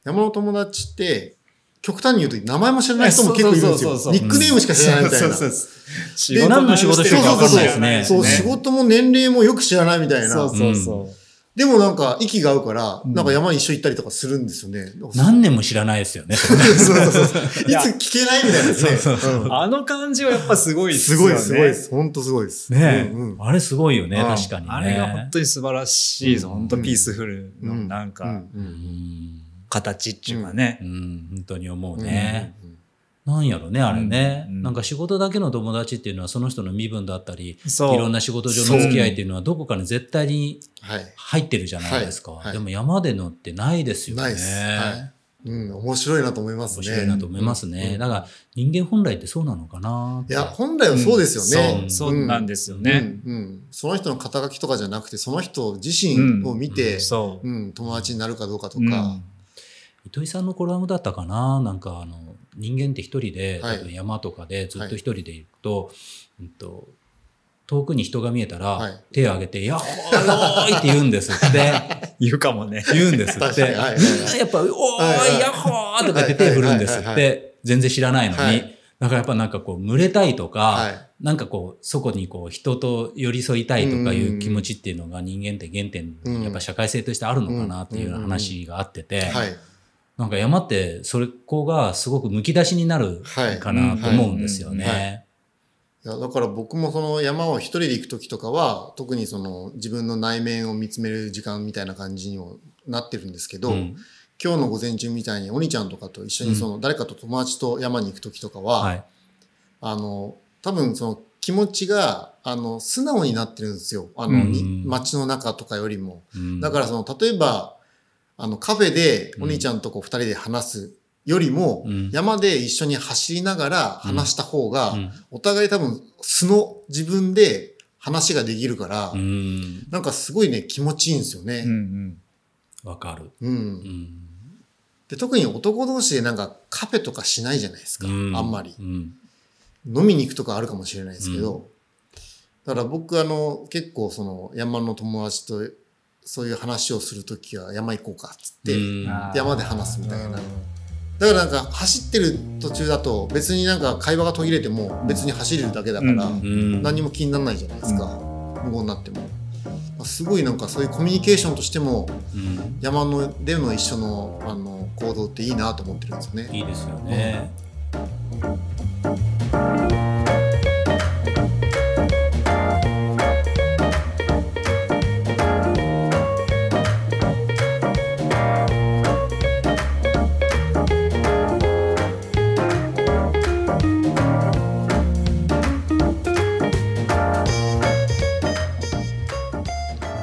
Speaker 3: 山の友達って極端に言うと名前も知らない人も結構いるんですよ
Speaker 2: そうそうそうそう。
Speaker 3: ニックネームしか知らないみたいな。
Speaker 2: そうそうそう仕
Speaker 3: で
Speaker 1: 何の仕事してるか分かんないですね
Speaker 3: そう、仕
Speaker 2: み
Speaker 3: 事も年齢もよく知らないみた
Speaker 2: た
Speaker 3: い
Speaker 2: い
Speaker 3: な。
Speaker 2: な。そうそうそう。
Speaker 3: でもなんか息が合うから、
Speaker 2: うん
Speaker 3: なんか山一緒行ったりとかするんですよね。
Speaker 1: 何年も知らないですよね。
Speaker 3: そうそうそういつ
Speaker 2: いや
Speaker 3: 聞けないみたいなですね。うん
Speaker 2: あの感じはやっぱすごいです
Speaker 3: す
Speaker 2: よ
Speaker 3: ごい
Speaker 2: ね。
Speaker 3: です、すごいで。す。本当すごいです。
Speaker 1: ねえ
Speaker 3: うんうん
Speaker 1: あれすごいよね、
Speaker 3: うん
Speaker 1: 確かにね。
Speaker 2: あれが本当に素晴らしいです。
Speaker 1: うん
Speaker 2: 本当ピースフルの
Speaker 3: うん
Speaker 2: なんか、
Speaker 3: うんう
Speaker 1: うんん
Speaker 2: 形っていうかね。
Speaker 1: うん、本当に思うね。
Speaker 3: うん
Speaker 1: なんやろね、あれね。
Speaker 2: うんうん
Speaker 1: なんか仕事だけの友達っていうのはその人の身分だったり、
Speaker 2: そう。
Speaker 1: いろんな仕事上の付き合いっていうのはどこかに絶対に
Speaker 3: はい。
Speaker 1: 入ってるじゃないですか。
Speaker 3: はいはい
Speaker 1: でも山でのってないですよね。
Speaker 3: ないです。はい。うん、面白いなと思います
Speaker 1: 面
Speaker 3: ね。
Speaker 1: 白いなと思いますね。
Speaker 3: うん
Speaker 1: だから人間本来ってそうなのかなっ
Speaker 3: い
Speaker 1: て
Speaker 3: や、本来はそうですよね。
Speaker 2: うんそうそうなんですよね。
Speaker 3: うん。うん。その人の肩書きとかじゃなくて、その人自身を見て、
Speaker 2: そ
Speaker 3: うん、友達になるかどうかと
Speaker 2: う。
Speaker 3: か。
Speaker 1: 糸井さんのコラムだったかななんかあの人間って一人で、
Speaker 3: はい
Speaker 1: 多分山とかでずっと一人で行くと,、うんと遠くに人が見えたら、
Speaker 3: はい
Speaker 1: 手を挙げて「やっほーよーい!」って言うんですって
Speaker 2: 言うかもね。
Speaker 1: 言うんですっ
Speaker 3: 確
Speaker 1: て
Speaker 3: かに。はいはいはい。
Speaker 1: やっぱ「おーい、
Speaker 3: はいはい
Speaker 1: やっほー!」とか言って手振るんですって、
Speaker 3: はいはいは
Speaker 1: 全然知らないのに、
Speaker 3: はい
Speaker 1: だからやっぱなんかこう群れたいとか、
Speaker 3: はい。
Speaker 1: なんかこうそこにこう人と寄り添いたいとかいう
Speaker 3: うん
Speaker 1: 気持ちっていうのが人間って原点
Speaker 3: う
Speaker 1: に
Speaker 3: ん
Speaker 1: やっぱ社会性としてあるのかなっていうような話があってて。
Speaker 3: はい。
Speaker 1: なんか山ってそれこがすごくむき出しになるかなと思うんですよ
Speaker 2: はい
Speaker 3: うんうん
Speaker 1: ね。
Speaker 3: いやだから僕もその山を一人で行く時とかは特にその自分の内面を見つめる時間みたいな感じにもなってるんですけど、
Speaker 1: ん
Speaker 3: 今日の午前中みたいにお兄ちゃんとかと一緒にその誰かと友達と山に行く時とかは、
Speaker 1: はい。
Speaker 3: あの多分その気持ちがあの素直になってるんですよあの、
Speaker 1: うん
Speaker 3: に街の中とかよりも。
Speaker 1: うん
Speaker 3: だからその例えばあのカフェでお兄ちゃんとこう二人で話すよりも、
Speaker 1: うん
Speaker 3: 山で一緒に走りながら話した方が、
Speaker 1: うん
Speaker 3: お互い多分素の自分で話ができるから、
Speaker 1: うん。
Speaker 3: なんかすごいね、気持ちいいんですよ
Speaker 2: うんう
Speaker 3: ね。
Speaker 2: ん。
Speaker 1: わかる。
Speaker 3: うん。
Speaker 1: うん。
Speaker 3: で特に男同士でなんかカフェとかしないじゃないですか、
Speaker 1: う
Speaker 3: あんまり。
Speaker 1: うん。
Speaker 3: 飲みに行くとかあるかもしれないですけど、だから僕あの、結構その山の友達とそういう話をするときは山行こうかっつって、
Speaker 1: うん
Speaker 2: あー
Speaker 3: 山で話すみたいな
Speaker 2: うん
Speaker 3: だからなんか走ってる途中だと別になんか会話が途切れても別に走れるだけだから、
Speaker 2: うん
Speaker 1: うん
Speaker 3: 何も気にならないじゃないですか、無言になってもすごいなんかそういうコミュニケーションとしても
Speaker 1: うん
Speaker 3: 山のでの一緒のあの行動っていいなと思ってるんですよね
Speaker 1: いいですよね。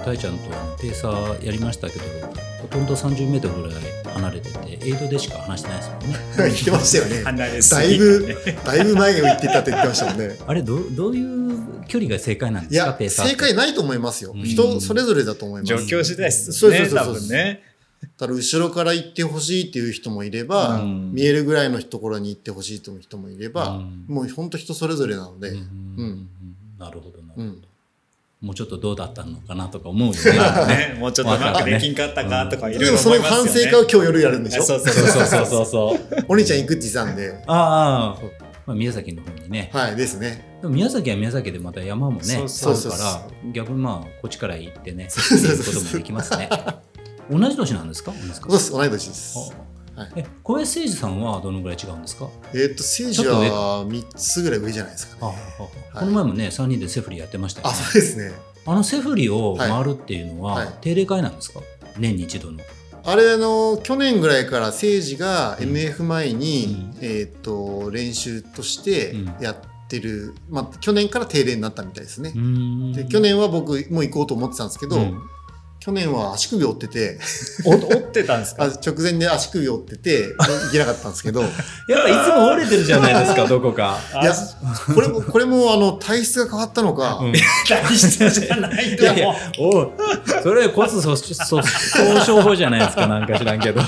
Speaker 1: 大ちゃんとあのペーサーやりましたけどほとんど30メートルぐらい離れててエイドでしか話してないですもんね
Speaker 3: 言ってましたよ ね
Speaker 2: 離れ
Speaker 3: だ
Speaker 2: す
Speaker 3: い
Speaker 2: ぎ
Speaker 3: ぶだいぶ前を言ってたって言ってましたもん ね
Speaker 1: あれどうどういう距離が正解なん
Speaker 3: い
Speaker 1: ですか
Speaker 3: や
Speaker 1: ペーサーって
Speaker 3: 正解ないと思いますよ
Speaker 1: うん
Speaker 3: 人それぞれだと思います
Speaker 2: 状
Speaker 3: だ
Speaker 2: 況次第ですね、
Speaker 3: そうそう
Speaker 2: 多
Speaker 3: そうそう
Speaker 2: 分ね。
Speaker 3: から後ろから行ってほしいっていう人もいれば、
Speaker 1: うん
Speaker 3: 見えるぐらいのところに行ってほしいという人もいれば、
Speaker 1: うん
Speaker 3: もう本当人それぞれなので、
Speaker 1: う
Speaker 3: うん
Speaker 1: んなるほどな、
Speaker 3: うん
Speaker 1: もうちょっとどうだったのかなとか思うよね
Speaker 2: ね、もうちょっとうまくできんかったかとかいろ
Speaker 3: で
Speaker 2: い
Speaker 3: も
Speaker 2: ろ
Speaker 3: そ
Speaker 2: 思
Speaker 3: の
Speaker 2: いますよ
Speaker 3: 反
Speaker 2: ね。
Speaker 3: 省会を今日夜やるんでしょ
Speaker 2: そうそう
Speaker 1: そう
Speaker 2: そう
Speaker 1: そう
Speaker 2: そ
Speaker 1: そうう
Speaker 2: そ。
Speaker 1: そうう そう
Speaker 3: お兄ちゃん行くって言ってたんで
Speaker 1: ああ、まあ、宮崎の方にね、
Speaker 3: はいですね
Speaker 1: でも宮崎は宮崎でまた山もね
Speaker 2: そう
Speaker 3: そうそう
Speaker 1: あるから逆にまあこっちから行ってね
Speaker 3: うそう
Speaker 1: 行くこともできます ね同じ年なんですか同じですか
Speaker 3: そうです同い年です
Speaker 1: あ
Speaker 3: はい
Speaker 1: え小林誠司さんはどのぐらい違うんですか
Speaker 3: えーっと聖司は3つぐらい上じゃないですかね
Speaker 1: この前もね3人でセフリやってましたよ
Speaker 3: あ
Speaker 1: ね
Speaker 3: そうですね
Speaker 1: あのセフリを回るっていうのは、
Speaker 3: はい
Speaker 1: 定例会なんですか年に一度の。
Speaker 3: あれあの去年ぐらいから政治が MF 前に、
Speaker 1: う
Speaker 3: えーっと練習として
Speaker 1: うん
Speaker 3: やってる、まあ、去年から定例になったみたいですね、で
Speaker 1: で
Speaker 3: 去年は僕もう行こうと思ってたんですけど、
Speaker 1: うん
Speaker 3: 去年は足首折ってて
Speaker 2: お折ってたんです
Speaker 3: あ
Speaker 2: か
Speaker 3: 直前で足首折ってて行けなかったんですけど
Speaker 1: やっぱいつも折れてるじゃない ですかどこか。
Speaker 2: あ
Speaker 3: いやこれもこれもあの体質が変わったのか、
Speaker 1: うん
Speaker 2: 大したじゃない
Speaker 1: い
Speaker 2: と
Speaker 1: やい
Speaker 2: 思う
Speaker 1: や。おうそれ骨粗粗鬆症法じゃないですかなんか知らんけど。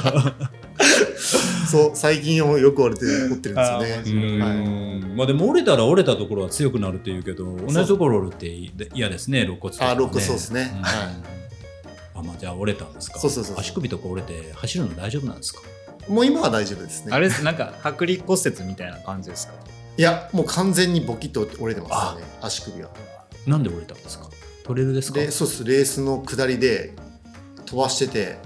Speaker 3: そう最近をよく折れて折ってるんです
Speaker 2: あー
Speaker 3: よね
Speaker 2: 面白い
Speaker 1: うんまあでも折れたら折れたところは強くなるっていうけど同じところ折るって嫌ですね肋骨とか、ね。
Speaker 3: あ肋骨そうですね
Speaker 1: ん
Speaker 3: はい
Speaker 1: あまあじゃあ折れたんですか。
Speaker 3: そうそうそうそう
Speaker 1: 足首とか折れて走るの大丈夫なんですか。
Speaker 3: もう今は大丈夫です
Speaker 2: あ
Speaker 3: ね
Speaker 2: れですなんか剥離骨折みたいな感じですか
Speaker 3: いやもう完全にボキッと折れてますよね足首は
Speaker 1: なんで折れたんですか。トレるですか。
Speaker 3: でそうですレースの下りで飛ばしててや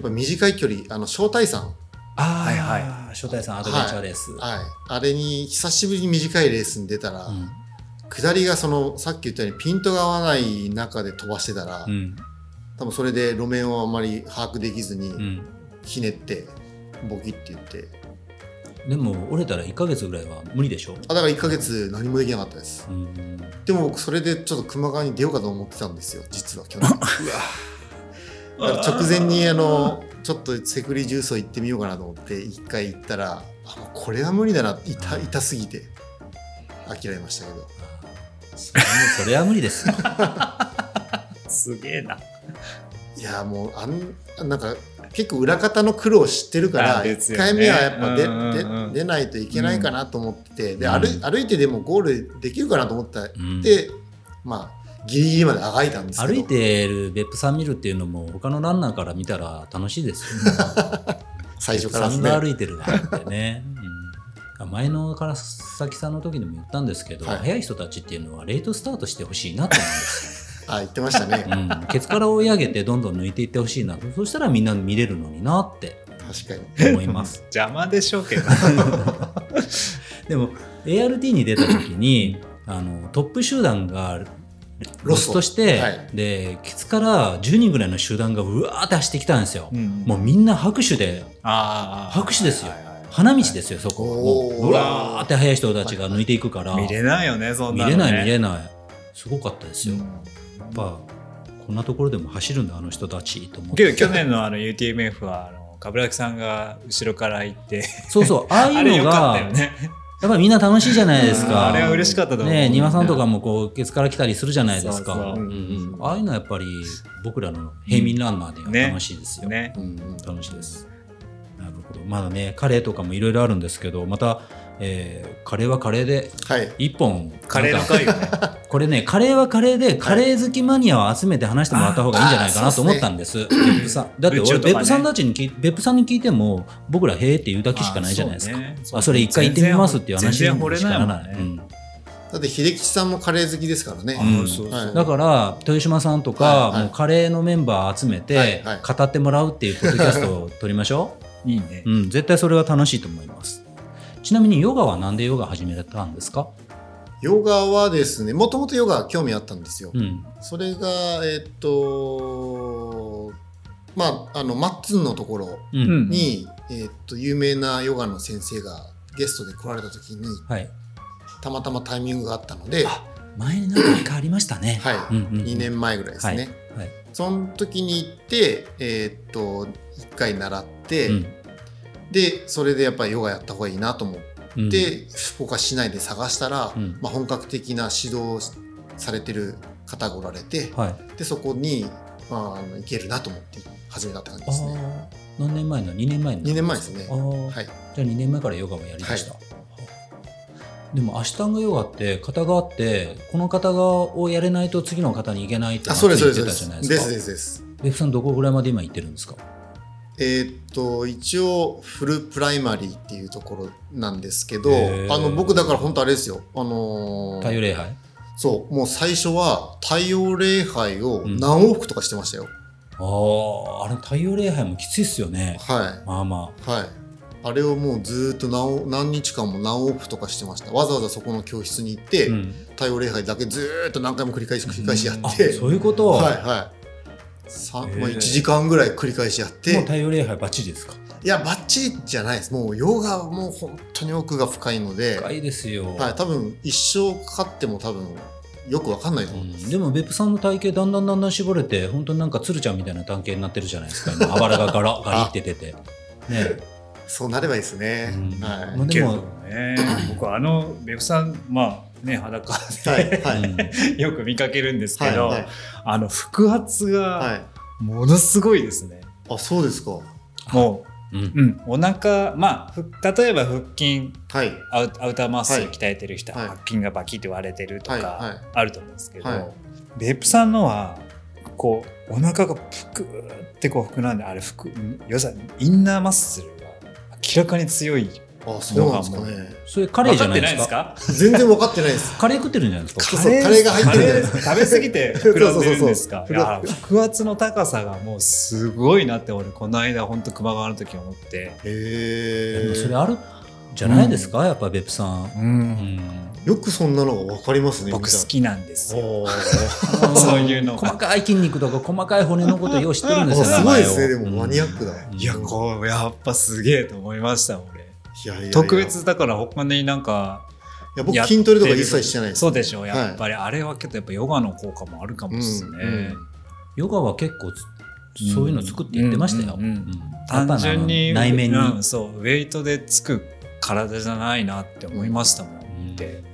Speaker 3: っぱ短い距離あの招待さん、
Speaker 1: あ
Speaker 2: はい
Speaker 1: はい。初代さんアドベンチャーレース。
Speaker 3: はい、あれに久しぶりに短いレースに出たら、
Speaker 1: うん
Speaker 3: 下りがそのさっき言ったようにピントが合わない中で飛ばしてたら、
Speaker 1: うん
Speaker 3: 多分それで路面をあんまり把握できずに
Speaker 1: うん、
Speaker 3: ひねってボキって言って
Speaker 1: でも折れたら1ヶ月ぐらいは無理でしょ、
Speaker 3: あだから1ヶ月何もできなかったです
Speaker 1: うん、
Speaker 3: でも僕それでちょっと熊川に出ようかと思ってたんですよ実は去年だから直前にあのちょっとセクリ重曹行ってみようかなと思って1回行ったらあもうこれは無理だな痛痛すぎて諦めましたけど
Speaker 1: そ れはそれは無理ですよ
Speaker 2: すげえな。
Speaker 3: いやもうあんなんか結構裏方の苦労知ってるから
Speaker 2: あです
Speaker 3: 1
Speaker 2: よね
Speaker 3: 回目はやっぱ出,で、
Speaker 2: うんうんうん
Speaker 3: 出ないといけないかなと思ってて、で
Speaker 1: うん
Speaker 3: 歩い歩いてでもゴールできるかなと思ったっ
Speaker 1: うん
Speaker 3: て、まあギリギリまであがいたんですけど
Speaker 1: 歩いてる別府さん見るっていうのも他のランナーから見たら楽しいです よ、
Speaker 3: 最初からで
Speaker 1: 別府さ
Speaker 3: すね
Speaker 1: んが歩いてるなんてね、うん前の唐崎さんの時でも言ったんですけど、
Speaker 3: はい
Speaker 1: 早い人たちっていうのはレートスタートしてほしいなと思うんです、
Speaker 3: あ言ってましたね
Speaker 1: うん、ケツから追い上げてどんどん抜いていってほしいなそしたらみんな見れるのになって
Speaker 3: 確かに
Speaker 1: 思います
Speaker 2: 邪魔でしょうけど。
Speaker 1: でも ART に出た時にあのトップ集団がロスとして、
Speaker 3: はい
Speaker 1: でケツから10人ぐらいの集団がうわーって走ってきたんですよ、
Speaker 2: ん
Speaker 1: もうみんな拍手で
Speaker 2: あー
Speaker 1: 拍手ですよ
Speaker 2: はいはいはい
Speaker 1: 花道ですよそこ
Speaker 3: おー
Speaker 1: もううわーって速い人たちが抜いていくから、
Speaker 2: 見れないよねそん
Speaker 1: 見
Speaker 2: なの、
Speaker 1: れ
Speaker 2: ね、
Speaker 1: ない見
Speaker 2: ない
Speaker 1: れないすごかったですよ、やっぱこんなところでも走るんだあの人たちと思っ
Speaker 2: け
Speaker 1: て
Speaker 2: ど去年のあの UTMF はあの冠城さんが後ろから行って
Speaker 1: そうそうああ
Speaker 2: あ
Speaker 1: い
Speaker 2: れ
Speaker 1: う
Speaker 2: よ
Speaker 1: の
Speaker 2: かっ
Speaker 1: が
Speaker 2: たよね
Speaker 1: やっぱりみんな楽しいじゃないですか
Speaker 2: あれは嬉しかったと思う
Speaker 1: ね丹羽さんとかもこうケツから来たりするじゃないですか
Speaker 2: そうそう
Speaker 1: うんうんああいうのはやっぱり僕らの平民ランナーでは楽しいですよ、
Speaker 2: ね
Speaker 1: うんうん楽しいですなるほどまだねカレーとかもいろいろあるんですけどまた、えーカレーはカレーで
Speaker 3: はい。
Speaker 1: 一本
Speaker 2: カレーの
Speaker 1: なんか
Speaker 2: 会よね
Speaker 1: これねカレーはカレーでカレー好きマニアを集めて話してもらった方がいいんじゃないかなと思ったんです別府さんだって
Speaker 2: 宇宙
Speaker 1: 俺別
Speaker 2: とかね
Speaker 1: 府さんたちに聞い別府さんに聞いても僕ら「へえ」って言うだけしかないじゃないですか
Speaker 2: あそうね
Speaker 1: あそれ一回行ってみますっていう話
Speaker 2: 全然
Speaker 1: に
Speaker 2: 掘れ
Speaker 1: しか
Speaker 2: ない
Speaker 1: な
Speaker 2: も
Speaker 1: ら
Speaker 2: ん
Speaker 1: ない、
Speaker 2: ね
Speaker 3: だって秀吉さんもカレー好きですからね。
Speaker 1: うん
Speaker 2: あそうそう
Speaker 1: うんだから豊島さんとか、
Speaker 3: はいはい
Speaker 1: もうカレーのメンバー集め
Speaker 3: はい
Speaker 1: て
Speaker 3: はい
Speaker 1: 語ってもらうっていうポッドキャストを撮りましょ
Speaker 2: いいね
Speaker 1: う、うん、絶対それは楽しいと思いますちなみにヨガはなんでヨガ始めたんですか、
Speaker 3: ヨガはですね、もともとヨガ興味あったんですよ。
Speaker 1: うん
Speaker 3: それが、えっと、まあ、あの、マッツンのところ
Speaker 1: うん
Speaker 2: うん
Speaker 3: に、えっと、有名なヨガの先生がゲストで来られた時に、
Speaker 1: はい
Speaker 3: たまたまタイミングがあったので、は
Speaker 1: あ前に何か一回ありましたね、
Speaker 3: い、
Speaker 1: うんうんうん
Speaker 3: 2年前ぐらいですね。
Speaker 1: はいはい
Speaker 3: その時に行って、えっと、1回習って、で、それでやっぱりヨガやった方がいいなと思って、
Speaker 1: うん、
Speaker 3: で福岡市内で探したら、
Speaker 1: うん
Speaker 3: まあ、本格的な指導をされてる方がおられて
Speaker 1: はい、
Speaker 3: でそこに、まああの、行けるなと思って始めたって感じ
Speaker 1: あ
Speaker 3: ですね
Speaker 1: あ何年前の2年前の
Speaker 3: 2年前ですね
Speaker 1: あー
Speaker 3: はい
Speaker 1: じゃあ2年前からヨガをやりました、でもアシタンガヨガって型があってこの型をやれないと次の型に行けないって
Speaker 3: あそうですそう
Speaker 1: 言
Speaker 3: で
Speaker 1: っ
Speaker 3: す
Speaker 1: て
Speaker 3: そ
Speaker 1: た
Speaker 3: うで
Speaker 1: じゃない
Speaker 3: す
Speaker 1: でか
Speaker 3: ですすですです
Speaker 1: ベフさんどこぐらいまで今行ってるんですか
Speaker 3: えーっと一応フルプライマリーっていうところなんですけど
Speaker 1: へー
Speaker 3: あの僕だから本当あれですよあのー
Speaker 1: 太陽礼拝
Speaker 3: そうもう最初は太陽礼拝を何往復とかしてましたよ、
Speaker 1: あああれ太陽礼拝もきついっすよね
Speaker 3: はい
Speaker 1: まあま
Speaker 3: はい。あれをもうずーっと何往何日間も何往復とかしてました。わざわざそこの教室に行っ
Speaker 1: あ、
Speaker 3: て、
Speaker 1: うん、
Speaker 3: 太陽礼拝だけずーっと何回も繰り返し繰り返しや
Speaker 1: あ
Speaker 3: って、
Speaker 1: そういうこと、
Speaker 3: はいはい。さ
Speaker 1: へー
Speaker 3: まあ、1時間ぐらい繰り返しやっ
Speaker 1: もう
Speaker 3: て、
Speaker 1: 太陽礼拝バッチリですか
Speaker 3: いや、バッチリじゃないです。もう、ヨガはもう本当に奥が深いので、
Speaker 1: 深いですよ、
Speaker 3: はい、多分、一生かかっても多分、よくわかんないと
Speaker 1: う
Speaker 3: 思います。
Speaker 1: んでも別府さんの体型だんだんだんだん絞れて本当になんか鶴ちゃんみたいな体型になってるじゃないですか今あばらがガラガリって出てね
Speaker 3: そうなればいいですね。
Speaker 1: うん
Speaker 3: はい。
Speaker 1: まあで
Speaker 2: けど
Speaker 1: も、
Speaker 2: ね僕はあのベフさんまあね裸
Speaker 3: は
Speaker 2: で
Speaker 3: い、はい、
Speaker 1: うん
Speaker 2: よく見かけるんですけど、
Speaker 3: はい、
Speaker 2: あの腹圧
Speaker 3: は
Speaker 2: が
Speaker 3: い。
Speaker 2: ものすごいですね、
Speaker 3: あ、そうですか。
Speaker 2: も
Speaker 1: うん
Speaker 2: う、うん、お腹まあふ例えば腹筋
Speaker 3: はい。
Speaker 2: アウアウターマッスル
Speaker 3: はい
Speaker 2: 鍛えてる人は
Speaker 3: はい
Speaker 2: 腹筋がバキッて割れてると
Speaker 3: はいは
Speaker 2: か
Speaker 3: い
Speaker 2: あると思うんですけど、
Speaker 3: はい
Speaker 2: ベップさんのはこうお腹がぷくーってこう膨らんであれ腹要するにインナーマッスルが明らかに強い
Speaker 3: あ、そうなんですかね。
Speaker 1: それカレーじゃないですか
Speaker 2: 分かって
Speaker 3: 全然分かってないです。
Speaker 1: カレー食ってるんじゃないですか
Speaker 3: そうカレーが入ってる
Speaker 2: カレー食べ過ぎて膨らんでるんですか
Speaker 3: そうそうそう
Speaker 2: いや腹圧の高さがもうすごいなって俺この間本当熊川の時思って、
Speaker 1: で
Speaker 3: へ
Speaker 1: も
Speaker 3: え。
Speaker 1: それあるじゃないですか、やっぱ別府さん、うん、
Speaker 3: よくそんなのが分かりますね。
Speaker 2: 僕好
Speaker 3: み
Speaker 2: きなんです
Speaker 3: たい
Speaker 2: よ
Speaker 3: な。おー
Speaker 2: そういうのが
Speaker 1: 細かい筋肉とか細かい骨のことよう知ってるん
Speaker 3: あ
Speaker 1: ですよ
Speaker 3: すごいですね。で
Speaker 1: 名前を
Speaker 3: もマニアックだ。
Speaker 1: うん
Speaker 2: いやこうやっぱすげえと思いました俺
Speaker 3: いやいやいや
Speaker 2: 特。別だから他になんか
Speaker 3: いや僕筋トレとか一切してないです。
Speaker 2: そうでしょう
Speaker 3: はい
Speaker 2: やっぱりあれはけどやっぱヨガの効果もあるかもですね、
Speaker 1: ヨガは結構つそういうの作って言ってましたよ、
Speaker 2: うんうんうん
Speaker 1: やっぱ
Speaker 2: 単純に
Speaker 1: あの内面に、
Speaker 2: うんそうウェイトでつく体じゃないなって思いましたもん、
Speaker 1: うん
Speaker 2: で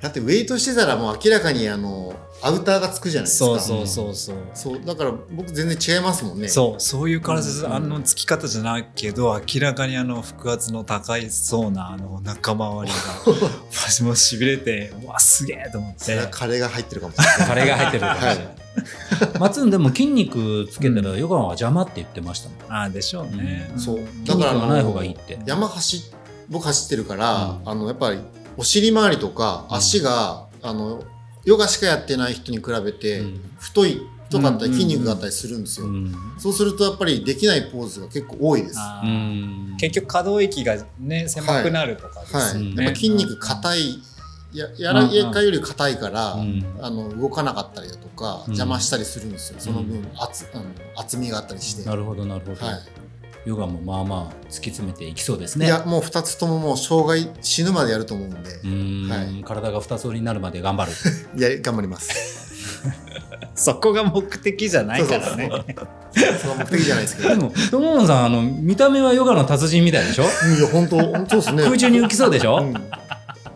Speaker 3: だってウェイトしてたらもう明らかにあのアウターがつくじゃないですか。
Speaker 2: そうそうそうそう、
Speaker 3: そうだから僕全然違いますもんね。
Speaker 2: そうそういう体じゃ、
Speaker 3: うん
Speaker 2: あのつき方じゃないけど明らかにあの腹圧の高いそうなあのお腹周り が私もしびれてうわすげえと思っ
Speaker 3: そ
Speaker 2: て
Speaker 3: れはカレーが入ってるかも しれない。
Speaker 1: カレーが入ってるかもしれない
Speaker 3: は
Speaker 1: 松んでも筋肉つけたらヨガは邪魔って言ってましたもん
Speaker 2: ああでしょうね、
Speaker 1: うん
Speaker 3: そうだ
Speaker 1: 筋
Speaker 3: か
Speaker 1: 肉
Speaker 3: らあ
Speaker 1: が
Speaker 3: の
Speaker 1: ない方がいいって
Speaker 3: 山走っ僕走ってるから、
Speaker 1: うん
Speaker 3: あのやっぱりお尻周りとか
Speaker 1: うん
Speaker 3: 足が、あのヨガしかやってない人に比べて、
Speaker 1: うん
Speaker 3: 太い太かったり筋肉があったりするんです
Speaker 1: う
Speaker 3: よ、
Speaker 1: ん
Speaker 3: そうするとやっぱりできないポーズが結構多いです
Speaker 2: あ
Speaker 1: う
Speaker 2: ー
Speaker 1: ん
Speaker 2: 結局可動域がね狭くなるとかです
Speaker 3: は
Speaker 2: よ
Speaker 3: い、
Speaker 2: ね。
Speaker 3: やっぱ筋肉硬いややらかより硬いから、
Speaker 1: うん
Speaker 3: あの動かなかったりだとか
Speaker 1: うん
Speaker 3: 邪魔したりするんですよ、その
Speaker 1: う
Speaker 3: 分厚あの厚みがあったりして、
Speaker 1: なるほどなるほど、
Speaker 3: は
Speaker 1: ヨガもまあまあ突き詰めていきそうです
Speaker 3: い
Speaker 1: ね
Speaker 3: いやもう2つとももう障害死ぬまでやると思うんで
Speaker 1: う、ーん、
Speaker 3: はい
Speaker 1: 体が二つ折りになるまで頑張る
Speaker 3: いや頑張ります
Speaker 2: そこが目的じゃないからね。
Speaker 3: それは目的じゃない ですけ ど
Speaker 1: で
Speaker 3: い
Speaker 1: もトモモンさんあの見た目はヨガの達人みたいでしょ
Speaker 3: や本当本当ですね
Speaker 1: 空中に浮きそうでしょ、
Speaker 3: うん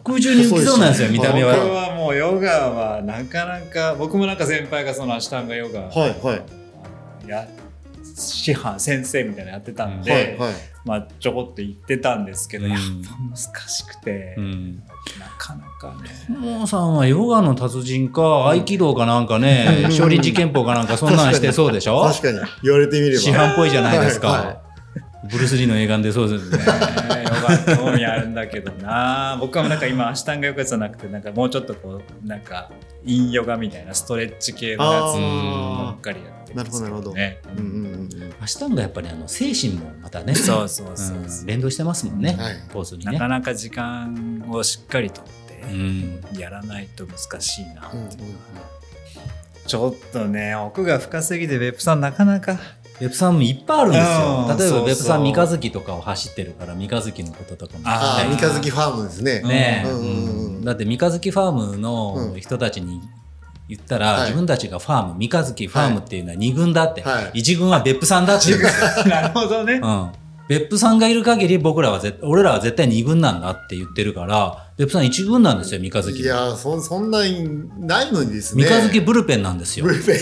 Speaker 1: 空中に浮きそうなんですよ
Speaker 3: そう
Speaker 1: 見
Speaker 3: で
Speaker 1: た
Speaker 3: す
Speaker 2: 僕
Speaker 1: 目は
Speaker 2: はもうヨガはなかなか僕もなんか先輩がそのアシュタンガヨガ
Speaker 3: はいはい
Speaker 2: や師範先生みたいなのやってたんで、
Speaker 3: はいはい
Speaker 2: まあちょこっと言ってたんですけど、
Speaker 1: うん
Speaker 2: やっぱ難しくて、
Speaker 1: うん
Speaker 2: なかなかね。
Speaker 1: トモモンさんはヨガの達人か合気道かなんかね
Speaker 3: うん
Speaker 1: 少林寺拳法かなんかそんなんしてそうでしょ
Speaker 3: 確かに言われてみれば
Speaker 1: 市販っぽいじゃないですか、
Speaker 3: はいは
Speaker 1: ブルース・リーの映画でそうですね
Speaker 2: ねヨガ興味あるんだけどな僕はなんか今アシュタンガヨガじゃなくてなんかもうちょっとこうなんかインヨガみたいなストレッチ系のやつば
Speaker 3: あ
Speaker 2: っかりやってるんですけどね。
Speaker 3: なるほどなーうんうんうんうん
Speaker 1: アシュタンがやっぱりあの精神もまたね
Speaker 2: そうそうそううんそう、
Speaker 1: 連動してますもんね、
Speaker 3: はい
Speaker 1: ポーズに
Speaker 2: な
Speaker 1: ね
Speaker 2: かなか時間をしっかりとって。
Speaker 1: うん
Speaker 2: やらないと難しいな、
Speaker 3: うんうんうん
Speaker 2: ちょっとね奥が深すぎて別府さんなかなか
Speaker 1: ベプさんもいっぱいあるん
Speaker 2: うん
Speaker 1: ですよ。例え
Speaker 2: そ
Speaker 1: ば
Speaker 2: う
Speaker 1: ベプさ
Speaker 2: そ
Speaker 1: ん
Speaker 2: う
Speaker 1: 三日月とかを走ってるから三日月のこととかも
Speaker 3: あ
Speaker 1: 聞
Speaker 2: ー
Speaker 3: あ三
Speaker 1: きた
Speaker 3: 日
Speaker 1: い
Speaker 3: 月ファームですね
Speaker 1: ねえ、
Speaker 3: うんうんうん
Speaker 1: だって三日月ファームの人たちに言ったら、
Speaker 3: はい
Speaker 1: 自分たちがファーム三日月ファームっていうのは二軍だって、
Speaker 3: はい
Speaker 1: 一軍は別府さんだって言うん ですよ。
Speaker 2: なるほどね
Speaker 1: うん別府さんがいる限り僕らは絶俺らは絶対二軍なんだって言ってるから別府さん一軍なんですよ三日
Speaker 3: い
Speaker 1: 月
Speaker 3: やそそんなんないのにです
Speaker 1: 三
Speaker 3: ね
Speaker 1: 日月ブルペンなんです よ
Speaker 3: ブ。ルペン
Speaker 1: う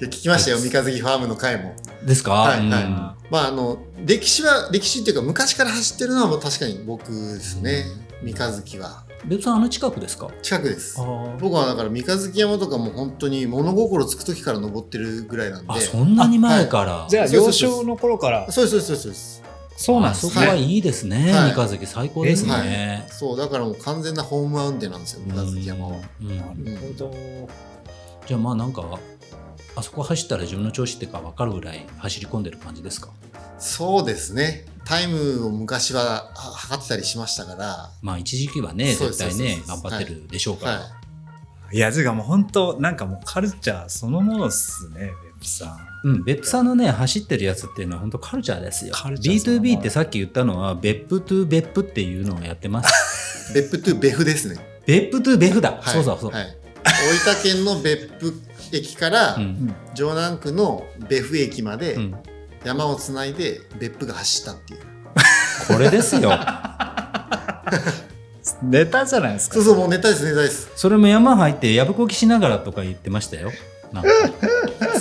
Speaker 3: いや聞きましたよ三日月ファームの回も
Speaker 1: ん、ですか、
Speaker 3: はいはい
Speaker 1: うん
Speaker 3: まああの歴史は歴史っていうか昔から走ってるのは確かに僕ですね三日月は
Speaker 1: 別府さんあの近くですか
Speaker 3: 近くです
Speaker 1: あ
Speaker 3: 僕はだから三日月山とかも本当に物心つく時から登ってるぐらいなんで
Speaker 1: あ
Speaker 3: そ
Speaker 1: そう
Speaker 3: で
Speaker 1: んなに前から。
Speaker 2: じゃあ
Speaker 3: そうそう
Speaker 2: 幼
Speaker 3: そう
Speaker 2: 少の頃から
Speaker 3: すそうですそうです
Speaker 2: そうなん
Speaker 1: あ
Speaker 2: です
Speaker 1: そ
Speaker 2: ね
Speaker 1: こはいいですね、
Speaker 3: はい
Speaker 1: 三日月最高ですね。
Speaker 3: そうだからもう完全なホームラウンデなんですよ三日月山は
Speaker 1: うんうん
Speaker 2: なるほど、
Speaker 1: じゃあまあなんかあそこ走ったら自分の調子っていうか分かるぐらい走り込んでる感じですか
Speaker 3: そうですねタイムを昔はは測ってたりしましたから
Speaker 1: まあ一時期はね
Speaker 3: そうで
Speaker 1: 絶対
Speaker 3: すそうで
Speaker 1: ね
Speaker 3: す
Speaker 1: 頑張ってるでしょうから、
Speaker 3: はい
Speaker 2: やてかもう本当なんかもうカルチャーそのものっすね別府さん
Speaker 1: うん、別府さんのね走ってるやつっていうのは本当カルチャーですよ
Speaker 2: カルチャーそのもの
Speaker 1: B2B ってさっき言ったのは別府トゥ別府っていうのをやってます
Speaker 3: い別府トゥベフですね
Speaker 1: 別府トゥ別府だ、
Speaker 3: はい
Speaker 1: そうそうそう、
Speaker 3: はい、大分県の別府駅から、
Speaker 1: うん
Speaker 3: 城南区の別府駅まで、
Speaker 1: うん、
Speaker 3: 山をつないで別府が走ったっていう
Speaker 1: これですよ
Speaker 2: ネタじゃないですか
Speaker 3: そうそうもうネタですネ タです
Speaker 1: それも山入ってやぶこきしながらとか言ってましたよなんか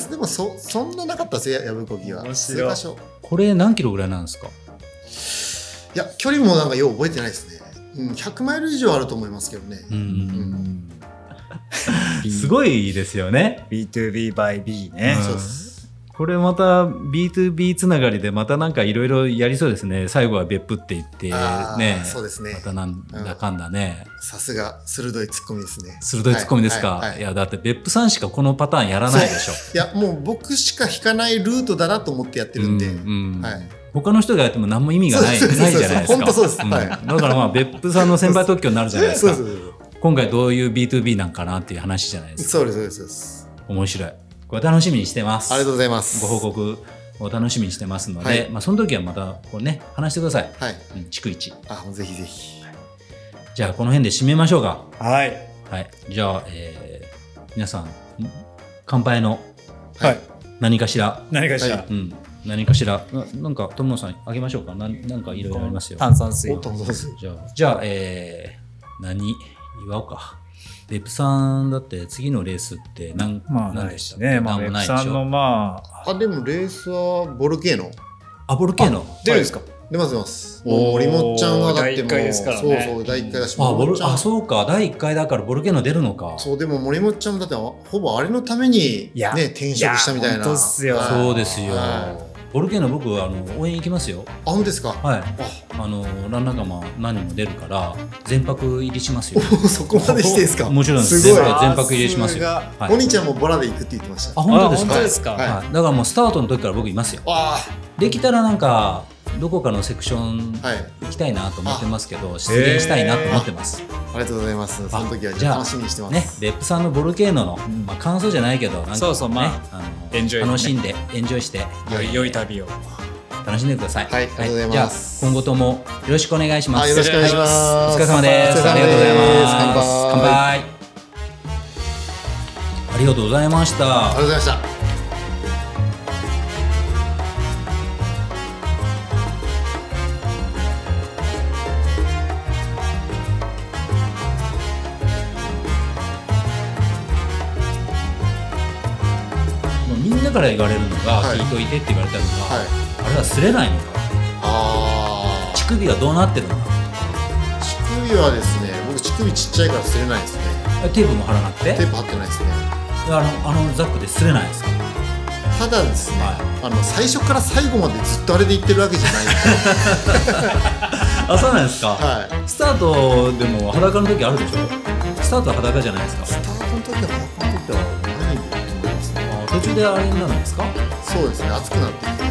Speaker 3: でもそそんななかったですよやぶこぎは
Speaker 2: 面
Speaker 3: 数
Speaker 2: 白い
Speaker 3: 箇所
Speaker 1: これ何キロぐらいなんですか
Speaker 3: いや距離もなんかよう覚えてないですね、うん、100マイル以上あると思いますけどね、
Speaker 1: うん
Speaker 2: うん
Speaker 1: すごいですよね。
Speaker 2: B2B by B ね、
Speaker 1: うん
Speaker 3: そうです
Speaker 1: これまた B2B つながりでまたなんかいろいろやりそうですね。最後は別府って言って
Speaker 3: あー
Speaker 1: ね。
Speaker 3: そうですね
Speaker 1: またなんだかんだね。
Speaker 3: さすが鋭いツッコミですね
Speaker 1: 鋭いツッコミですか。
Speaker 3: はいいはいはい
Speaker 1: やだって別府さんしかこのパターンやらないでしょ。
Speaker 3: いやもう僕しか引かないルートだなと思ってやってるんで、
Speaker 1: うんうん
Speaker 3: はい
Speaker 1: 他の人がやっても何も意味がない
Speaker 3: そうです
Speaker 1: ないじゃないですか。
Speaker 3: 本当そうです
Speaker 1: ん
Speaker 3: はい
Speaker 1: だからまあ別府さんの先輩特許になるじゃないです
Speaker 3: そう
Speaker 1: か
Speaker 3: そう。そう
Speaker 1: 今回どういう B2B なんかなっていう話じゃないですか。
Speaker 3: そうですそうですそうです
Speaker 1: 面白い。これ楽しみにしてます。
Speaker 3: ありがとうございます
Speaker 1: ご報告を楽しみにしてますので、
Speaker 3: はい
Speaker 1: まあ、その時はまたこう、ね、話してください、
Speaker 3: はい
Speaker 1: うん、逐一
Speaker 3: あぜひぜひ
Speaker 1: じゃあこの辺で締めましょうか、
Speaker 2: はい
Speaker 1: はい、じゃあ、えー皆さんん乾杯の
Speaker 2: はい
Speaker 1: 何かしら、
Speaker 2: 何かしら、
Speaker 3: は
Speaker 1: うん、何かしらななんか友野さんあげましょうかなんなんかいろいろありますよ
Speaker 2: 炭酸水
Speaker 3: おっとどうぞ
Speaker 1: じゃあじゃあ、えー何祝おうかデプさんだって次のレースって何,、
Speaker 2: まあ
Speaker 1: 何
Speaker 2: ない
Speaker 1: でした
Speaker 2: し
Speaker 1: っ
Speaker 2: ね
Speaker 1: け
Speaker 2: まあ
Speaker 1: 何も
Speaker 2: 別
Speaker 1: ないで
Speaker 2: 府さ
Speaker 1: し
Speaker 2: んの
Speaker 1: ょ
Speaker 2: まあ
Speaker 3: あでもレースはボルケーノ
Speaker 1: アボルケーノ
Speaker 2: 出るんですか、
Speaker 3: 出ます出ます
Speaker 2: おー
Speaker 3: もう森本ちゃんはだっても
Speaker 2: 第一
Speaker 3: う
Speaker 2: 回ですからね
Speaker 3: そうそう第一回だし
Speaker 1: あボ
Speaker 3: 森本ち
Speaker 1: ル
Speaker 3: ゃん
Speaker 1: あそうか第1回だからボルケーノ出るのか
Speaker 3: そうでも森本ちゃんもだってほぼあれのために
Speaker 2: いや
Speaker 3: ね転職したみたい
Speaker 2: いや
Speaker 3: な
Speaker 2: 本当っすよ
Speaker 3: はい
Speaker 1: そうですよ
Speaker 3: は
Speaker 1: ボルケーノ僕あの応援行きますよ
Speaker 3: あ、本当ですか。あ、
Speaker 1: はいあのランナーガマ何人も出るから全泊入りしますよ
Speaker 3: おそこまでしてですか。
Speaker 1: もちろんです
Speaker 3: すご
Speaker 1: 全
Speaker 3: い。
Speaker 1: 全泊入れしますよ
Speaker 2: さが
Speaker 1: はい
Speaker 3: お兄ちゃんもボラで行くって言ってました。
Speaker 1: あ
Speaker 3: あ
Speaker 1: 本当です
Speaker 2: あ
Speaker 1: か
Speaker 2: 本当ですか、
Speaker 3: はい
Speaker 1: はい、だからもうスタートの時から僕いますよ
Speaker 3: あ
Speaker 1: できたらなんかどこかのセクション
Speaker 3: ー、はい。あ
Speaker 1: 行きたいなと思ってますけど出現したいなと思ってます、
Speaker 3: りがとうございます。その時は
Speaker 1: じゃあ
Speaker 3: 楽しみにしてます。
Speaker 1: ね別府さんのボルケーノの、
Speaker 2: ん
Speaker 1: まあ、感想じゃないけどなんか、ね、
Speaker 2: そうそうま
Speaker 1: あの
Speaker 2: エンジョイね
Speaker 1: 楽しんでエンジョイして
Speaker 2: 良い良い旅を
Speaker 1: 楽しんでください
Speaker 3: はいありがとうございます
Speaker 1: じゃあ今後ともよろしくお願いします
Speaker 3: あ、よろしくお願いします。
Speaker 1: お疲れ様です。
Speaker 3: お疲れ様
Speaker 1: ありがとうございます。
Speaker 3: です乾
Speaker 1: 乾
Speaker 3: 杯。あ
Speaker 1: 杯。ありがとうございまし
Speaker 3: りが
Speaker 1: た
Speaker 3: と。うございました。
Speaker 1: もうみんなから言われるのが、
Speaker 3: はい
Speaker 1: 聞いといてって言われたのが、
Speaker 3: はい。
Speaker 1: あれは擦れないのか、
Speaker 3: あ
Speaker 1: 乳首がどうなってるのか、
Speaker 3: あ、乳首はですね、僕乳首ちっちゃいから擦れないですね。
Speaker 1: テープも貼らなくて、
Speaker 3: テープ貼ってないですね。
Speaker 1: あのあのザックで擦れないですか。
Speaker 3: ただですね、
Speaker 1: は
Speaker 3: あの最初から最後までずっとあれで言ってるわけじゃないん で。
Speaker 1: あ、そうなんですか。
Speaker 3: はい。
Speaker 1: スタートでも裸の時あるでしょ。スタートは裸じゃないですか。
Speaker 3: スタートの時はパッパの時は何で言ってもらいますね。
Speaker 1: あ途中であれになるんですか。
Speaker 3: そうですね、暑くなってきて。